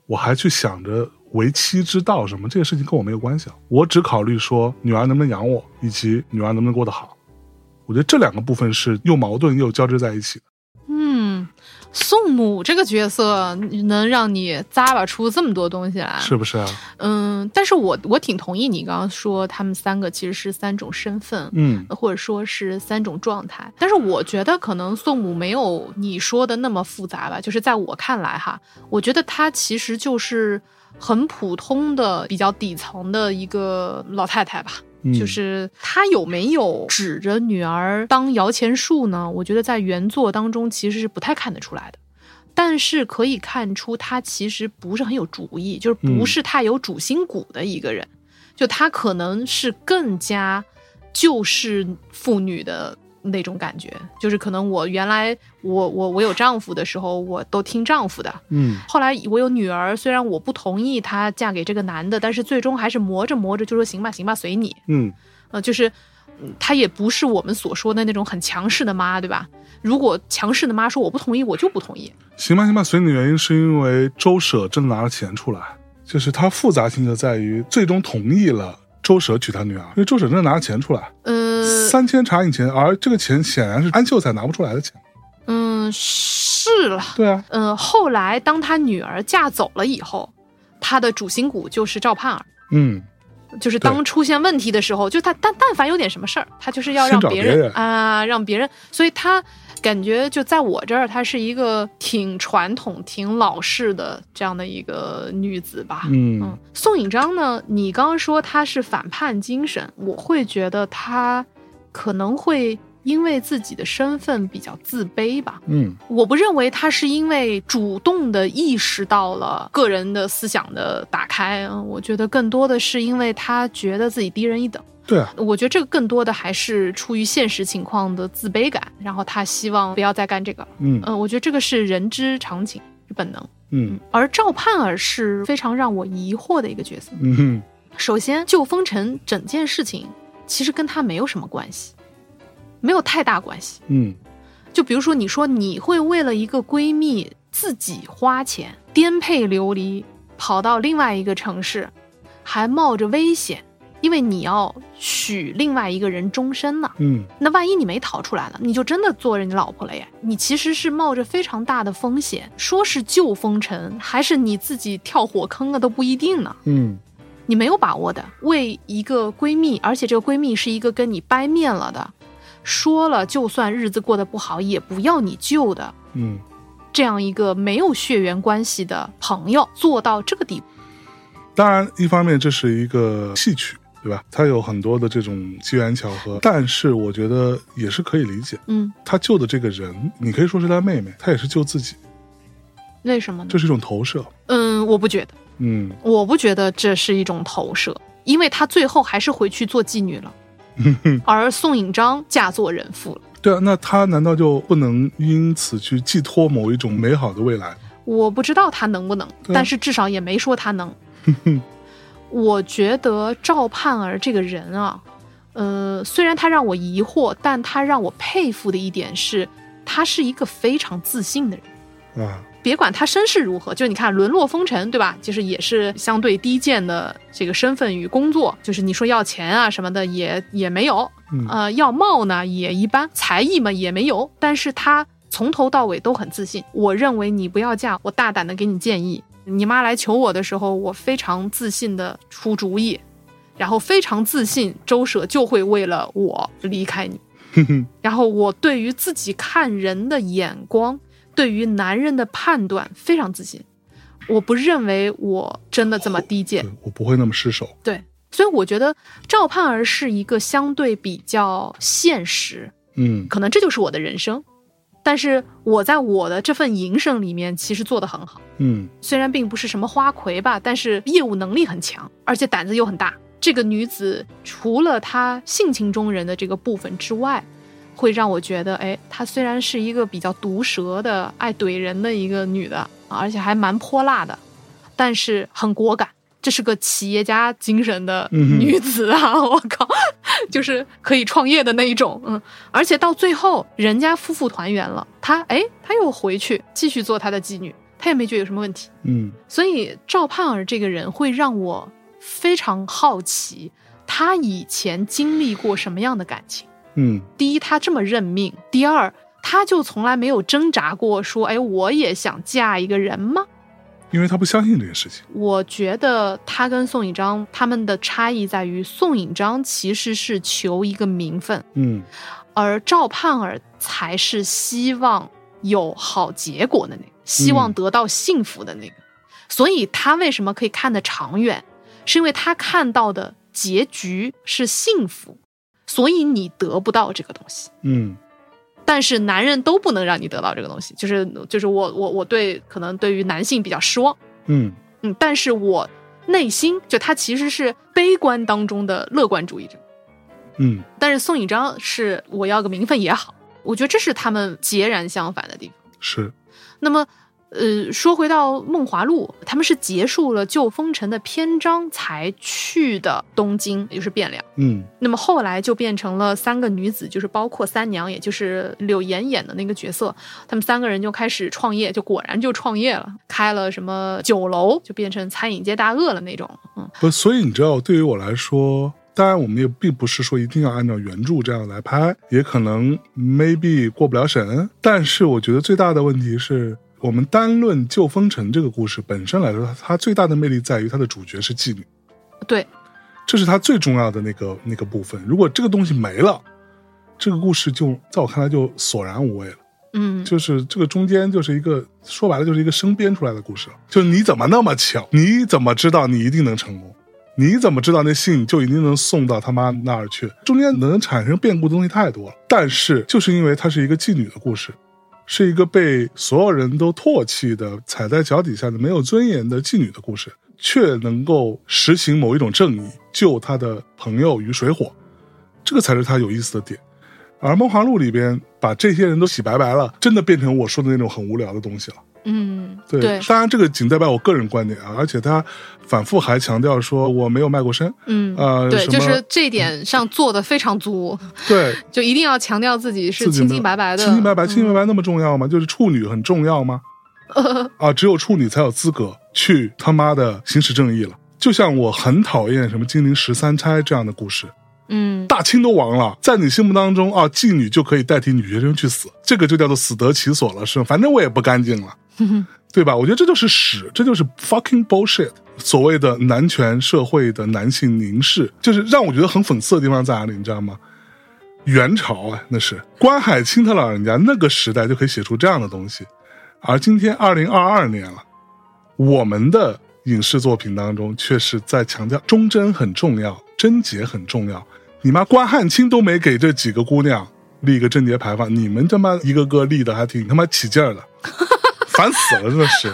[SPEAKER 3] 我还去想着为妻之道什么这些事情跟我没有关系啊，我只考虑说女儿能不能养我，以及女儿能不能过得好。我觉得这两个部分是又矛盾又交织在一起的。
[SPEAKER 2] 嗯，宋母这个角色能让你咂巴出这么多东西来，
[SPEAKER 3] 是不是啊？
[SPEAKER 2] 嗯，但是我我挺同意你刚刚说他们三个其实是三种身份，
[SPEAKER 3] 嗯，
[SPEAKER 2] 或者说是三种状态。但是我觉得可能宋母没有你说的那么复杂吧，就是在我看来哈，我觉得她其实就是很普通的、比较底层的一个老太太吧。
[SPEAKER 3] 嗯
[SPEAKER 2] 就是她有没有指着女儿当摇钱树呢？我觉得在原作当中其实是不太看得出来的。但是可以看出，她其实不是很有主意，就是不
[SPEAKER 3] 嗯
[SPEAKER 2] 是太有主心骨的一个人。就她可能是更加就是妇女的那种感觉，就是可能我原来我我我有丈夫的时候，我都听丈夫的，
[SPEAKER 3] 嗯
[SPEAKER 2] 后来我有女儿，虽然我不同意她嫁给这个男的，但是最终还是磨着磨着就说行吧行吧，随你。
[SPEAKER 3] 嗯
[SPEAKER 2] 呃，就是嗯她也不是我们所说的那种很强势的妈，对吧？如果强势的妈说我不同意，我就不同意。
[SPEAKER 3] 行吧，行吧，随你的原因是因为周舍真拿了钱出来，就是它复杂性就在于最终同意了周舍娶他女儿，因为周舍真拿了钱出来，
[SPEAKER 2] 呃，
[SPEAKER 3] 三千茶饮钱，而这个钱显然是安秀才拿不出来的钱。
[SPEAKER 2] 嗯，是了。
[SPEAKER 3] 对啊，
[SPEAKER 2] 嗯、后来当她女儿嫁走了以后，她的主心骨就是赵盼儿。
[SPEAKER 3] 嗯，
[SPEAKER 2] 就是
[SPEAKER 3] 对
[SPEAKER 2] 当出现问题的时候，就他但但凡有点什么事儿，他就是要
[SPEAKER 3] 先
[SPEAKER 2] 让
[SPEAKER 3] 找
[SPEAKER 2] 别
[SPEAKER 3] 别人
[SPEAKER 2] 啊，让别人，所以他感觉就在我这儿，她是一个挺传统、挺老式的这样的一个女子吧。
[SPEAKER 3] 嗯
[SPEAKER 2] 宋引章呢，你刚刚说她是反叛精神，我会觉得她可能会因为自己的身份比较自卑吧。
[SPEAKER 3] 嗯
[SPEAKER 2] 我不认为他是因为主动的意识到了个人的思想的打开，嗯我觉得更多的是因为他觉得自己低人一等。
[SPEAKER 3] 对啊，
[SPEAKER 2] 我觉得这个更多的还是出于现实情况的自卑感，然后他希望不要再干这个。
[SPEAKER 3] 嗯
[SPEAKER 2] 嗯，我觉得这个是人之常情，是本能。
[SPEAKER 3] 嗯
[SPEAKER 2] 而赵盼儿是非常让我疑惑的一个角色。
[SPEAKER 3] 嗯哼
[SPEAKER 2] 首先，旧风尘整件事情其实跟他没有什么关系，没有太大关系。
[SPEAKER 3] 嗯
[SPEAKER 2] 就比如说，你说你会为了一个闺蜜自己花钱，颠沛流离，跑到另外一个城市，还冒着危险，因为你要许另外一个人终身呢、
[SPEAKER 3] 嗯
[SPEAKER 2] 那万一你没逃出来呢，你就真的做人家老婆了耶！你其实是冒着非常大的风险，说是救风尘，还是你自己跳火坑啊，都不一定呢。
[SPEAKER 3] 嗯
[SPEAKER 2] 你没有把握的，为一个闺蜜，而且这个闺蜜是一个跟你掰面了的，说了，就算日子过得不好，也不要你救的
[SPEAKER 3] 嗯，
[SPEAKER 2] 这样一个没有血缘关系的朋友做到这个地步。
[SPEAKER 3] 当然，一方面这是一个戏曲，对吧？它有很多的这种机缘巧合，但是我觉得也是可以理解。
[SPEAKER 2] 嗯，
[SPEAKER 3] 他救的这个人，你可以说是他妹妹，他也是救自己，
[SPEAKER 2] 为什么呢
[SPEAKER 3] 这？是一种投射。
[SPEAKER 2] 嗯，我不觉得，
[SPEAKER 3] 嗯，
[SPEAKER 2] 我不觉得这是一种投射，因为她最后还是回去做妓女 了，而宋引章嫁作人妇了。
[SPEAKER 3] 对啊，那他难道就不能因此去寄托某一种美好的未来？
[SPEAKER 2] 我不知道他能不能，
[SPEAKER 3] 对
[SPEAKER 2] 但是至少也没说他能。我觉得赵盼儿这个人啊，呃，虽然他让我疑惑，但他让我佩服的一点是，他是一个非常自信的人。
[SPEAKER 3] 啊，
[SPEAKER 2] 别管他身世如何，就你看沦落风尘，对吧？就是也是相对低贱的这个身份与工作，就是你说要钱啊什么的也也没有，
[SPEAKER 3] 嗯
[SPEAKER 2] 呃，要貌呢也一般，才艺嘛也没有，但是他从头到尾都很自信。我认为你不要嫁，我大胆的给你建议。你妈来求我的时候，我非常自信的出主意，然后非常自信，周舍就会为了我离开你。
[SPEAKER 3] 哼哼，
[SPEAKER 2] 然后我对于自己看人的眼光，对于男人的判断非常自信。我不认为我真的这么低
[SPEAKER 3] 对
[SPEAKER 2] 贱，
[SPEAKER 3] 我不会那么失手。
[SPEAKER 2] 对，所以我觉得赵盼儿是一个相对比较现实，
[SPEAKER 3] 嗯
[SPEAKER 2] 可能这就是我的人生。但是我在我的这份营生里面，其实做得很好。
[SPEAKER 3] 嗯，
[SPEAKER 2] 虽然并不是什么花魁吧，但是业务能力很强，而且胆子又很大。这个女子除了她性情中人的这个部分之外，会让我觉得，哎，她虽然是一个比较毒舌的、爱怼人的一个女的，啊而且还蛮泼辣的，但是很果敢。这是个企业家精神的
[SPEAKER 3] 嗯哼
[SPEAKER 2] 女子啊！我靠，就是可以创业的那一种，嗯，而且到最后人家夫妇团圆了，她哎，她又回去继续做她的妓女，她也没觉得有什么问题。
[SPEAKER 3] 嗯
[SPEAKER 2] 所以赵盼儿这个人会让我非常好奇，她以前经历过什么样的感情？
[SPEAKER 3] 嗯
[SPEAKER 2] 第一，她这么认命；第二，她就从来没有挣扎过，说：“哎，我也想嫁一个人吗
[SPEAKER 3] 因为他不相信这件事情。？”
[SPEAKER 2] 我觉得她跟宋引章他们的差异在于，宋引章其实是求一个名分，
[SPEAKER 3] 嗯
[SPEAKER 2] 而赵盼儿才是希望有好结果的那个，希望得到幸福的那个。所以他为什么可以看得长远，是因为他看到的结局是幸福，所以你得不到这个东西。
[SPEAKER 3] 嗯
[SPEAKER 2] 但是男人都不能让你得到这个东西，就是就是我我我对可能对于男性比较失望，
[SPEAKER 3] 嗯
[SPEAKER 2] 嗯，但是我内心就他其实是悲观当中的乐观主义者。
[SPEAKER 3] 嗯
[SPEAKER 2] 但是宋引章是我要个名分也好，我觉得这是他们截然相反的地方。
[SPEAKER 3] 是
[SPEAKER 2] 那么，呃，说回到《梦华录》，他们是结束了旧风尘的篇章才去的东京，也就是汴梁。
[SPEAKER 3] 嗯
[SPEAKER 2] 那么后来就变成了三个女子，就是包括三娘，也就是柳岩演的那个角色，她们三个人就开始创业，就果然就创业了，开了什么酒楼，就变成餐饮界大鳄了那种。嗯，
[SPEAKER 3] 不，所以你知道，对于我来说，当然我们也并不是说一定要按照原著这样来拍，也可能 maybe 过不了审。但是我觉得最大的问题是。我们单论《旧风尘》这个故事本身来说，它它最大的魅力在于它的主角是妓女，
[SPEAKER 2] 对，
[SPEAKER 3] 这是它最重要的那个那个部分。如果这个东西没了，这个故事就在我看来就索然无味了。
[SPEAKER 2] 嗯，
[SPEAKER 3] 就是这个中间就是一个说白了就是一个生编出来的故事了，就是你怎么那么巧？你怎么知道你一定能成功？你怎么知道那信就一定能送到他妈那儿去？中间能产生变故的东西太多了。但是就是因为它是一个妓女的故事，是一个被所有人都唾弃的、踩在脚底下的、没有尊严的妓女的故事，却能够实行某一种正义，救她的朋友于水火，这个才是它有意思的点。而《梦华录》里边把这些人都洗白白了，真的变成我说的那种很无聊的东西了。
[SPEAKER 2] 嗯，
[SPEAKER 3] 对，当然这个仅代表我个人观点啊，而且他反复还强调说我没有卖过身，
[SPEAKER 2] 嗯，
[SPEAKER 3] 呃，
[SPEAKER 2] 对，
[SPEAKER 3] 什
[SPEAKER 2] 就
[SPEAKER 3] 么
[SPEAKER 2] 是这一点上做的非常足，
[SPEAKER 3] 对
[SPEAKER 2] 就一定要强调自己是
[SPEAKER 3] 自己
[SPEAKER 2] 清
[SPEAKER 3] 没有
[SPEAKER 2] 清白白的，
[SPEAKER 3] 清清白白，清清
[SPEAKER 2] 白
[SPEAKER 3] 白白那么重要吗？就是处女很重要吗？啊，只有处女才有资格去他妈的行使正义了。就像我很讨厌什么金陵十三钗这样的故事，
[SPEAKER 2] 嗯，
[SPEAKER 3] 大清都亡了，在你心目当中啊，妓女就可以代替女学生去死，这个就叫做死得其所了，是吗？反正我也不干净了。对吧？我觉得这就是屎，这就是 fucking bullshit。所谓的男权社会的男性凝视，就是让我觉得很讽刺的地方在哪里，你知道吗？元朝啊，那是关海清他老人家那个时代就可以写出这样的东西，而今天二零二二年了，我们的影视作品当中却是在强调忠贞很重要，贞洁很重要。你妈关汉卿都没给这几个姑娘立个贞洁牌坊，你们他妈一个个立的还挺他妈起劲儿的，烦死了，真的是。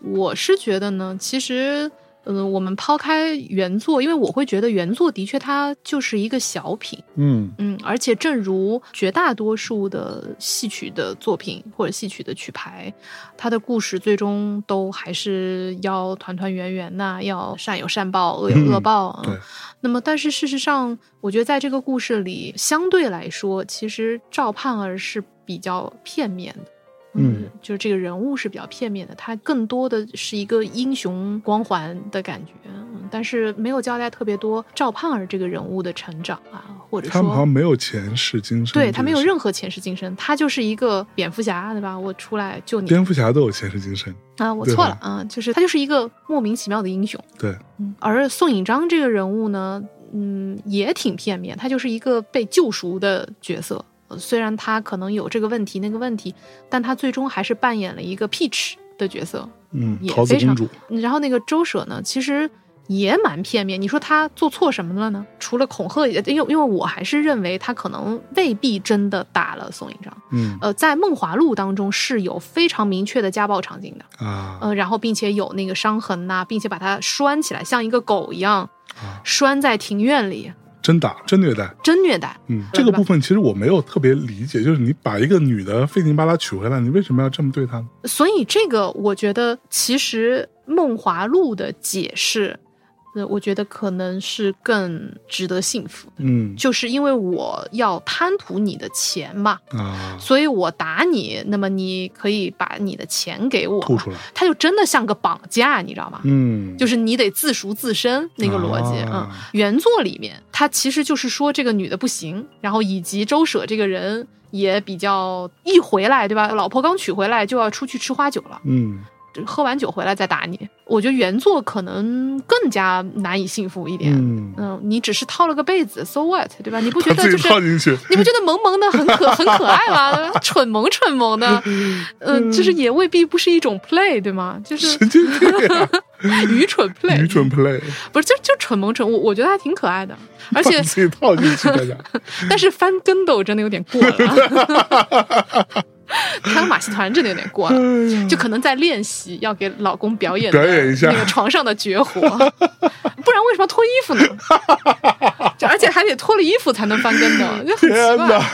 [SPEAKER 2] 我是觉得呢，其实，嗯、我们抛开原作，因为我会觉得原作的确它就是一个小品，
[SPEAKER 3] 嗯，
[SPEAKER 2] 嗯，而且正如绝大多数的戏曲的作品或者戏曲的曲牌，它的故事最终都还是要团团圆圆呐、要善有善报，恶有恶
[SPEAKER 3] 嗯
[SPEAKER 2] 报。
[SPEAKER 3] 对，
[SPEAKER 2] 那么，但是事实上，我觉得在这个故事里，相对来说，其实赵盼儿是比较片面的。
[SPEAKER 3] 嗯，
[SPEAKER 2] 就是这个人物是比较片面的，他更多的是一个英雄光环的感觉，嗯但是没有交代特别多赵盼儿这个人物的成长啊，或者
[SPEAKER 3] 他们好
[SPEAKER 2] 说
[SPEAKER 3] 像没有前世今生，
[SPEAKER 2] 对他没有
[SPEAKER 3] 这个事
[SPEAKER 2] 任何前世今生，他就是一个蝙蝠侠，对吧？我出来救你
[SPEAKER 3] 蝙蝠侠都有前世今生，
[SPEAKER 2] 啊，我
[SPEAKER 3] 对
[SPEAKER 2] 错
[SPEAKER 3] 吧
[SPEAKER 2] 了啊，就是他就是一个莫名其妙的英雄。
[SPEAKER 3] 对，
[SPEAKER 2] 嗯，而宋引章这个人物呢，嗯，也挺片面，他就是一个被救赎的角色。呃虽然他可能有这个问题那个问题，但他最终还是扮演了一个 Peach 的角色。
[SPEAKER 3] 嗯，
[SPEAKER 2] 也
[SPEAKER 3] 桃子
[SPEAKER 2] 非常
[SPEAKER 3] 公主，
[SPEAKER 2] 然后那个周舍呢，其实也蛮片面。你说他做错什么了呢？除了恐吓，因为因为我还是认为他可能未必真的打了宋引章。
[SPEAKER 3] 嗯
[SPEAKER 2] 呃，在《梦华录》当中是有非常明确的家暴场景的，
[SPEAKER 3] 啊，
[SPEAKER 2] 呃，然后并且有那个伤痕呐、并且把它拴起来，像一个狗一样
[SPEAKER 3] 啊
[SPEAKER 2] 拴在庭院里，
[SPEAKER 3] 真打真虐待，
[SPEAKER 2] 真虐待。
[SPEAKER 3] 嗯，
[SPEAKER 2] 对
[SPEAKER 3] 这个
[SPEAKER 2] 吧
[SPEAKER 3] 部分其实我没有特别理解，就是你把一个女的费劲巴拉娶回来，你为什么要这么对她呢？
[SPEAKER 2] 所以这个我觉得，其实《梦华录》的解释，呃，我觉得可能是更值得信服。
[SPEAKER 3] 嗯
[SPEAKER 2] 就是因为我要贪图你的钱嘛，
[SPEAKER 3] 啊，
[SPEAKER 2] 所以我打你，那么你可以把你的钱给我
[SPEAKER 3] 吐
[SPEAKER 2] 嘛
[SPEAKER 3] 出。来，
[SPEAKER 2] 他就真的像个绑架，你知道吗？
[SPEAKER 3] 嗯，
[SPEAKER 2] 就是是你得自赎自身那个逻辑，
[SPEAKER 3] 啊
[SPEAKER 2] 嗯，原作里面他其实就是说这个女的不行，然后以及周舍这个人也比较一回来，对吧？老婆刚娶回来就要出去吃花酒了，
[SPEAKER 3] 嗯
[SPEAKER 2] 喝完酒回来再打你。我觉得原作可能更加难以信服一点，
[SPEAKER 3] 嗯，
[SPEAKER 2] 嗯，你只是套了个被子，so what，对吧？你不觉
[SPEAKER 3] 她
[SPEAKER 2] 得
[SPEAKER 3] 自
[SPEAKER 2] 就
[SPEAKER 3] 己
[SPEAKER 2] 是
[SPEAKER 3] 套进去，
[SPEAKER 2] 你不觉得萌萌的很可很可爱吗？ 蠢萌蠢萌的，嗯，就是也未必不是一种 play，对吗？就是
[SPEAKER 3] 神经病 啊，
[SPEAKER 2] 愚蠢 play，
[SPEAKER 3] 愚 蠢 play，
[SPEAKER 2] 不是就就蠢萌蠢，我我觉得还挺可爱的，而
[SPEAKER 3] 把
[SPEAKER 2] 且
[SPEAKER 3] 自己套进去，大家，
[SPEAKER 2] 但是翻跟斗真的有点过了，开个马戏团真的有点过了。
[SPEAKER 3] 哎呀
[SPEAKER 2] 就可能在练习要给老公表演
[SPEAKER 3] 表演一下
[SPEAKER 2] 那个床上的绝活，不然为什么要脱衣服呢？ 就而且还得脱了衣服才能翻跟斗，就很 奇
[SPEAKER 3] 天
[SPEAKER 2] 怪
[SPEAKER 3] 哪。，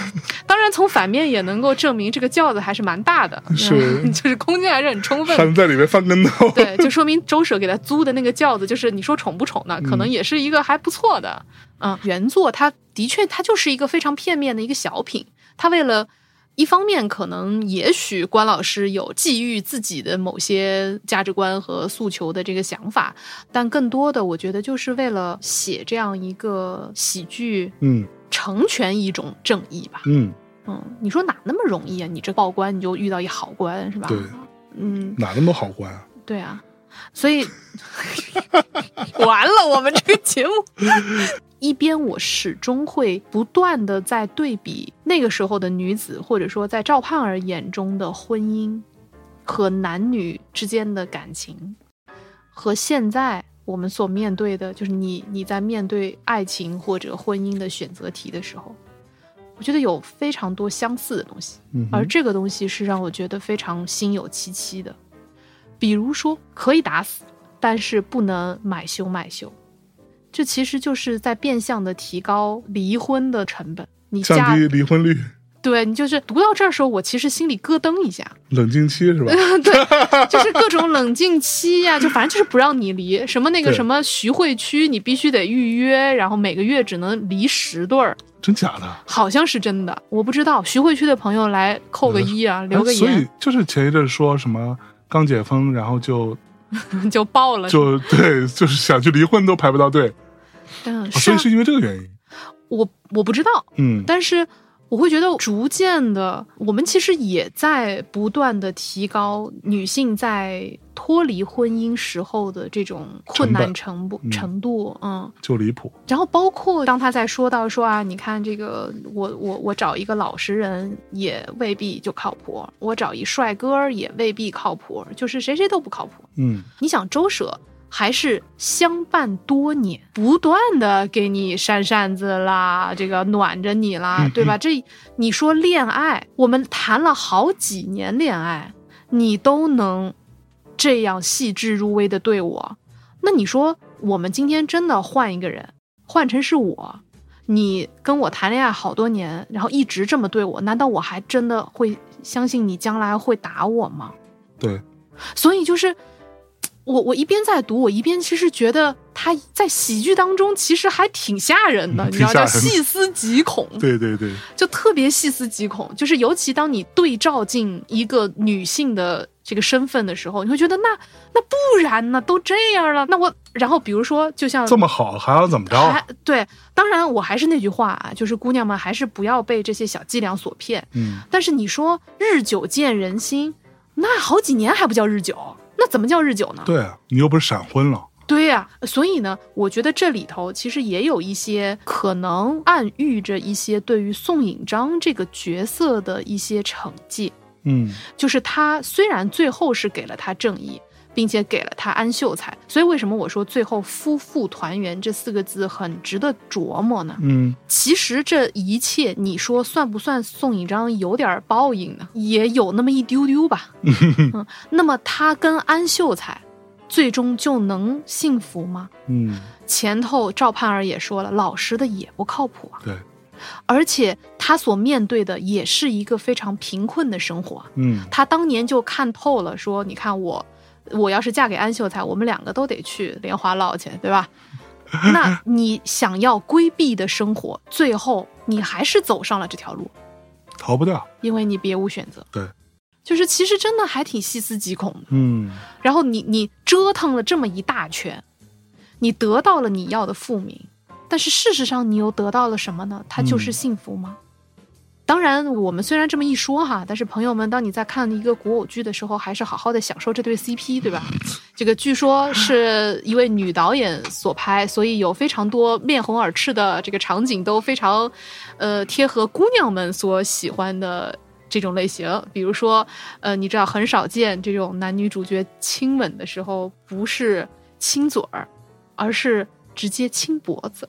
[SPEAKER 2] 当然，从反面也能够证明这个轿子还是蛮大的，
[SPEAKER 3] 是
[SPEAKER 2] 就是空间还是很充分
[SPEAKER 3] 还
[SPEAKER 2] 的。
[SPEAKER 3] 能在里面翻跟头，
[SPEAKER 2] 对，就说明周舍给他租的那个轿子，就是你说宠不宠呢？可能也是一个还不错的。嗯，原作它的确它就是一个非常片面的一个小品，它为了。一方面，可能也许关老师有觊觎自己的某些价值观和诉求的这个想法，但更多的，我觉得就是为了写这样一个喜剧，
[SPEAKER 3] 嗯
[SPEAKER 2] 成全一种正义吧。
[SPEAKER 3] 嗯，
[SPEAKER 2] 嗯，你说哪那么容易啊？你这报官你就遇到一好官是吧？
[SPEAKER 3] 对，
[SPEAKER 2] 嗯，
[SPEAKER 3] 哪那么好关啊？
[SPEAKER 2] 对啊，所以 完了，我们这个节目一边我始终会不断的在对比那个时候的女子，或者说在赵盼儿眼中的婚姻和男女之间的感情，和现在我们所面对的，就是你你在面对爱情或者婚姻的选择题的时候，我觉得有非常多相似的东西。
[SPEAKER 3] 嗯哼，
[SPEAKER 2] 而这个东西是让我觉得非常心有戚戚的。比如说，可以打死，但是不能买凶买凶，这其实就是在变相的提高离婚的成本。你
[SPEAKER 3] 降
[SPEAKER 2] 嫁
[SPEAKER 3] 低离婚率，
[SPEAKER 2] 对你就是读到这儿的时候，我其实心里咯噔一下，
[SPEAKER 3] 冷静期是 吧？
[SPEAKER 2] 对，就是各种冷静期呀、就反正就是不让你离，什么那个
[SPEAKER 3] 对
[SPEAKER 2] 什么徐汇区，你必须得预约，然后每个月只能离十对儿，
[SPEAKER 3] 真假的？
[SPEAKER 2] 好像是真的，我不知道。徐汇区的朋友来扣个一啊，留个
[SPEAKER 3] 哎所
[SPEAKER 2] 言
[SPEAKER 3] 以就是前一阵说什么刚解封，然后就
[SPEAKER 2] 就爆了，
[SPEAKER 3] 就啊 对，就是想去离婚都排不到队，哦
[SPEAKER 2] 嗯，
[SPEAKER 3] 所
[SPEAKER 2] 是
[SPEAKER 3] 以
[SPEAKER 2] 啊
[SPEAKER 3] 是因为这个原因。
[SPEAKER 2] 我我不知道，
[SPEAKER 3] 嗯
[SPEAKER 2] 但是我会觉得逐渐的，我们其实也在不断的提高女性在脱离婚姻时候的这种困难程度
[SPEAKER 3] 嗯
[SPEAKER 2] 程度，嗯，
[SPEAKER 3] 就离谱。
[SPEAKER 2] 然后包括当他在说到说啊，你看这个，我我我找一个老实人也未必就靠谱，我找一帅哥儿也未必靠谱，就是谁谁都不靠谱。
[SPEAKER 3] 嗯，
[SPEAKER 2] 你想周舍还是相伴多年，不断的给你扇扇子啦，这个暖着你啦，对吧？这你说恋爱，我们谈了好几年恋爱，你都能这样细致入微的对我，那你说我们今天真的换一个人，换成是我？你跟我谈恋爱好多年，然后一直这么对我，难道我还真的会相信你将来会打我吗？
[SPEAKER 3] 对，
[SPEAKER 2] 所以就是我我一边在读，我一边其实觉得他在喜剧当中其实还挺吓人的，
[SPEAKER 3] 嗯
[SPEAKER 2] 你知道，
[SPEAKER 3] 挺吓
[SPEAKER 2] 叫
[SPEAKER 3] 人的
[SPEAKER 2] 细思极恐，
[SPEAKER 3] 对对对，
[SPEAKER 2] 就特别细思极恐。就是尤其当你对照进一个女性的这个身份的时候，你会觉得那那不然呢？都这样了，那我然后比如说，就像
[SPEAKER 3] 这么好还要怎么着？
[SPEAKER 2] 嗯
[SPEAKER 3] 啊
[SPEAKER 2] 还对，当然我还是那句话啊，就是姑娘们还是不要被这些小伎俩所骗。
[SPEAKER 3] 嗯，
[SPEAKER 2] 但是你说日久见人心，那好几年还不叫日久，那怎么叫日久呢？
[SPEAKER 3] 对啊，你又不是闪婚了。
[SPEAKER 2] 对呀、所以呢，我觉得这里头其实也有一些可能暗喻着一些对于宋引章这个角色的一些惩戒，
[SPEAKER 3] 嗯，
[SPEAKER 2] 就是他虽然最后是给了他正义。并且给了他安秀才，所以为什么我说最后“夫妇团圆”这四个字很值得琢磨呢？
[SPEAKER 3] 嗯，
[SPEAKER 2] 其实这一切，你说算不算宋引章有点儿报应呢？也有那么一丢丢吧。嗯，那么他跟安秀才最终就能幸福吗？
[SPEAKER 3] 嗯，
[SPEAKER 2] 前头赵盼儿也说了，老实的也不靠谱啊，
[SPEAKER 3] 对，
[SPEAKER 2] 而且他所面对的也是一个非常贫困的生活啊。
[SPEAKER 3] 嗯，
[SPEAKER 2] 他当年就看透了，说你看我，我要是嫁给安秀才，我们两个都得去莲花落去，对吧？那你想要规避的生活，最后你还是走上了这条路，
[SPEAKER 3] 逃不掉。
[SPEAKER 2] 因为你别无选择。
[SPEAKER 3] 对，
[SPEAKER 2] 就是其实真的还挺细思极恐的。
[SPEAKER 3] 嗯，
[SPEAKER 2] 然后你你折腾了这么一大圈，你得到了你要的复明，但是事实上你又得到了什么呢？它就是
[SPEAKER 3] 嗯
[SPEAKER 2] 幸福吗？当然，我们虽然这么一说哈，但是朋友们，当你在看一个古偶剧的时候，还是好好的享受这对 CP，对吧？这个据说是一位女导演所拍，所以有非常多面红耳赤的这个场景，都非常，呃，贴合姑娘们所喜欢的这种类型。比如说，呃，你知道很少见这种男女主角亲吻的时候，不是亲嘴儿，而是直接亲脖子，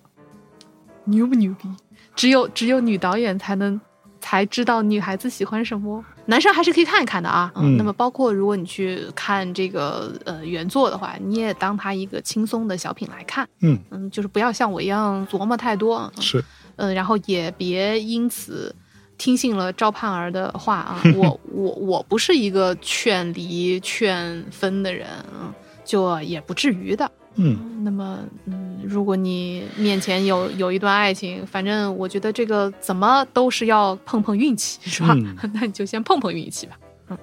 [SPEAKER 2] 牛不牛逼？只有只有女导演才能才知道女孩子喜欢什么，男生还是可以看一看的啊。
[SPEAKER 3] 嗯
[SPEAKER 2] 那么包括如果你去看这个呃原作的话，你也当它一个轻松的小品来看，
[SPEAKER 3] 嗯
[SPEAKER 2] 嗯，就是不要像我一样琢磨太多，嗯
[SPEAKER 3] 是，
[SPEAKER 2] 嗯，然后也别因此听信了赵盼儿的话啊。 我我我不是一个劝离劝分的人，嗯就也不至于的。
[SPEAKER 3] 嗯，
[SPEAKER 2] 那么，嗯，如果你面前有有一段爱情，反正我觉得这个怎么都是要碰碰运气， 是吧？
[SPEAKER 3] 嗯
[SPEAKER 2] 那你就先碰碰运气吧。嗯，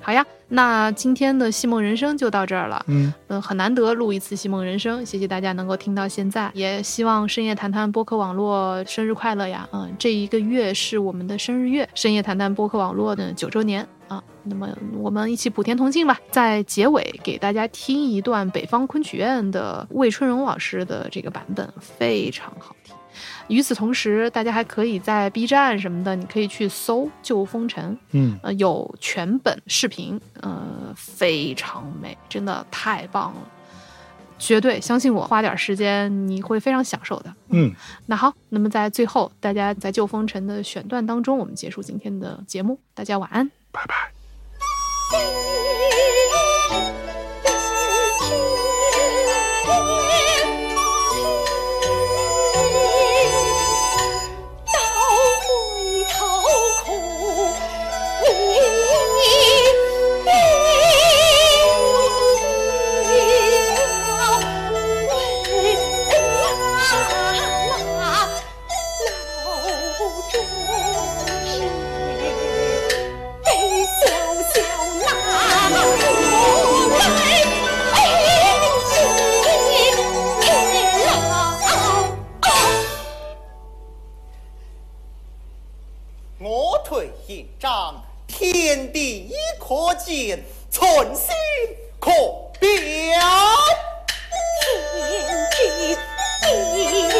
[SPEAKER 2] 好呀，那今天的戏梦人生就到这儿了。
[SPEAKER 3] 嗯，
[SPEAKER 2] 嗯，很难得录一次《戏梦人生》，谢谢大家能够听到现在，也希望深夜谈谈播客网络生日快乐呀！嗯，这一个月是我们的生日月，深夜谈谈播客网络的九周年啊。那么我们一起普天同庆吧！在结尾给大家听一段北方昆曲院的魏春荣老师的这个版本，非常好听。与此同时，大家还可以在 B 站什么的，你可以去搜《旧风尘》，
[SPEAKER 3] 嗯，
[SPEAKER 2] 呃，有全本视频，呃，非常美，真的太棒了，绝对相信我，花点时间你会非常享受的。
[SPEAKER 3] 嗯，
[SPEAKER 2] 那好，那么在最后，大家在《旧风尘》的选段当中，我们结束今天的节目，大家晚安。
[SPEAKER 3] 拜拜。
[SPEAKER 4] 到回头哭，你要为妈妈老终身。悲伤
[SPEAKER 5] 可见，存心可表。
[SPEAKER 4] 天地。